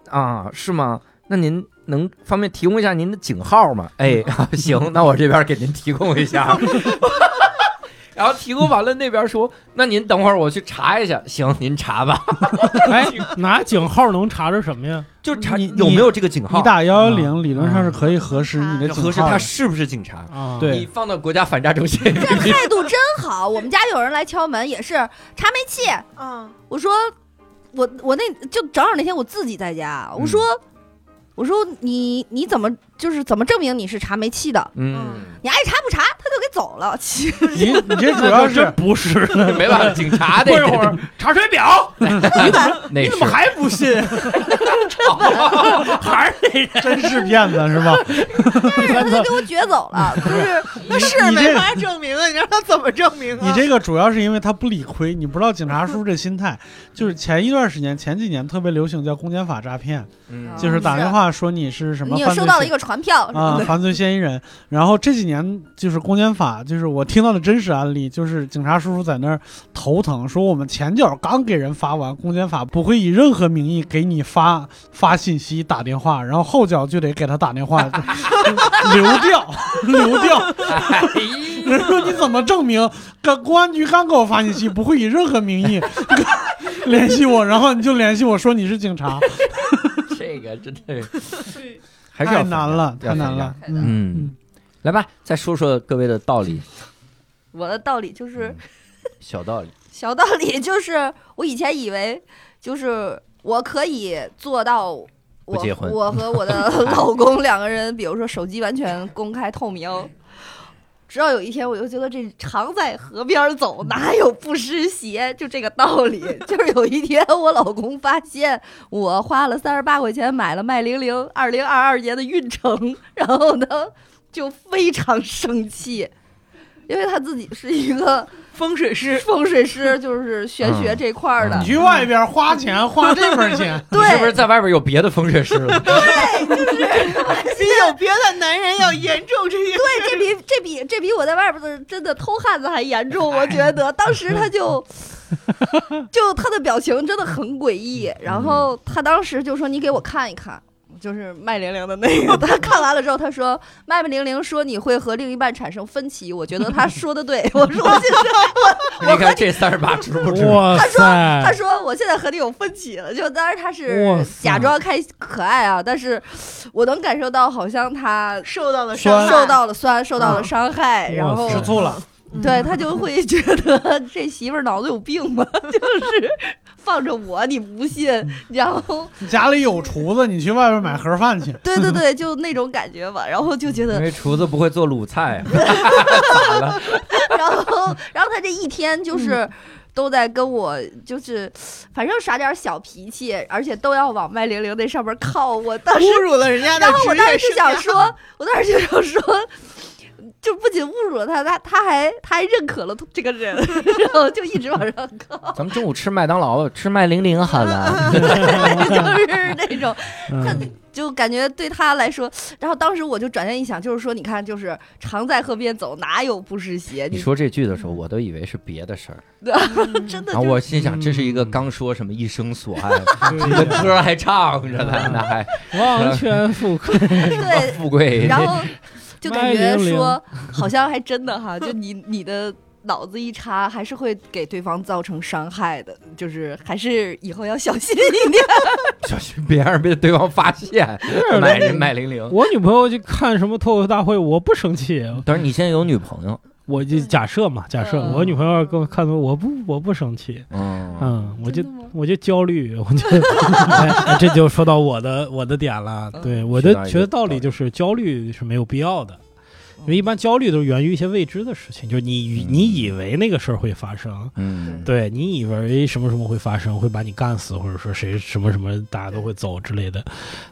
A: 啊，是吗？那您能方便提供一下您的警号吗？哎， (laughs) 啊行，那我这边给您提供一下。 (laughs) 然后提供完了，那边说：“那您等会儿我去查一下。”行，您查吧，
E: 哎，拿井号能查着什么呀？
A: 就查
C: 你
A: 有没有这个警号
C: 你，打幺幺零理论上是可以核实你
G: 嗯
C: 的
A: 就
C: 警
A: 核实
C: 号
A: 他
C: 的，
A: 是不是警察。
E: 啊，
C: 对
A: 你放到国家反诈中心，
G: 这
C: (laughs)
G: 态度真好。我们家有人来敲门，也是查煤气，
F: 嗯，
G: 我说我我那就正好那天我自己在家，我
C: 嗯
G: 说、我说你你怎么就是怎么证明你是查煤气的？
A: 嗯，
G: 你爱查不查，他就给走了。
C: (laughs)
G: 其实
C: 你你这主要
G: (laughs)
C: 是
E: 真不是，
A: (laughs) 没办法，警察得
E: 过一会儿查水表，
A: (laughs) 那
E: 你
A: 是
E: 怎么还不信？还是那人，
C: (laughs) 真是骗子是吧？
G: 他就给我撅走了，就是
F: 那是
C: 你
F: 没
C: 这
F: 法证明啊，你让他怎么证明啊？
C: 你这个主要是因为他不理亏，你不知道警察叔这心态，就是前一段时间前几年特别流行叫公检法诈骗，
A: 嗯
C: (laughs) 就是打
G: 啊是
C: 电话说你是 (laughs) 什么
G: 你有
C: 犯罪
G: 收到
C: 嫌
G: 了一个传票什
C: 啊
G: 么，哦的。
C: 犯罪嫌疑人。然后这几年就是公检法，就是我听到的真实案例，就是警察叔叔在那儿头疼，说我们前脚刚给人发完，公检法不会以任何名义给你发发信息、打电话，然后后脚就得给他打电话，就流调，流调。
A: 哎
C: 人说你怎么证明？刚公安局刚给我发信息，不会以 (laughs) 任何名义联系我，然后你就联系我说你是警察。
A: 这这个真的还是要
C: 太
A: 衡量
C: 难了，
A: 要衡
C: 太难
A: 量
C: 了。
G: 太难
C: 嗯，
A: 嗯，来吧，再说说各位的道理，
G: 我的道理就是
A: 嗯小道理，
G: 小道理，就是我以前以为就是我可以做到我。
A: 不结婚
G: 我和我
A: (laughs)
G: 的老公两个人，比如说手机完全公开透明，直到有一天，我就觉得这常在河边走，哪有不湿鞋？就这个道理。就是有一天，我老公发现我花了三十八块钱买了麦玲玲二零二二年的运程，然后呢就非常生气，因为他自己是一个
F: 风水师
G: 风水师，就是玄学这块儿的，
A: 嗯
C: 你。去外边花钱花这份儿钱
A: 你是不是
G: 对，
A: 在外边有别的风水师了？
F: 比有别的男人要严重这些。
G: 对，这比这比这比我在外边的真的偷汉子还严重，
A: 哎
G: 我觉得当时
A: (laughs)
G: 他就就他的表情真的很诡异，
A: 嗯
G: 然后他当时就说：“你给我看一看。”就是麦玲玲的
A: (laughs)
G: 那个，他看完了之后，他说：“麦玲玲说你会和另一半产生分歧，我觉得他说
A: (laughs)
G: 的对。”我说：“我现在
A: 你看这三十八值不值？
E: 哇
G: 他说他
E: 塞，
G: 说我现在和你有分歧了，就当然他
E: 哇
G: 是
E: 塞
G: 假装开可爱啊，但是我能感受到好像他
F: 受到了
C: 酸
F: 伤害，
G: 受到了酸，受到了伤害，
E: 嗯
G: 然后
E: 哇塞
C: 吃醋了，
F: 嗯
G: 对他就会觉得这媳妇儿脑子有病吧， (laughs) 就是放着我你不信，然后
C: 你 (laughs) 家里有厨子，你去外边买盒饭去。
G: 对对对，就那种感觉吧，然后就觉
A: 因
G: 得，
A: 为厨子不会做卤菜，啊咋了？
G: 然后然后他这一天就是。都在跟我就是，反正耍点小脾气，而且都要往麦玲玲那上面靠。我当时
F: 侮辱了人家的
G: 然后我
F: 职
G: 当
F: 业
G: 时
F: 生
G: 就想
F: 涯。
G: 说，我当时就想说，就不仅侮辱了他，他他还他还认可了他这个人， (laughs) 然后就一直往上靠，
A: 咱们中午吃麦当劳，吃麦玲玲好
G: (laughs)
A: 了。
G: 就是那种，
E: 嗯
G: 就感觉对他来说。然后当时我就转念一想，就是说，你看，就是常在河边走，哪有不湿鞋？
A: 你
G: 你
A: 说这句的时候，我都以为是别的事儿，
G: 真
A: 然后
G: 的就是
A: 啊我心想，
E: 嗯
A: 这是一个刚说什么一生所爱，
E: 对
A: 你的歌还唱着
G: 嗯
A: 呢， (laughs) 那还
E: 忘全富贵，
G: 对，
A: (laughs) 富贵。
G: 呃然后就感觉
E: 麦玲玲
G: 说，好像还真的哈，就你你的脑子一插，还是会给对方造成伤害的，就是还是以后要小心一点。
A: 小心别让被对方发现，
E: 是
A: 买人麦玲玲。
E: (laughs) 我女朋友去看什么脱口秀大会，我不生气，
A: 但是你现在有女朋友，
E: 我就假设嘛，假设
G: 嗯
E: 我女朋友跟我看脱，我不我不生气，
A: 嗯，
E: 嗯，我就我就焦虑，我就、哎哎这就说到我的我的点了，对我
A: 学到一
E: 的
A: 个
E: 觉得
A: 道
E: 道
A: 理
E: 理就是焦虑是没有必要的。因为一般焦虑都是源于一些未知的事情，就是你
A: 嗯
E: 你以为那个事儿会发生，
A: 嗯，
E: 对你以为什么什么会发生，会把你干死，或者说谁什么什么大家都会走之类的，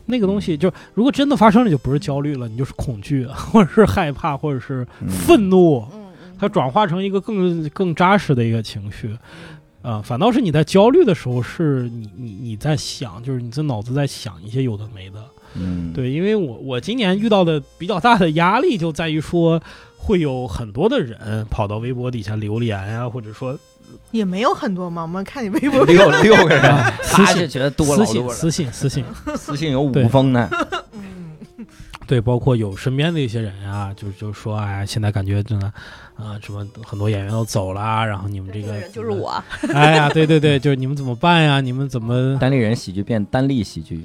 E: 那个东西就如果真的发生了，就不是焦虑了，你就是恐惧，啊或者是害怕，或者是
A: 嗯
E: 愤怒，
G: 嗯嗯
E: 它转化成一个更更扎实的一个情绪。
G: 嗯
E: 啊、反倒是你在焦虑的时候，是你你你在想，就是你这脑子在想一些有的没的。
A: 嗯，
E: 对，因为我我今年遇到的比较大的压力就在于说，会有很多的人跑到微博底下留言呀、或者说
F: (laughs) 也没有很多嘛，我们看你微博，
A: 六六个人，
E: 私
A: 仨就
E: 信、
A: 觉得多
E: 私
A: 老
E: 信、
A: 多了。
E: 私信、
A: (laughs)
E: 私信，
A: 私信有五
E: 对
A: 封呢，
F: 嗯，
E: 对，包括有身边的一些人啊，就是就说，哎呀，现在感觉真的，啊、什么很多演员都走啦，然后你们
A: (laughs)
E: 这
G: 这
E: 个
G: 人就是，我，
E: 哎呀，对对对，就是你们怎么办呀？你们
A: (laughs)
E: 怎么
A: 单立人喜剧变单立喜剧，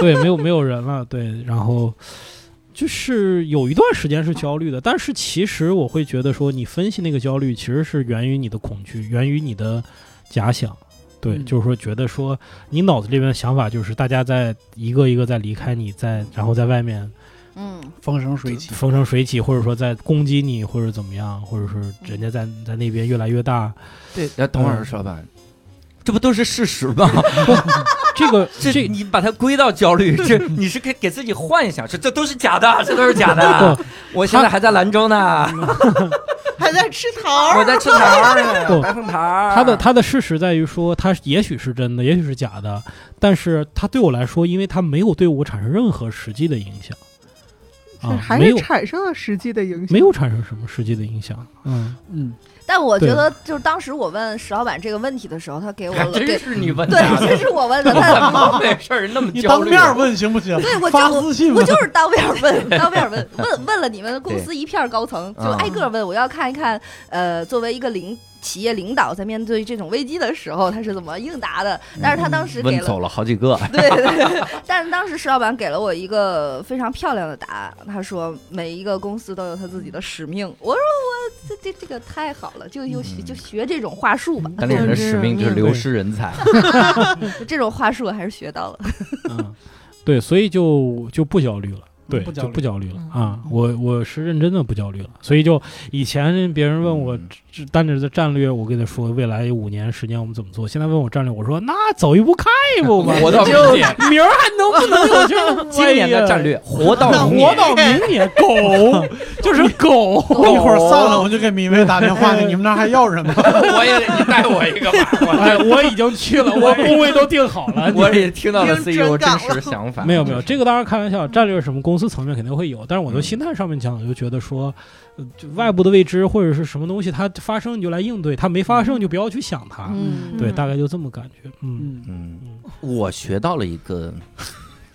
E: 对，没有没有人了，对，然后就是有一段时间是焦虑的，但是其实我会觉得说，你分析那个焦虑其实是源于你的恐惧，源于你的假想。对，
C: 嗯
E: 就是说，觉得说你脑子里面的想法就是大家在一个一个在离开你，在然后在外面
G: 嗯，
C: 风生水起，
E: 风生水起，或者说在攻击你，或者怎么样，或者是人家在在那边越来越大。
A: 对，哎，董老师说吧，这不都是事实吗？
E: 这个
A: 这
E: 这
A: 你把它归到焦 (laughs) 虑，这你是给给自己幻想，这这都是假的，这都是假 (laughs) 的。我现在还在兰州呢，
F: 还在吃桃
A: 我
F: 儿，
A: 在吃桃 (laughs) 儿呢，
E: 不
A: 白凤桃儿。
E: 他的他的事实在于说，他也许是真的，也许是假的，但是他对我来说，因为他没有对我产生任何实际的影响，啊，
F: 还
E: 没
F: 是
E: 有
F: 产生了实际的影响。
E: 没有产生什么实际的影响，
C: 嗯嗯，
G: 但我觉
E: 对
G: 得就是当时我问石老板这个问题的时候，他给我
A: 还
G: 了
A: (laughs) 真
G: 对
A: 是你问他
G: 对，
A: 的，
G: 这是我问的，
A: 我 (laughs) 怎
G: 他
A: 么没事儿 (laughs) 那么
C: 你
A: 焦
C: 当
A: 虑？啊
C: 面问行不行？
G: 对我
C: 发
G: 就
C: 私信
G: (laughs) 我
C: 问，
G: 就是当面问，当面问，问问了你们公司一片高层，
A: 对
G: 就挨个问，我要看一看，呃，作为一个领企业领导在面对这种危机的时候，他是怎么应答的？但是他当时给
A: 问
G: 了，
A: 走了好几个，啊
G: 对 (laughs) 对，但是当时石老板给了我一个非常漂亮的答案，他说每一个公司都有他自己的使命。我说我这这这个太好了，就就
A: 嗯
G: 就学这种话术吧，
F: 嗯
A: 管理人的使命就是流失人才。
G: 这种话术我还是学到了。
E: 嗯， (laughs) 对，所以就就不焦虑了。对，
C: 不焦
E: 就
C: 虑
E: 不焦虑了
C: 嗯
E: 啊！我我是认真的不焦虑了，所以就以前别人问我
A: 嗯
E: 这单指的战略，我跟他说未来五年、十年我们怎么做。现在问我战略，我说那走一步看一步吧，
H: 活到明
E: 就
H: 年
E: 明儿还能不能有这
A: (laughs)
H: 今年的战略，活到明
E: 活
H: 年。
E: 到明年，狗就是狗，
C: (laughs) 一会儿
A: 哦
C: 散了，我就给明威打电话，你们那儿还要人吗？
H: 我也你带我一个
A: (laughs)
H: 吧，
E: 哎，我已经去了，我工位都定好了，
H: 我也听到
A: 到了
F: 真
A: CEO
F: 干
A: 真
F: 了
A: 实想法，
E: 没有没有，这个当然开玩笑，战略什么公司层面肯定会有，但是我
A: 嗯
E: 从心态上面讲，我就觉得说，呃就外部的未知或者是什么东西它发生你就来应对，它没发生就不要去想它，啊
G: 嗯，(laughs)
E: 对，
F: 嗯
E: 大概就这么感觉，嗯
C: 嗯，
A: (laughs) 嗯，
E: 嗯
H: 我学到了一个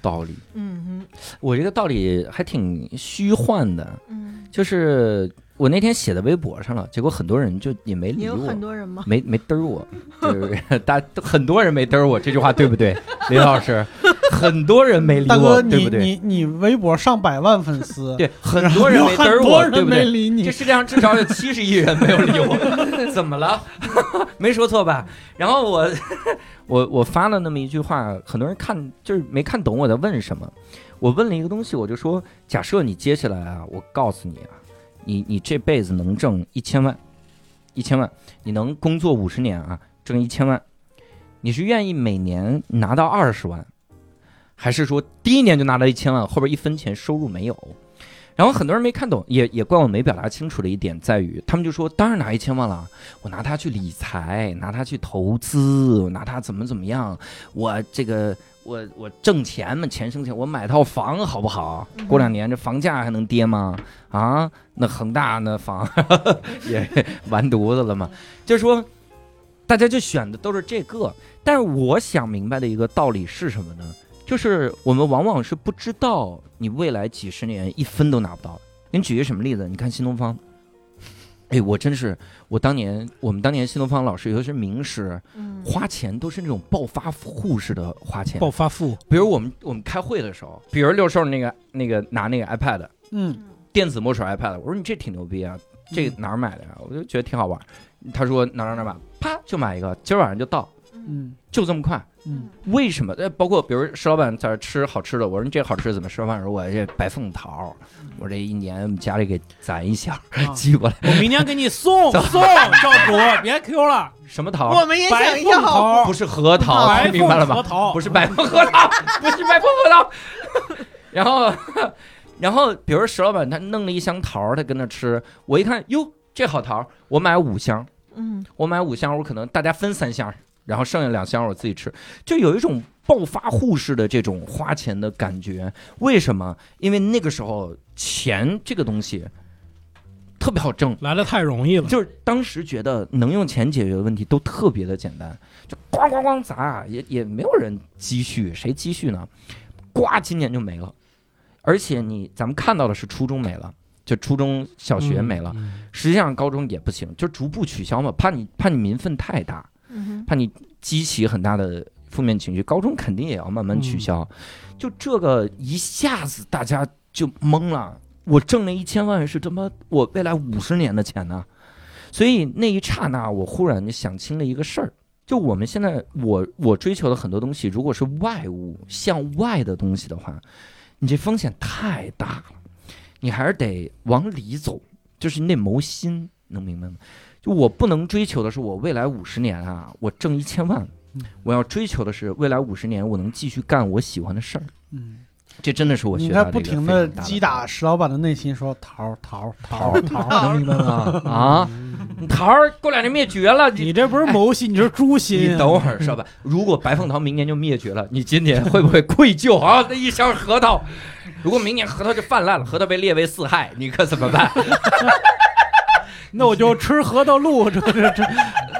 H: 道理，
F: 嗯
A: 我这个道理还挺虚幻的，
F: 嗯，
A: 就是我那天写在微博上了，结果很多人就也没
F: 你
A: 理
F: 有
A: 我
F: 很，多人吗？
A: 没没嘚儿我，就是大家都很多人没嘚儿我，这句话对不
C: (laughs)
A: 对，林老师？很多人没理
C: 大
A: 我，
C: 哥，
A: 对
C: 你
A: 不对？
C: 你你微博上百万粉丝，
A: 对，很多人
C: 有
A: 没嘚儿
C: 很
A: 我对
C: (laughs) 多，人
A: 不
C: 没
A: 对？
C: 理
A: 这
C: 你，
A: 世界上至少有七十亿人没有理我，怎么了？ (laughs) 没说错吧？然后我 (laughs) 我我发了那么一句话，很多人看就是没看懂我在问什么。我问了一个东西，我就说：假设你接下来啊，我告诉你啊，你你这辈子能挣一千万，一千万，你能工作五十年啊，挣一千万，你是愿意每年拿到二十万，还是说第一年就拿到一千万，后边一分钱收入没有？然后很多人没看懂，也也怪我没表达清楚的一点在于，他们就说当然拿一千万了，我拿它去理财，拿它去投资，我拿它怎么怎么样，我这个我我挣钱嘛，钱生钱，我买套房好不好？
F: 嗯
A: 过两年这房价还能跌吗？啊，那恒大那房 (laughs) 也 (laughs) 完犊子了嘛，就是说。大家就选的都是这个，但是我想明白的一个道理是什么呢？就是我们往往是不知道你未来几十年一分都拿不到。您举一个什么例子？你看新东方，哎，我真是，我当年我们当年新东方老师，尤其是名师，
F: 嗯
A: 花钱都是那种暴发户式的花钱。
E: 暴发户，
A: 比如我们我们开会的时候，比如六兽那个那个拿那个 iPad
C: 嗯，
A: 电子墨水 iPad，我说你这挺牛逼啊，这哪儿买的呀、我就觉得挺好玩儿。他说哪儿哪儿哪儿买，啪就买一个，今儿晚上就到，
C: 嗯
A: 就这么快。
C: 嗯
A: 为什么？呃，包括比如石老板在这儿吃好吃的，我说你这好吃怎么？石老板说我这白凤桃，
E: 嗯
A: 我这一年我们家里给攒一箱、
C: 啊
A: (laughs) 寄过来，
E: (laughs) 我明年给你 (laughs) 送
A: 走
E: 送，赵主别 Q (laughs) 了，
A: 什么
F: 我
A: 桃？
F: 们也
E: 白
F: 想
E: 凤
F: 要，
E: 桃
A: 不，是核桃，
E: 白
A: 听明白了
E: 凤
A: 吗
E: 核？桃，
A: 不是白凤核桃， (laughs) 不是白凤核桃。然后，然后，比如石老板他弄了一箱桃儿，他跟那吃，我一看，哟，这好桃儿，我买五箱，
F: 嗯，
A: 我买五箱，我可能大家分三箱，然后剩下两箱我自己吃，就有一种暴发户式的这种花钱的感觉。为什么？因为那个时候钱这个东西特别好挣，
E: 来的太容易了，
A: 就是当时觉得能用钱解决的问题都特别的简单，就咣咣咣砸，也也没有人积蓄，谁积蓄呢？呱，今年就没了，而且你咱们看到的是初中没了，就初中小学没了。
E: 嗯，
A: 实际上高中也不行，就逐步取消嘛，怕你怕你民愤太大，
F: 嗯
A: 怕你激起很大的负面情绪。高中肯定也要慢慢取消，就这个一下子大家就懵了。我挣了一千万是他妈我未来五十年的钱呢、所以那一刹那，我忽然就想清了一个事儿。就我们现在，我我追求的很多东西，如果是外物向外的东西的话，你这风险太大了，你还是得往里走，就是你得谋心，能明白吗？就我不能追求的是我未来五十年啊，我挣一千万
C: 嗯，
A: 我要追求的是未来五十年我能继续干我喜欢的事儿。
C: 嗯，
A: 这真的是我
C: 你
A: 学
C: 应
A: 到的
C: 该不
A: 一个
C: 停
A: 非常
C: 的
A: 大的
C: 击
A: 道
C: 打
A: 理
C: 石老板的内心，说桃儿桃儿桃儿 (laughs)
A: (laughs)
C: 桃儿，
A: 能明白吗？
C: (laughs)
A: 啊，你桃儿过两年灭绝了，你
E: 你这不是谋心，你这是诛心
A: 你
E: 啊，
A: 等会儿，石老板，如果白凤桃明年就灭绝了，你今年会不会愧疚啊？ (laughs) 那一箱核桃，如果明年核桃就泛滥了，核桃被列为四害，你可怎么办？
E: 那我就吃核桃露，这这这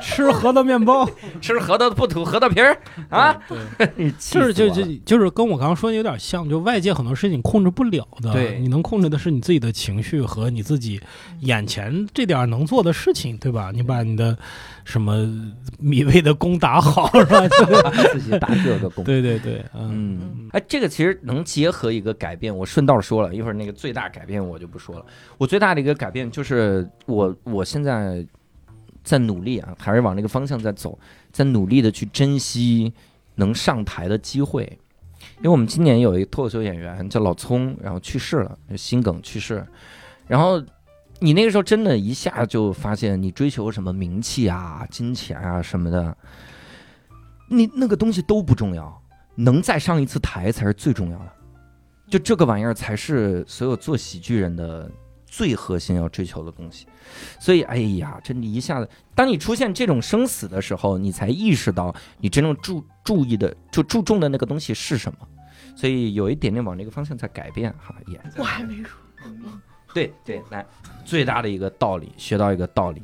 E: 吃核桃面包，
A: 吃核桃不吐核桃皮儿啊，
E: 对，
A: (laughs) 你
E: 就
A: 气
E: 是
A: 死
E: 就
A: 我
E: 就
A: 了
E: 就是跟我刚刚说的有点像，就外界很多事情控制不了的，
A: 对
E: 你能控制的是你自己的情绪和你自己眼前这点儿能做的事情，对吧？你把你的什么米味的工打好，是吧？
A: 自己打这个工。
E: 对对对，嗯，
A: 嗯，哎，这个其实能结合一个改变，我顺道说了一会儿那个最大改变我就不说了。我最大的一个改变就是我我现在在努力啊，还是往那个方向在走，在努力的去珍惜能上台的机会。因为我们今年有一个脱口秀演员叫老聪，然后去世了，心梗去世。然后你那个时候真的一下就发现，你追求什么名气啊、金钱啊什么的，你那个东西都不重要。能再上一次台才是最重要的，就这个玩意儿才是所有做喜剧人的最核心要追求的东西。所以，哎呀，真的一下子，当你出现这种生死的时候，你才意识到你真正注注意的就注重的那个东西是什么。所以有一点点往这个方向在改变哈，也
F: 我还没说，
A: 对对，来，最大的一个道理，学到一个道理，，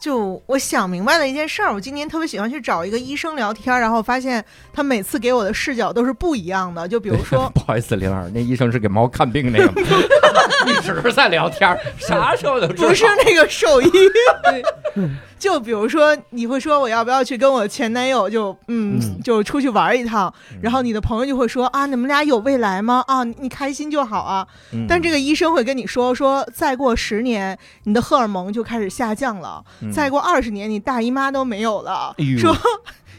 F: 就我想明白了一件事儿。我今年特别喜欢去找一个医生聊天儿，然后发现他每次给我的视角都是不一样的。就比如说
A: (laughs) 不好意思，林老师，那医生是给猫看病那个吗， (laughs) 一直在聊天儿，啥时候都知道
F: 不是那个兽医， (laughs) 就比如说你会说我要不要去跟我前男友就嗯
A: 嗯
F: 就出去玩儿一趟，
A: 嗯
F: 然后你的朋友就会说啊你们俩有未来吗？啊你你开心就好啊。
A: 嗯
F: 但这个医生会跟你说说再过十年你的荷尔蒙就开始下降了，
A: 嗯
F: 再过二十年你大姨妈都没有了，
A: 哎呦
F: 说。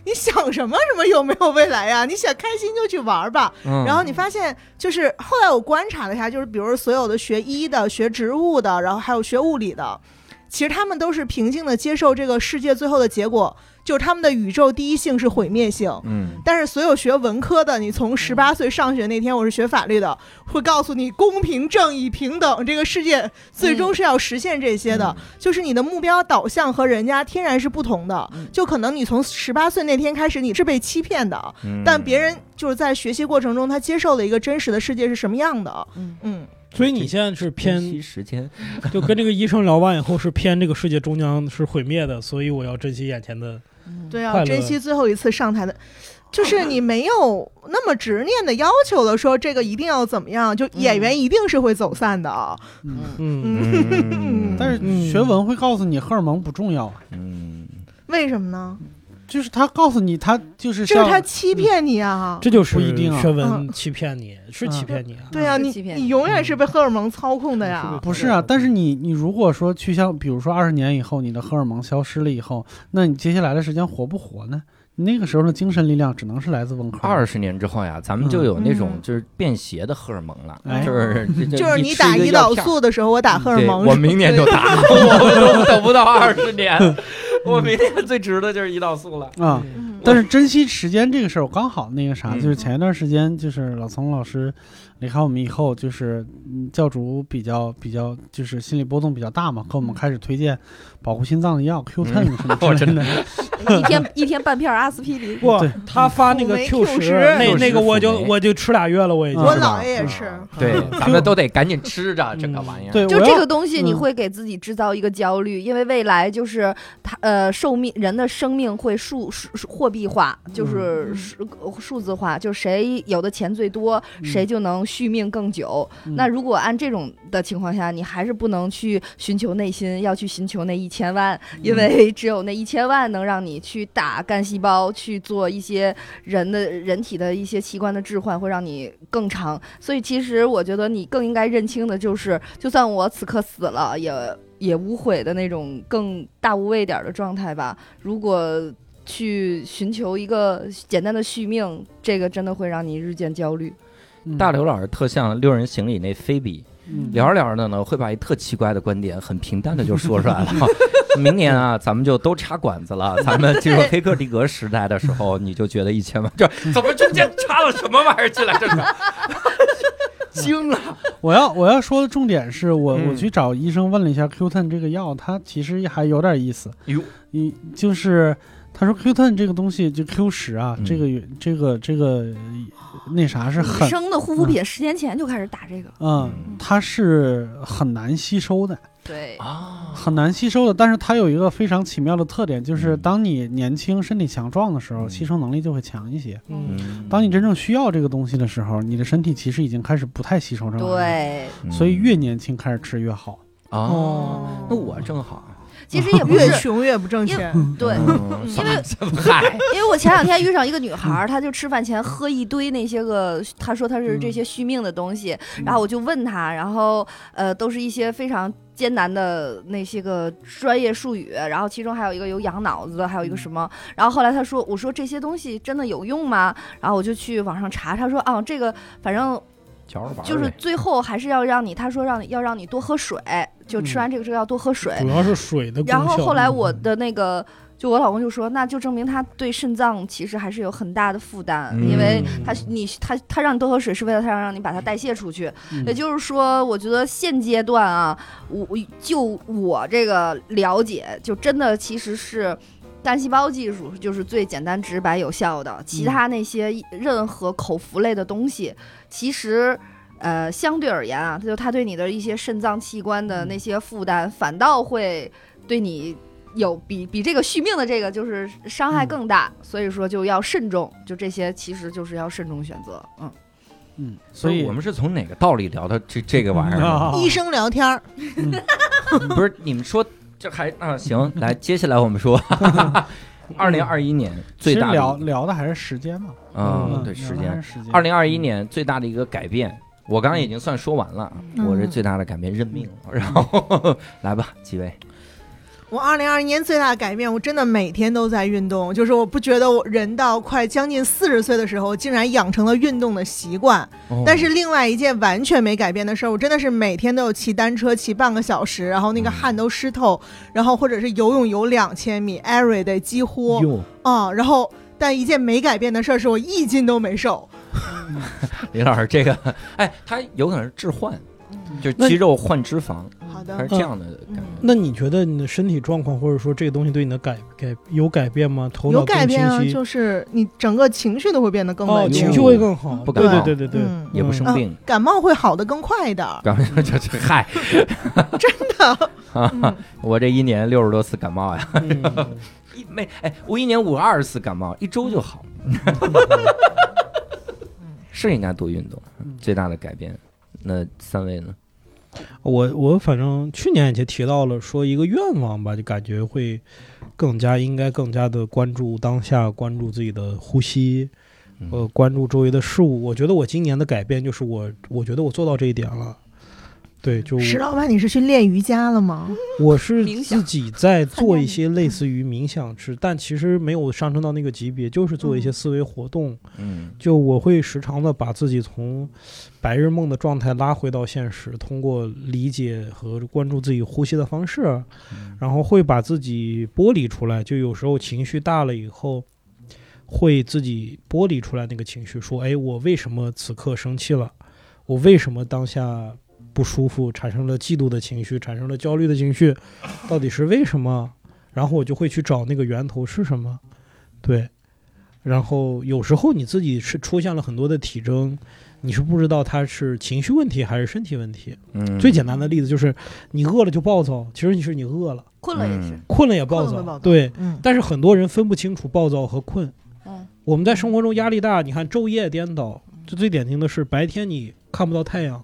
F: 你想什么？什么有没有未来啊 (laughs) 呀？你想开心就去玩儿吧。
A: 嗯
F: 然后你发现，就是后来我观察了一下，就是比如说所有的学医的、学植物的，然后还有学物理的，其实他们都是平静的接受这个世界最后的结果，就是他们的宇宙第一性是毁灭性。
A: 嗯，
F: 但是所有学文科的，你从十八岁上学那天，我是学法律的，会告诉你公平、正义、平等，这个世界最终是要实现这些的。就是你的目标导向和人家天然是不同的，就可能你从十八岁那天开始，你是被欺骗的，
A: 嗯
F: 但别人就是在学习过程中，他接受了一个真实的世界是什么样的。
G: 嗯
F: 嗯，
E: 所以你现在是
A: 珍惜
E: 偏，
A: 时间，
E: 就跟这个医生聊完以后是偏这个世界终将是毁灭的，所以我要珍惜眼前的。
F: 对，
E: 快
F: 要
E: 乐
F: 珍惜最后一次上台的，就是你没有那么执念的要求了，说这个一定要怎么样，就演员一定是会走散的啊。
C: 嗯，
E: 嗯，
F: (laughs)
A: 嗯
C: 但是学文会告诉你荷尔蒙不重要啊，
A: 嗯，
F: 为什么呢？
C: 就是他告诉你他就是
F: 这是他
C: 像
F: 欺骗你啊！
E: 这就是
C: 不一定啊
E: 学文
F: 嗯
E: 欺骗你，是欺骗你啊。
F: 对啊，
G: 是
F: 你
G: 欺骗
F: 你永远是被荷尔蒙操控的
E: 是
F: 呀
E: 的。
C: 不是啊，但是你你如果说去像比如说二十年以后你的荷尔蒙消失了以后，那你接下来的时间活不活呢？你那个时候的精神力量只能是来自文科。
A: 二十年之后呀，咱们就有那种
F: 嗯
A: 就是便携的荷尔蒙了，
C: 哎
A: 嗯就是
F: (laughs) 就是
A: 你
F: 你打胰岛素的时候，我打荷
A: 荷
F: 尔蒙。
A: 我明年就
F: (laughs)
A: 打，我都等不到二十年，我明年最值的就是胰岛素了。
C: 啊，
F: 嗯
C: 但是珍惜时间这个事儿，我刚好那个啥，
A: 嗯
C: 就是前一段时间，就是老丛老师离开我们以后，就是嗯教主比较比较就是心理波动比较大嘛，和我
A: 嗯
C: 们开始推荐保护心脏的药 Q 1 0什么之类
A: 嗯 (laughs)
C: 的。
G: 一天一天半片儿阿司匹林，
E: 不
C: 对，
E: 他发那个
F: 辅酶
E: Q
F: Q
E: 十，
F: 10
E: 那
A: 辅
E: 那个我就
A: 酶
E: 我就吃俩月了，我已经
C: 嗯
F: 我
C: 是吧
F: 姥爷也吃。
A: 对， (laughs)
E: 嗯
A: 咱们都得赶紧吃着
E: 嗯
A: 这个玩意儿。
C: 对，
G: 就
C: 我
G: 这
C: 要
G: 个东西，你
C: 嗯
G: 会给自己制造一个焦虑，因为未来就是它呃寿命人的生命会数数数货币化，就是
F: 嗯
G: 数数字化，就是谁有的钱最多，
C: 嗯
G: 谁就能续命更久。
C: 嗯
G: 那如果按这种的情况下，你还是不能去寻求内心，要去寻求那一千万，因为只有那一千万能让你去打干细胞，去做一些人的人体的一些器官的置换，会让你更长。所以其实我觉得你更应该认清的就是，就算我此刻死了，也也无悔的那种更大无畏点儿的状态吧。如果去寻求一个简单的续命，这个真的会让你日渐焦虑。
C: 嗯
A: 大刘老师特像《六人行》里那菲比，
C: 嗯
A: 聊着聊着呢，会把一特奇怪的观点很平淡的就说出来 (laughs) 了。明年啊，咱们就都插管子 (laughs) 了。咱们进入黑客帝国时代的时候，你就觉得一千万，这 (laughs) 怎么中间插了什么玩意儿进来？这是惊了！
C: 我要我要说的重点是我、
A: 嗯
C: 我去找医生问了一下 Q 1 0这个药，它其实还有点意思。
A: 哟，
C: 你就是他说 Q 1 0这个东西就 Q 十啊，
A: 嗯
C: 这个这个这个那啥是嗯很
G: 女生的护肤品
A: 嗯
G: 十年前就开始打这个了。
C: 嗯，它是很难吸收的。
G: 对，
A: 啊，
C: 很难吸收的。但是它有一个非常奇妙的特点，就是
A: 嗯
C: 当你年轻、身体强壮的时候，
A: 嗯
C: 吸收能力就会强一些。
E: 嗯，
C: 当你真正需要这个东西的时候，你的身体其实已经开始不太吸收这个。，
G: 对，
A: 嗯
C: 所以哎越年轻开始吃越好。
D: 啊，
G: 哦
D: 那我正好啊，
G: 其实也不
F: 越
G: 是
F: 穷越不挣钱。
G: (laughs) 对，
D: 嗯
G: 因为
A: (laughs)
D: 嗨，
G: 因为我前两天遇上一个女孩儿，她就吃饭前喝一堆那些个，她说她是这些续命的东西，然后我就问她，然后呃，都是一些非常艰难的那些个专业术语，然后其中还有一个有养脑子，还有一个什么，然后后来她说，我说这些东西真的有用吗？然后我就去网上查，她说啊，这个反正
D: 嚼着玩儿呗
G: 就是最后还是要让你，她说让要让你多喝水，就吃
D: 嗯
G: 完这个之后要多喝水，
E: 主要是水的功效。嗯
G: 然后后来我的那个，就我老公就说，那就证明他对肾脏其实还是有很大的负担，
D: 嗯
G: 因为他你他他让你多喝水是为了他让让你把它代谢出去。
C: 嗯
G: 也就是说，我觉得现阶段啊，我我就我这个了解，就真的其实是。干细胞技术就是最简单、直白、有效的，其他那些任何口服类的东西，其实呃，相对而言啊，它就它对你的一些肾脏器官的那些负担，反倒会对你有比比这个续命的这个就是伤害更大，所以说就要慎重，就这些其实就是要慎重选择，嗯，
C: 嗯，所
D: 所以
C: 以
D: 我们是从哪个道理聊到这这个玩意儿的？
C: 啊嗯
F: 医生聊天儿，
E: (laughs)
D: 不是你们说这还啊行，来，接下来我们
C: (laughs)
D: 说，二零二一年
C: 其
D: 最
C: 实
D: 大
C: 聊
D: 的
C: 聊的还是时间嘛。
D: 嗯
C: 嗯，
D: 对时
C: 聊的还
D: 间，
C: 是时间。
D: 二零二一年最大的一个改变，我刚刚已经算说完了啊，
F: 嗯
D: 我这最大的改变认命了，然后 (laughs) 来吧，几位，
F: 我二零二一年最大的改变，我真的每天都在运动，就是我不觉得我人到快将近四十岁的时候，竟然养成了运动的习惯。
A: 嗯
F: 但是另外一件完全没改变的事儿，我真的是每天都有骑单车骑半个小时，然后那个汗都湿透，然后或者是游泳游两千米，every day 几乎
D: 哟，
F: 啊、然后但一件没改变的事儿是我一斤都没瘦，
D: 李老师这个， (laughs) 哎，他有可能是置换，就是
E: 那
D: 肌肉换脂肪，
F: 好
D: 他是
F: 的，
D: 这样的感觉。
E: 那你觉得你的身体状况，或者说这个东西对你的改改有改变吗？头脑
F: 有
E: 更
F: 改变啊，
E: 清晰，
F: 就是你整个情绪都会变得更
E: 哦，
F: 稳定，
E: 情绪会更好，
D: 不
E: 对
D: 感冒
E: 对对对对，
F: 嗯，
D: 也不生 (laughs)
F: 嗯
D: 病，
F: 感冒会好的更快一点儿，
D: 感觉这这嗨，真的
F: 嗯，
D: 我这一年六十多次感冒呀，
E: 嗯
D: (laughs) 一没哎，我一年五二十次感冒，一周就好。 (laughs) 是应该多运动，最大的改变。那三位呢？
E: 我我反正去年也提到了，说一个愿望吧，就感觉会更加应该更加的关注当下，关注自己的呼吸，呃，关注周围的事物。我觉得我今年的改变就是我，我觉得我做到这一点了。对，就
F: 石
E: 我
F: 老板，你是去练瑜伽了吗？
E: 我是
G: 冥想嗯
E: 自己在做一些
F: 冥
E: 类似于冥想式，但其实没有上升到那个级别，就是做一些
F: 嗯
E: 思维活动。
D: 嗯，
E: 就我会时常的把自己从白日梦的状态拉回到现实，通过理解和关注自己呼吸的方式，
C: 嗯
E: 然后会把自己剥离出来。就有时候情绪大了以后，会自己剥离出来那个情绪，说：“哎，我为什么此刻生气了？我为什么当下不舒服？产生了嫉妒的情绪，产生了焦虑的情绪，到底是为什么？”然后我就会去找那个源头是什么，对。然后有时候你自己是出现了很多的体征，你是不知道它是情绪问题还是身体问题。
D: 嗯
E: 最简单的例子就是你饿了就暴躁，其实你是你饿了，
G: 困了也是，
D: 嗯
E: 困了也暴
F: 困了
E: 躁，
F: 会暴躁
E: 对。
F: 嗯，
E: 但是很多人分不清楚暴躁和困。
G: 嗯，
E: 我们在生活中压力大，你看昼夜颠倒，
F: 嗯
E: 就最典型的是白天你看不到太阳，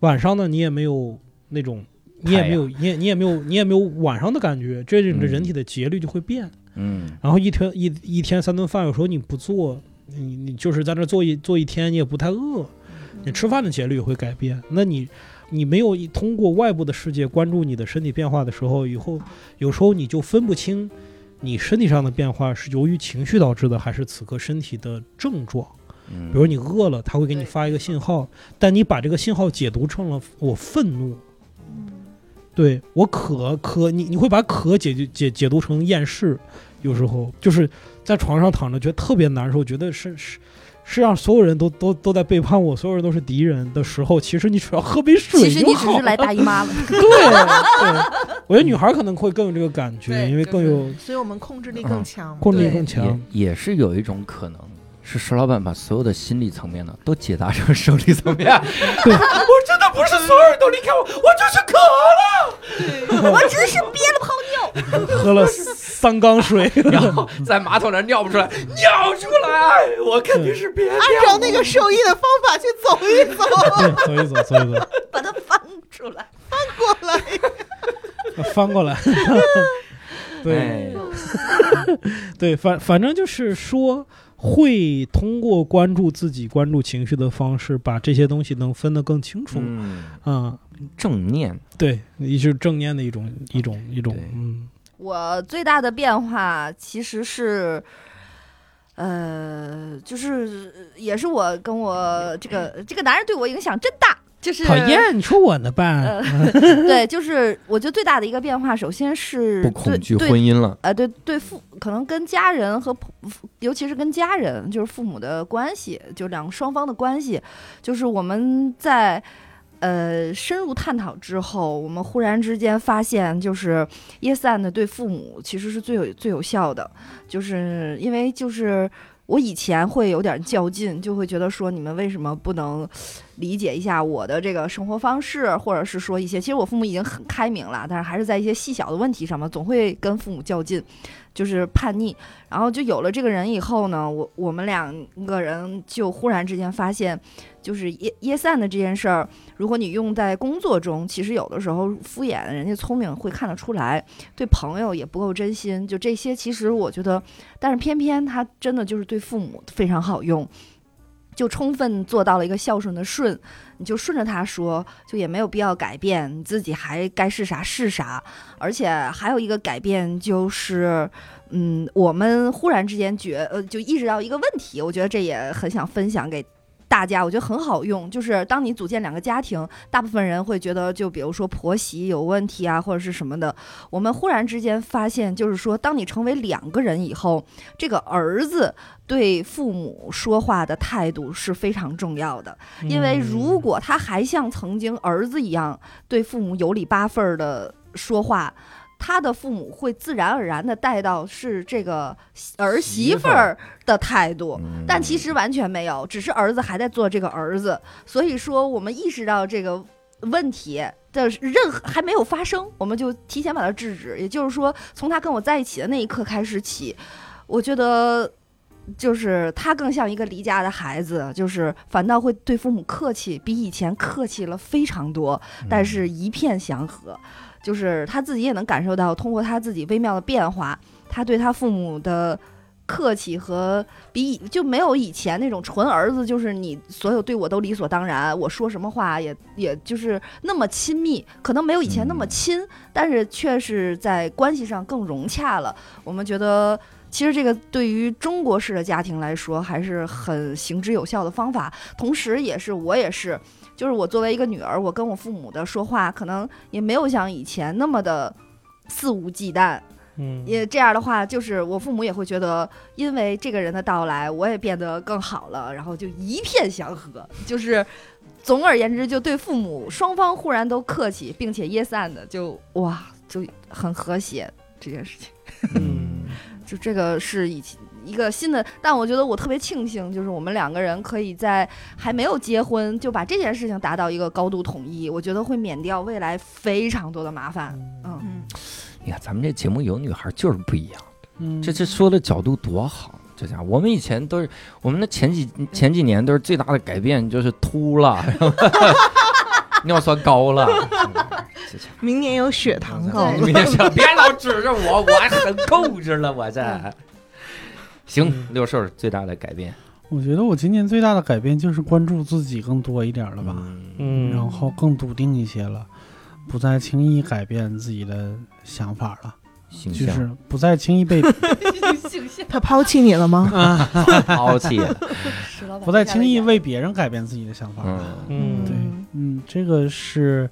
E: 晚上呢你也没有那种，你也没有，你也你也没有，你也没有晚上的感觉，这你的人体的节律就会变。
D: 嗯
E: 然后一天一一天三顿饭，有时候你不做，你你就是在那儿坐一坐一天，你也不太饿，你吃饭的节律也会改变。那你你没有一通过外部的世界关注你的身体变化的时候，以后有时候你就分不清你身体上的变化是由于情绪导致的，还是此刻身体的症状。
D: 嗯
E: 比如你饿了，它会给你
G: 对
E: 发一个信号，但你把这个信号解读成了我愤怒，
G: 嗯
E: 对我渴渴，你你会把渴解决解解读成厌世，有时候就是在床上躺着觉得特别难受，觉得是是是让所有人都都都在背叛我，所有人都是敌人的时候，其实你只要喝杯水
G: 其实你
E: 就
G: 只
E: 好
G: 是来
E: 了。
G: 大姨妈了，
E: 对对，我觉得女孩可能会更有这个感觉，
F: 对
E: 因为更有
F: 所以我们控制力更强，
E: 控制力
F: 对
E: 更强。
D: 也也是有一种可能， (laughs) 是石老板把所有的心理层面呢都解答成生理层面。我真的不不是所有人都离开我，我就是渴了。
G: 我只是憋了泡尿。
E: 喝了三缸水，
D: 然后在马桶上尿不出来，尿出来，我肯定是憋尿。
F: 按照那个兽医的方法去走一走，
E: (laughs)
F: (laughs)
E: 对，走一走，走一走，
G: 把它翻出来。
F: 过来。
E: (laughs) 翻过来。对
D: 哎，
E: 对，反反正就是说，会通过关注自己、关注情绪的方式，把这些东西能分得更清楚。啊、
D: 嗯，正念，
E: 对，也就是正念的一种一种一种
D: 对，
E: 嗯，
G: 我最大的变化其实是，呃，就是也是我跟我这个这个男人对我影响真大，就是
E: 讨厌，你说我呢吧？
G: 呃，对，就是我觉得最大的一个变化，首先是
D: 不
G: 对
D: 恐惧
G: 对
D: 婚姻了。
G: 呃，对对父，可能跟家人和父，尤其是跟家人，就是父母的关系，就两个双方的关系，就是我们在呃深入探讨之后，我们忽然之间发现，就是 yes and 对父母其实是最有最有效的，就是因为就是。我以前会有点较劲，就会觉得说你们为什么不能理解一下我的这个生活方式，或者是说一些，其实我父母已经很开明了，但是还是在一些细小的问题上嘛，总会跟父母较劲。就是叛逆，然后就有了这个人以后呢，我我们两个人就忽然之间发现，就是耶耶散的这件事儿，如果你用在工作中，其实有的时候敷衍人家聪明会看得出来，对朋友也不够真心，就这些其实我觉得，但是偏偏他真的就是对父母非常好用。就充分做到了一个孝顺的顺，你就顺着他说，就也没有必要改变，你自己还该是啥是啥。而且还有一个改变就是，嗯，我们忽然之间觉呃，就意识到一个问题，我觉得这也很想分享给。大家我觉得很好用，就是当你组建两个家庭，大部分人会觉得，就比如说婆媳有问题啊，或者是什么的。我们忽然之间发现，就是说，当你成为两个人以后，这个儿子对父母说话的态度是非常重要的。
E: 嗯
G: 因为如果他还像曾经儿子一样对父母有理八分儿的说话，他的父母会自然而然的带到是这个儿媳妇儿嗯的态度。
D: 嗯
G: 但其实完全没有，只是儿子还在做这个儿子，所以说我们意识到这个问题的任何还没有发生，我们就提前把它制止。也就是说，从他跟我在一起的那一刻开始起，我觉得就是他更像一个离家的孩子，就是反倒会对父母客气，比以前客气了非常多。
A: 嗯
G: 但
D: 嗯
G: 是一片祥和，就是他自己也能感受到，通过他自己微妙的变化，他对他父母的客气和比以就没有以前那种纯儿子，就是你所有对我都理所当然，我说什么话也也就是那么亲密，可能没有以前那么亲，但是却是在关系上更融洽了。我们觉得。其实这个对于中国式的家庭来说，还是很行之有效的方法，同时也是我也是，就是我作为一个女儿，我跟我父母的说话，可能也没有像以前那么的肆无忌惮。
E: 嗯，
G: 也这样的话，就是我父母也会觉得，因为这个人的到来，我也变得更好了，然后就一片祥和。就是总而言之，就对父母双方忽然都客气，并且 yes and 的就哇就很和谐这件事情。
E: 嗯
G: 就这个是以前一个新的，但我觉得我特别庆幸，就是我们两个人可以在还没有结婚就把这件事情达到一个高度统一，我觉得会免掉未来非常多的麻烦。嗯，
F: 嗯，
D: 你看咱们这节目有女孩就是不一样，
E: 嗯
D: 这这说的角度多好。这家伙，我们以前都是我们的前几前几年都是最大的改变就是秃了， (laughs) 尿酸高
F: (laughs)
D: 了。谢谢。
F: 明年有血糖高
D: 你
F: 了，
D: 别说别老指着我，我还很控制了，我这。
F: 嗯
D: 行，六兽最大的改变
C: 我觉得我今年最大的改变就是关注自己更多一点了
D: 了
C: 吧
D: 吧，？
E: 嗯，
C: 然后更笃定一些了，不再轻易改变自己的想法了，
D: 形
C: 就
D: 象
C: 是不再轻易
E: (laughs)
C: 被
F: 他 (laughs) 抛弃你了吗？
D: 抛
F: (laughs)
D: 弃了，
G: 石老板
C: 不再轻易为别人改变自己的想法了。
D: 嗯，
E: 嗯，
C: 对，嗯，这个是，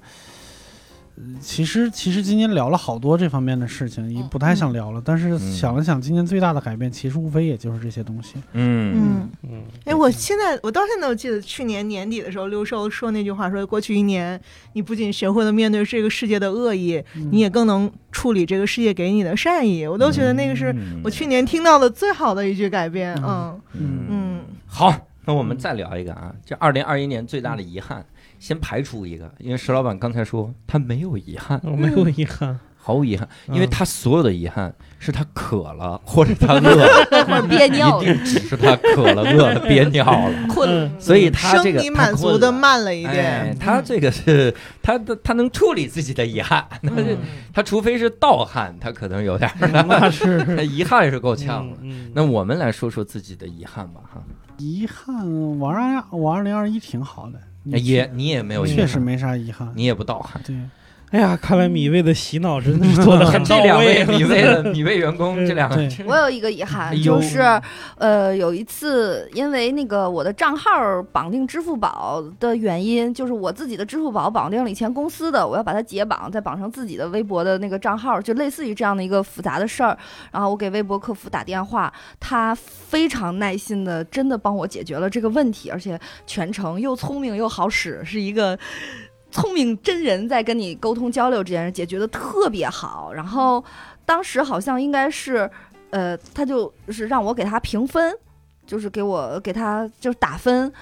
C: 呃其实其实今天聊了好多这方面的事情，也不太想聊了。但是想了想，今年最大的改变其实无非也就是这些东西。
D: 嗯，
F: 嗯，
E: 嗯
F: 哎，我现在我到现在都记得去年年底的时候，刘寿说那句话，说过去一年，你不仅学会了面对这个世界的恶意，
A: 嗯
F: (laughs) 你也更能处理这个世界给你的善意。我都觉
A: 嗯
F: 得那个嗯是我去年听到的最好的一句改变。嗯
D: 嗯
F: 嗯，
D: 好，那我们再聊一个啊，这二零二一年最大的遗憾，
A: 先排除一个，因为石老板刚才说他没有遗憾，
E: 我没有遗憾，
A: 毫无遗憾，
E: 嗯
A: 因为他所有的遗憾是他渴了或者他饿了，
G: 或
C: (laughs)
G: 者 (laughs) 憋尿嗯
A: 一定只是他渴了、饿了、憋尿了，
G: 困了，
A: 所以他这个
F: 生理满
A: 他困
F: 足的
A: 了
F: 慢了一
A: 哎
F: 点，，
A: 他这个是他的他能处理自己的遗憾， (laughs)
E: 嗯
A: 他这他除非是盗汗，他可能有点儿，
E: 那是
A: 他遗憾是够呛了。
E: 嗯
A: 那我们来说说自己的遗憾吧，哈，
C: 遗憾，我二我二零二一挺好的，
A: 哎也你也没有遗
C: 确
A: 憾，
C: 实没啥遗憾。
A: 你也不盗汗。
C: 对，
E: 哎呀，看来米未的洗脑真的是做的很
A: (laughs)
E: 到
A: 这两
E: 位
A: 位。米味的米味员工，这两个
E: 对
A: 真
G: 我有一个遗憾
E: 哎，呦
G: 就是呃，有一次因为那个我的账号绑定支付宝的原因，就是我自己的支付宝绑定了以前公司的，我要把它解绑，再绑上自己的微博的那个账号，就类似于这样的一个复杂的事儿。然后我给微博客服打电话，他非常耐心的，真的帮我解决了这个问题，而且全程又聪明又好使，是一个。聪明真人在跟你沟通交流这件事解决的特别好，然后当时好像应该是呃，他就是让我给他评分，就是给我给他就是打分。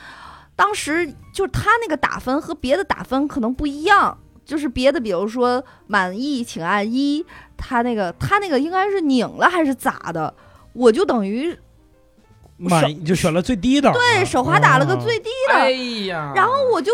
G: 当时就是他那个打分和别的打分可能不一样，就是别的比如说满意请按一，他那个他那个应该是拧了还是咋的，我就等于
E: (laughs) 满意就选了最低档啊，
G: 对手滑打了个最低的，
A: 哎
C: 啊
A: 呀，
G: 然后我就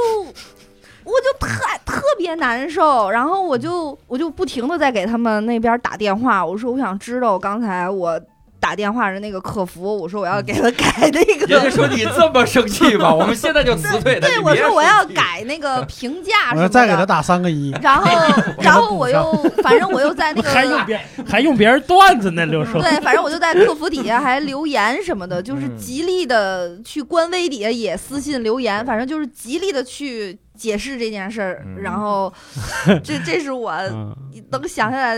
G: 我就太特别难受，然后我就我就不停的在给他们那边打电话，我说我想知道刚才我打电话的那个客服，我说我要给他改那
A: (laughs)
G: 个。
A: 人家说你这么生气
G: (laughs)
A: 吧，我们现在就辞退他。
G: 对，
A: 你
G: 我
A: 别
G: 说我要
A: 生气。
G: 改那个评价什
C: 我
G: 么的，
C: 要再给他打三个一，
G: 然后，然后我又，反正我又在那个
E: 还用别还用别人段子呢，刘
A: (laughs)
E: 叔。
G: 对，反正我就在客服底下还留言什么的，就是
A: 嗯
G: 极力的去官微底下也私信留言，反正就是极力的去解释这件事儿。
A: 嗯
G: 然后，
A: (laughs)
G: 这这是我
E: 嗯
G: 能想下来，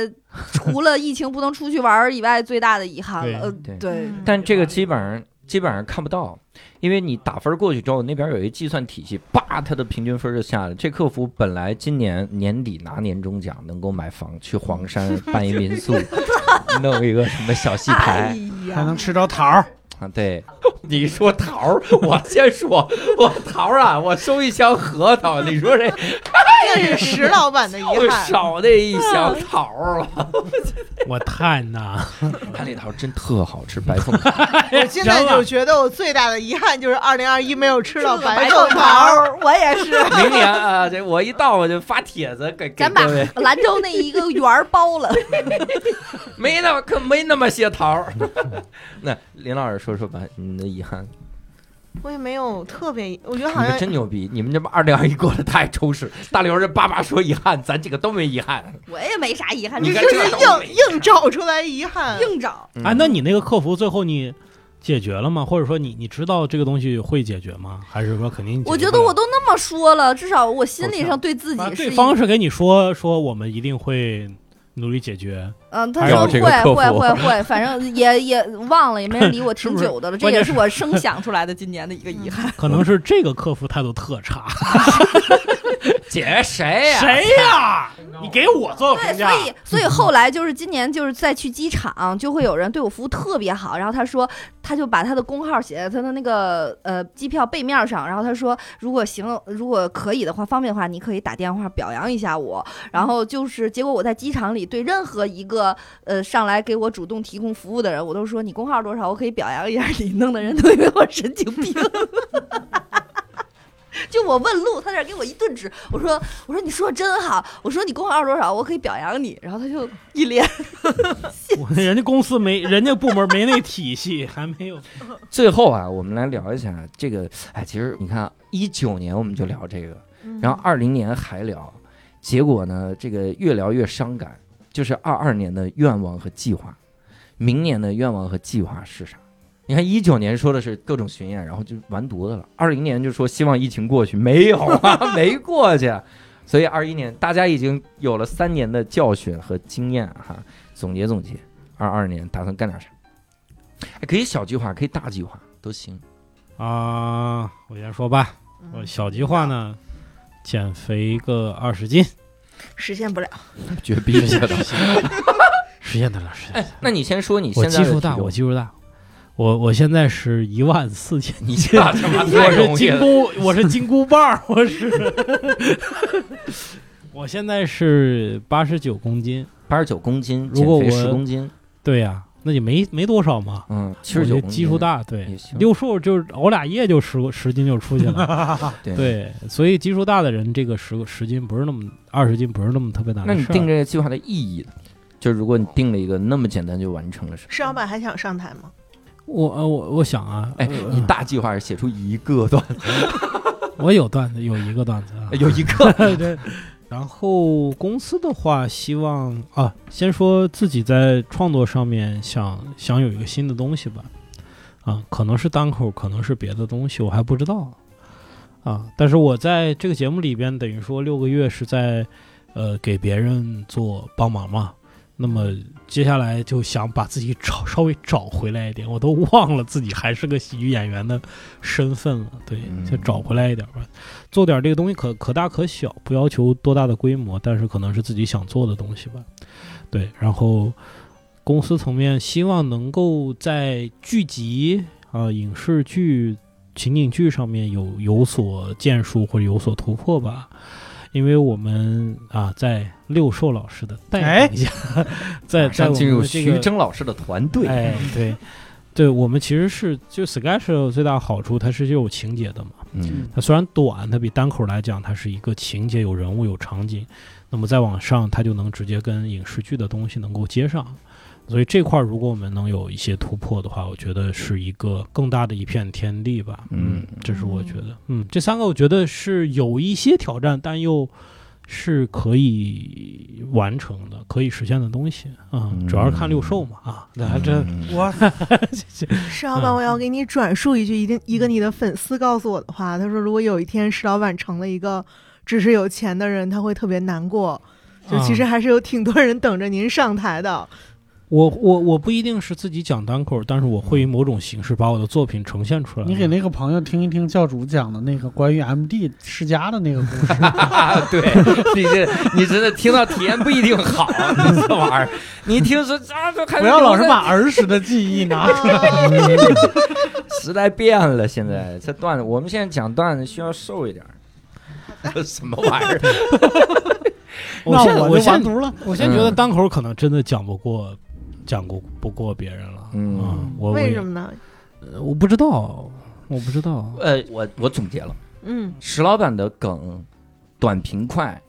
G: 除了疫情不能出去玩儿以外最大的遗憾了。呃
A: 对
G: 对，
F: 嗯
A: 但这个基本上基本上看不到，因为你打分过去之后，那边有一个计算体系，叭，他的平均分就下来了。这客服本来今年年底拿年终奖，能够买房去黄 (laughs) 山办一民宿，弄一个什么小戏
G: 哎
A: 台
C: 还
G: 呀
C: 能，吃着桃儿。
A: 啊。对，你说桃儿，我先说，我桃儿啊，我收一箱核桃，你说
G: (laughs) 哎
A: 这
F: 这是石老板的
A: (laughs)
F: 遗
A: 又
F: 憾。
A: 少那一箱桃儿 (laughs) 了。
E: 我叹
G: (laughs)
E: 呐，
A: 他那桃儿真特好吃，白凤
F: 我现在就觉得我最大的遗憾就是二零二一没有吃到白豆
G: 桃
F: 桃。
G: 儿，我也是。
A: 明年啊，这我一到我就发帖子 (laughs) 给给
G: 咱把
A: 各位，
G: 兰州那一个园儿包了， (laughs)
A: 没那么可没那么些桃儿。 (laughs) 那林老师说说吧，你的遗憾，
F: 我也没有特别，我觉得
A: 你
F: 好
A: 们
F: 像
A: 真牛逼，你们这二零二一过得太充实。 (laughs) 大刘这爸爸说遗憾，咱几个都没遗憾。
G: 我也没啥遗憾，
A: 你
G: 就
A: 看
G: 是
F: 就是
A: 这都没
F: 硬硬找出来遗憾。
G: 硬找。
A: 嗯
E: 哎，那你那个客服最后你解决了吗？或者说你你知道这个东西会解决吗？还是说肯定解决不了？
G: 我觉得我都那么说了，至少我心理上对自
E: 啊
G: 己是
E: 对
G: 一
E: 方是给你说说我们一定会努力解决，
G: 嗯，他
E: 还
G: 说
E: 有
G: 会
E: 这个客服
G: 会会会，反正也也忘了，也没人理
E: (laughs)
G: 我
E: 是
G: 挺
E: 不是
G: 久的了，这
E: 关键
G: 也是我生想出来的今年的一个遗憾。
E: 可能是这个客服态度特
G: (laughs)
E: 差。
A: 姐谁呀、
E: 谁呀、你给我做个
G: 啊对，
E: 评
G: 所
E: 价。
G: 以所以后来就是今年就是再去机场，就会有人对我服务特别好，然后他说他就把他的工号写在他的那个呃机票背面上，然后他说如果行，如果可以的话，方便的话，你可以打电话表扬一下我。然后就是结果我在机场里对任何一个呃上来给我主动提供服务的人，我都说你工号多少，我可以表扬一下你，弄得人都以为我神经病。 (laughs) 就我问路，他在那儿给我一顿指，我说我说你说的真好，我说你工号多少，我可以表扬你。然后他就一脸
E: 我 (laughs) 人家公司没，人家部门没那体系， (laughs) 还没有。
A: 最后啊，我们来聊一下这个。哎，其实你看，一九年我们就聊这个，
F: 嗯
A: 然后二零年还聊，结果呢，这个越聊越伤感。就是二二年的愿望和计划，明年的愿望和计划是啥？你看一九年说的是各种巡演，然后就完犊子了；二零年就说希望疫情过去，没有 (laughs) 啊，没过去。所以二一年大家已经有了三年的教训和经验哈，总结总结，二二年打算干点啥？哎，可以小计划，可以大计划都行。
E: 啊、我先说吧，
G: 嗯
E: 我小计划呢，减肥个二十斤，
F: 实现不了，
A: 绝逼
E: (laughs) 实现得了，实现得了。
A: 哎那你先说你
E: 我
A: 现在
E: 基
A: 的
E: 数大， (laughs)
A: 体重
E: 我基数大，我我现在是一万四千，
A: (laughs) 你这他妈
E: 我
A: (laughs) 太
E: 是
A: 容易
E: 金
A: 了。
E: 箍，我是金箍棒儿， (laughs) 我是，我现在是八十九公斤，
A: 八十九公斤，
E: 如果
A: 减肥
E: 我
A: 十公斤，
E: 对呀、那也没没多少嘛，
A: 嗯，七十九
E: 我
A: 公
E: 这
A: 斤，
E: 基数大，对
A: 也，行
E: 六数就是熬俩夜就十十斤就出去
A: (laughs)
E: 了，
A: 对。
E: 对，所以基数大的人，这个十十斤不是那么二十斤啊不是那么特别难
A: 那
E: 的
A: 你
E: 事儿。
A: 定这个计划的意义呢？就是如果你定了一个那么简单就完成了事，
F: 石老板还想上台吗？
E: 我呃我我想啊，
A: 哎，
E: 呃
A: 你大计划是写出一个
E: (laughs)
A: 段子，
E: 我有段子，有一个段子啊，
A: 有一个，
E: 对，然后公司的话，希望啊，先说自己在创作上面想想有一个新的东西吧，啊，可能是单口，可能是别的东西，我还不知道啊。但是我在这个节目里边，等于说六个月是在呃给别人做帮忙嘛。那么接下来就想把自己找稍微找回来一点，我都 (laughs) 忘了自己还是个喜剧演员的身份了，对，就找回来一点吧。做点这个东西可可大可小，不要求多大的规模，但是可能是自己想做的东西吧。对，然后公司层面希望能够在剧集啊、影视剧、情景剧上面有有所建树或者有所突破吧。因为我们啊，在六兽老师的带领下， (laughs) 在
A: 哎马
E: 在
A: 上
E: 我
A: 进
E: 们
A: 入
E: 的这个
A: 徐峥老师的团队，
E: 哎，对，对，我们其实是就 sketch 的最大好处，它是有情节的嘛。
C: (laughs)
A: 嗯，
E: 它虽然短，它比单口来讲，它是一个情节有人物有场景，那么再往上，它就能直接跟影视剧的东西能够接上。所以这块儿如果我们能有一些突破的话，我觉得是一个更大的一片天地吧。
A: 嗯，
E: 这是我觉得，嗯，这三个我觉得是有一些挑战，但又是可以完成的、可以实现的东西啊、
A: 嗯
E: 主要是看六兽嘛啊，那这
I: 我
F: 石老板，
A: 嗯
F: 我要给你转述一句，一定一个你的粉丝告诉我的话。他说，如果有一天石老板成了一个只是有钱的人，他会特别难过。就其实
A: 嗯
F: 还是有挺多人等着您上台的。
E: 我我我不一定是自己讲单口，但是我会以某种形式把我的作品呈现出来。
C: 你给那个朋友听一听教主讲的那个关于 MD 世家的那个故事，
A: 啊，对，你这你真的听到体验不一定好， (laughs) 你这玩意儿，你一听说啊，这还
C: 不要老是
A: 留在
C: 把儿时的记忆拿出来。
A: 时代变了，现在这段子，我们现在讲段子需要瘦一点儿， (laughs) 什么玩意儿？
E: 我现在
C: 那
E: 我
C: 我就
E: 现
C: 完
E: 在
C: 犊了。
E: 我现在觉
A: 嗯
E: 得单口可能真的讲不过，讲过不过别人了。啊
A: 嗯
E: 我我
F: 为
E: 也
F: 什么呢？
E: 我不知道，我不知道。
A: 呃，我我总结了，
F: 嗯
A: 石老板的梗短平快，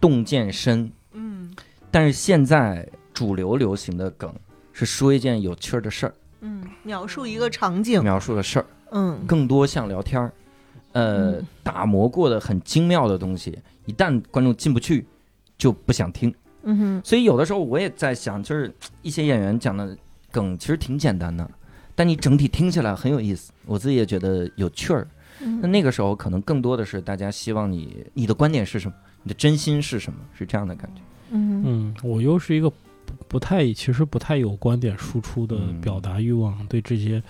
A: 洞见深，
F: 嗯
A: 但是现在主流流行的梗是说一件有趣儿的事儿，
F: 嗯，描述一个场景。
A: 描述的事儿，
F: 嗯
A: 更多像聊天儿。呃
F: 嗯，
A: 打磨过的很精妙的东西，一旦观众进不去，就不想听。
F: 嗯哼
A: 所以有的时候我也在想，就是一些演员讲的梗其实挺简单的，但你整体听起来很有意思，我自己也觉得有趣儿。那
F: 嗯
A: 那个时候可能更多的是大家希望你你的观点是什么，你的真心是什么，是这样的感觉。
F: 嗯
E: 嗯，我又是一个不不太，其实不太有观点输出的
A: 嗯
E: 表达欲望，对这些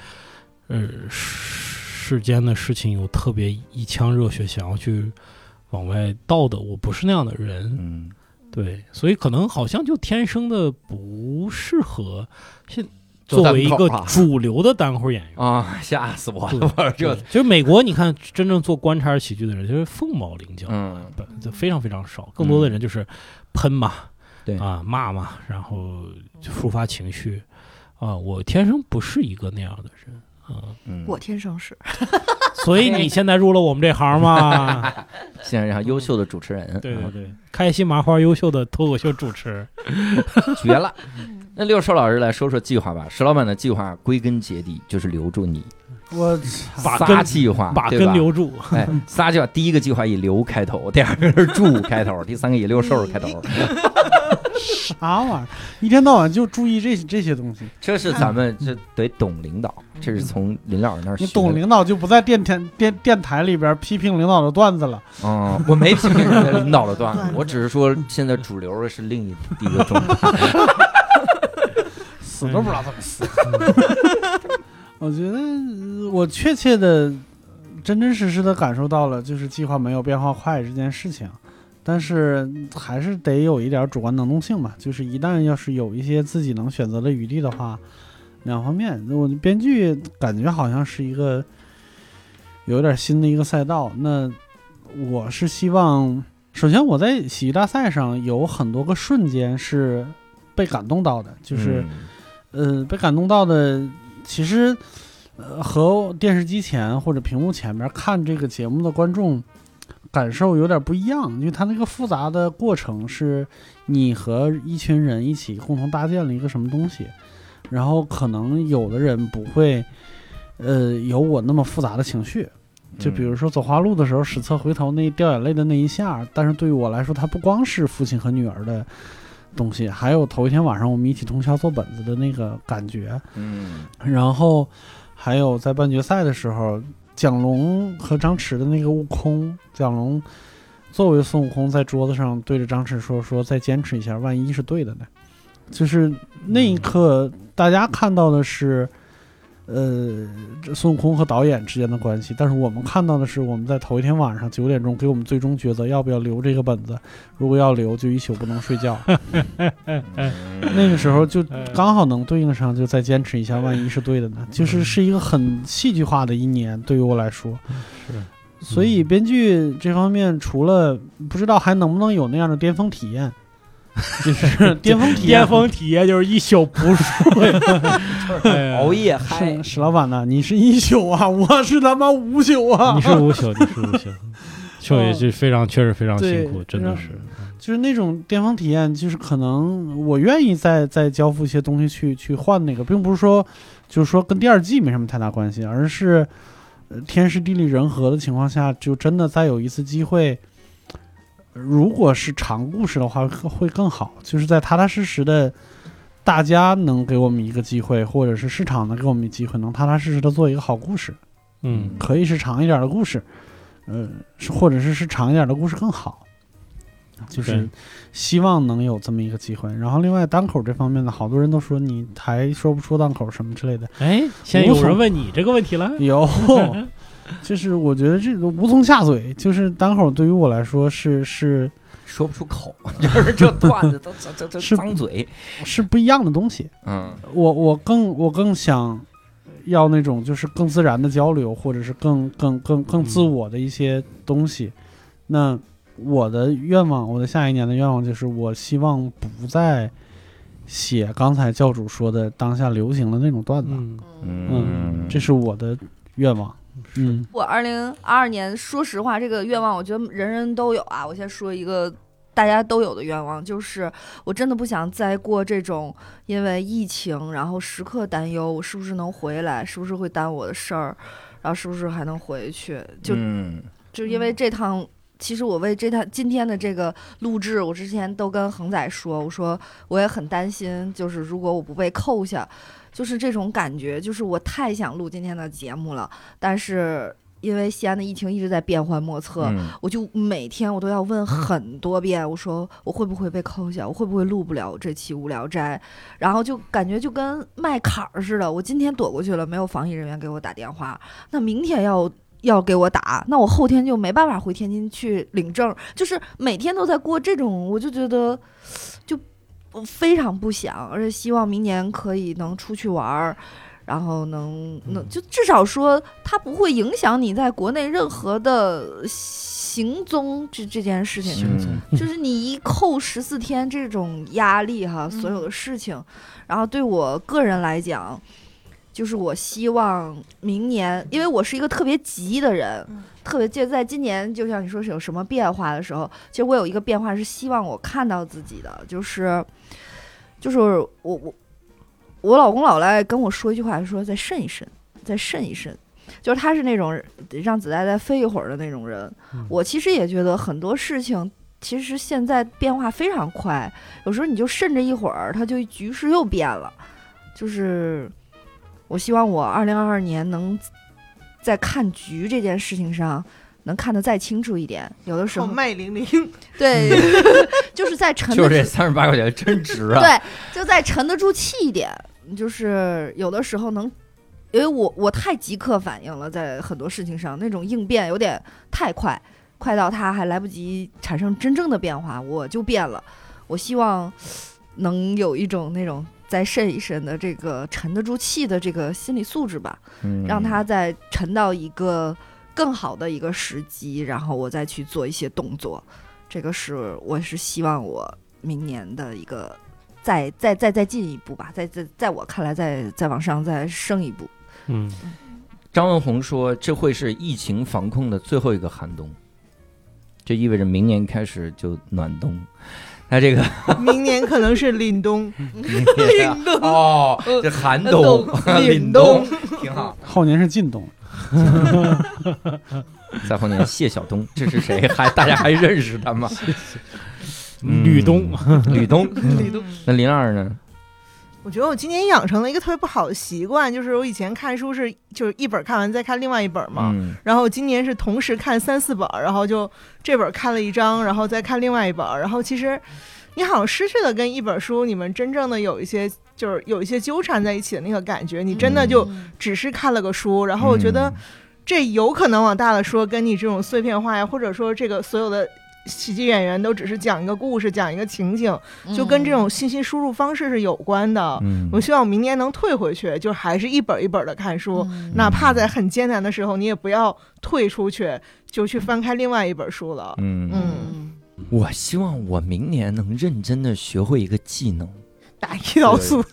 E: 呃世世间的事情有特别一腔热血，想要去往外倒的，我不是那样的人。
A: 嗯，
E: 对，所以可能好像就天生的不适合现
A: 做
E: 作
A: 单
E: 为一
A: 口
E: 个
A: 啊
E: 主流的单口演员。
A: 啊，吓死我
E: 对
A: 了！我
E: 对
A: 这，
E: 就是美国，你看真正做观察喜剧的人，就是凤毛麟角，
A: 嗯，
E: 本就非常非常少。更多的人就是喷嘛，
A: 对
E: 啊骂嘛，然后就抒发情绪。啊，我天生不是一个那样的人啊，
A: 嗯
F: 我天生是。
E: 所以你现在入了我们这行嘛，
A: 现在让优秀的主持人，
E: (laughs) 对对
A: 啊
E: 对，开心麻花优秀的脱口秀主持，
A: 绝
E: (laughs)
A: 了。那六兽老师来说说计划吧，石老板的计划归根结底就是留住你，
C: 我
E: 把
A: 仨
E: 根
A: 计划，
E: 把
A: 啊对
E: 根
A: 吧
E: 留住。
A: 哎，仨计划，第一个计划以刘开头，第二个是祝开头，第三个以六兽开头。
C: 啥玩意儿？一天到晚就注意这这些东西。
A: 这是咱们这得懂领导，这是从林老师那儿学
C: 你
A: 的。
C: 懂领导就不在电台电电台里边批评领导的段子了。
A: 嗯，我没批评人家领导的段
F: 段
A: 子，
F: 子
A: 我只是说现在主流的是另一一
C: 嗯
A: 个种。
C: 死都不知
E: (laughs)
C: 道怎么死。我觉得呃我确切的、真真实实的感受到了，就是计划没有变化快这件事情。但是还是得有一点主观能动性吧，就是一旦要是有一些自己能选择的余地的话，两方面，我编剧感觉好像是一个有点新的一个赛道。那我是希望，首先我在喜剧大赛上有很多个瞬间是被感动到的，
A: 嗯
C: 就是、呃被感动到的，其实呃和电视机前或者屏幕前面看这个节目的观众感受有点不一样，因为它那个复杂的过程是你和一群人一起共同搭建了一个什么东西，然后可能有的人不会呃有我那么复杂的情绪。就
A: 嗯
C: 比如说走花路的时候，史册回头那掉眼泪的那一下，但是对于我来说，它不光是父亲和女儿的东西，还有头一天晚上我们一起通宵做本子的那个感觉。
D: 嗯
C: 然后还有在半决赛的时候，蒋龙和张弛的那个悟空，蒋龙作为孙悟空在桌子上对着张弛说：“说再坚持一下，万一是对的呢？”就是那一刻，大家看到的是，呃，这孙悟空和导演之间的关系，但是我们看到的是，我们在头一天晚上九点钟给我们最终抉择要不要留这个本子，如果要留，就一宿不能睡觉。那个时候就
E: 哎嗯
C: 刚好能对应上，就再坚持一下，万一是对的呢？就是是一个很戏剧化的一年，对于我来说，
E: 嗯是。
C: 所以编剧这方面，除了不知道还能不能有那样的巅峰体
E: (laughs)
C: 验，就是巅峰体验。
E: 巅峰体验就是一宿不睡，哎呀
D: 熬夜嗨
C: 呃是，史老板呢？你是一宿啊，我是他妈五宿啊。
E: (laughs) 你是无休，你是无休，秀也是非常，确实非常
C: 对
E: 辛苦，真的是。
C: 就是那种巅峰体验，就是可能我愿意再再交付一些东西去去换那个，并不是说就是说跟第二季没什么太大关系，而是、呃天时地利人和的情况下，就真的再有一次机会。呃如果是长故事的话，会会更好，就是在踏踏实实的，大家能给我们一个机会，或者是市场能给我们一个机会，能踏踏实实的做一个好故事。
E: 嗯，
C: 可以是长一点的故事，呃，是或者是是长一点的故事更好，就是
E: 对
C: 希望能有这么一个机会。然后另外单口这方面呢，好多人都说你还说不出单口什么之
E: (laughs)
C: 类的，
E: 哎，现在有人问你这个问题了，
C: 有，就是我觉得这个无从下嘴，就是单口对于我来说是是
D: 说不出口，就是这段子都这这这
C: 是
D: 脏嘴，
C: 是不一样的东西。
D: 嗯
C: 我我更我更想要那种就是更自然的交流，或者是更更更更自我的一些东西。那我的愿望，我的下一年的愿望就是，我希望不再写刚才教主说的当下流行的那种段子，
E: 嗯，
C: 嗯这是我的愿望。嗯，
G: 我二零二二年，说实话，这个愿望我觉得人人都有啊。我先说一个大家都有的愿望，就是我真的不想再过这种因为疫情，然后时刻担忧我是不是能回来，是不是会耽误我的事儿，然后是不是还能回去，就
D: 嗯
G: 就是因为这趟，其实我为这趟今天的这个录制，我之前都跟恒仔说，我说我也很担心，就是如果我不被扣下，就是这种感觉，就是我太想录今天的节目了，但是因为西安的疫情一直在变幻莫测，
D: 嗯
G: 我就每天我都要问很多遍，我说我会不会被扣下，我会不会录不了这期无聊斋，然后就感觉就跟卖坎儿似的，我今天躲过去了，没有防疫人员给我打电话，那明天要。要给我打，那我后天就没办法回天津去领证，就是每天都在过这种，我就觉得，就我非常不想，而且希望明年可以能出去玩儿，然后能能就至少说它不会影响你在国内任何的行踪这这件事情，
D: 嗯
G: 就是你一扣十四天这种压力哈，所有的事情，然后对我个人来讲，就是我希望明年，因为我是一个特别急的人，
F: 嗯
G: 特别就在今年，就像你说是有什么变化的时候，其实我有一个变化是希望我看到自己的，就是就是我我我老公老来跟我说一句话，说再慎一慎，再慎一慎。就是他是那种让子弹再飞一会儿的那种人，
E: 嗯
G: 我其实也觉得很多事情其实现在变化非常快，有时候你就慎着一会儿，它就局势又变了。就是我希望我二零二二年能在看局这件事情上能看得再清楚一点。有的时
F: 好 (laughs)
G: 候，
F: 麦玲玲，
G: 对，就是在沉
D: 就
G: 得
D: 是这
G: 住，
D: 三十八块钱真值啊！
G: 对，就在沉得住气一点。就是有的时候能，因为我我太即刻反应了，在很多事情上那种应变有点太快，快到它还来不及产生真正的变化，我就变了。我希望能有一种那种再渗一渗的这个沉得住气的这个心理素质吧，
A: 嗯
G: 让他再沉到一个更好的一个时机，然后我再去做一些动作。这个是我是希望我明年的一个再再再再进一步吧，再再在我看来再再往上再升一步。
E: 嗯，
A: 张文宏说，这会是疫情防控的最后一个寒冬，这意味着明年开始就暖冬。那这个
F: 明年可能是凛冬，
A: (laughs)
F: 哎
A: 凛冬哦，这寒冬
F: (laughs) 冬
A: 凛
F: 凛
A: 冬 (laughs)
F: 冬
A: 挺好。
C: 后年是靳东，
A: 再后年谢晓东，这是谁？还大家还认识他吗？ (laughs) 嗯
E: 吕东，
A: (laughs) 吕东，
F: 凛冬。
A: 那林二呢？
F: 我觉得我今年养成了一个特别不好的习惯，就是我以前看书是就是一本看完再看另外一本嘛，
A: 嗯，
F: 然后我今年是同时看三四本儿，然后就这本儿看了一章，然后再看另外一本儿，然后其实你好像失去了跟一本书你们真正的有一些就是有一些纠缠在一起的那个感觉，你真的就
G: 嗯
F: 只是看了个书，然后我觉
A: 嗯
F: 得这有可能往大了说，跟你这种碎片化呀，或者说这个所有的。喜剧演员都只是讲一个故事，讲一个情景，
G: 嗯
F: 就跟这种信息输入方式是有关的。
A: 嗯，
F: 我希望我明年能退回去，就还是一本一本的看书，
G: 嗯
F: 哪怕在很艰难的时候，你也不要退出去，就去翻开另外一本书了。
A: 嗯嗯，
F: 嗯，
A: 我希望我明年能认真的学会一个技能。
F: 打胰岛素，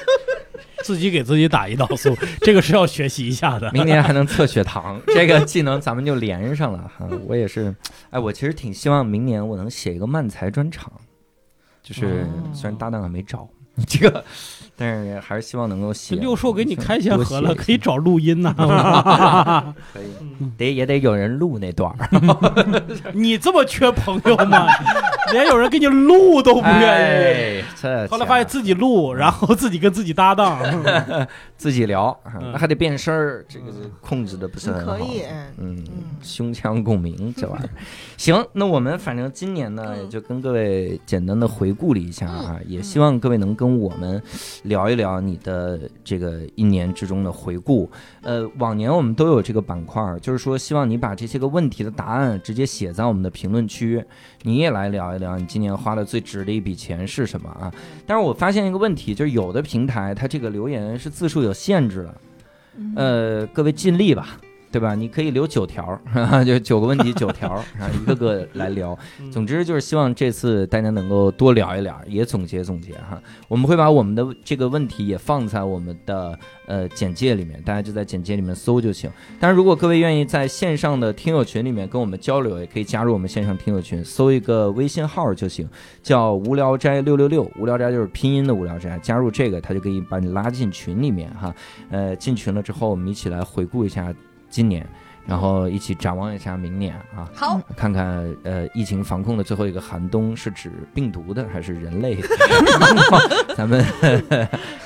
E: (laughs) 自己给自己打胰岛素， (laughs) 这个是要学习一下 (laughs) 的。
A: 明年还能测血糖， (laughs) 这个技能咱们就连上了哈。我也是，哎，我其实挺希望明年我能写一个漫才专场，就是
E: 哦
A: 虽然搭档还没找 (laughs) 这个，但是还是希望能够写。
E: 六兽给你开先河了，
A: 多
E: 可
A: 写
E: 以
A: 一
E: 找录音呐、
A: 些可以，得也得有人录那段儿，
E: (laughs) 你这么缺朋友
A: (laughs)
E: 吗？连有人给你录都不愿意。
A: 哎，这
E: 后来发现自己录，然后自己跟自己
A: (laughs)
E: 搭档，
A: 自己聊，啊
E: 嗯
A: 那还得变声儿，这个控制的不是
F: 你
A: 很好。
F: 嗯可以。
A: 嗯
F: 嗯，
A: 胸腔共鸣这玩意儿。行，那我们反正今年呢，
F: 嗯
A: 也就跟各位简单的回顾了一下啊，也希望各位能跟我们聊一聊你的这个一年之中的回顾。呃，往年我们都有这个板块儿，就是说希望你把这些个问题的答案直接写在我们的评论区，你也来聊一聊你今年花的最值的一笔钱是什么啊？但是我发现一个问题，就是有的平台它这个留言是字数有限制的。呃，各位尽力吧，对吧？你可以留九条儿，就九个问题九条儿，然后一个个来聊。
E: 嗯
A: 总之就是希望这次大家能够多聊一聊，也总结总结哈。我们会把我们的这个问题也放在我们的呃简介里面，大家就在简介里面搜就行。当然，如果各位愿意在线上的听友群里面跟我们交流，也可以加入我们线上听友群，搜一个微信号就行，叫“无聊斋六六六”，无聊斋就是拼音的无聊斋，加入这个，他就可以把你拉进群里面哈。呃，进群了之后，我们一起来回顾一下今年，然后一起展望一下明年啊，
G: 好，
A: 看看呃疫情防控的最后一个寒冬是指病毒的还是人类的？咱们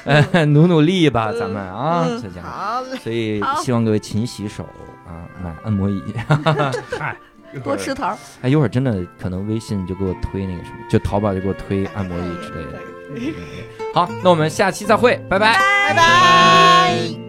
A: (laughs) 呃努努力吧，咱们啊，这家伙。
F: 嗯好嘞，
A: 所以
G: 好
A: 希望各位勤洗手啊，买按摩椅。
F: 嗯
G: 多吃桃儿，
A: (laughs) 哎，一会儿真的可能微信就给我推那个什么，就淘宝就给我推按摩椅之类的。好，那我们下期再会，拜拜。
G: 拜拜。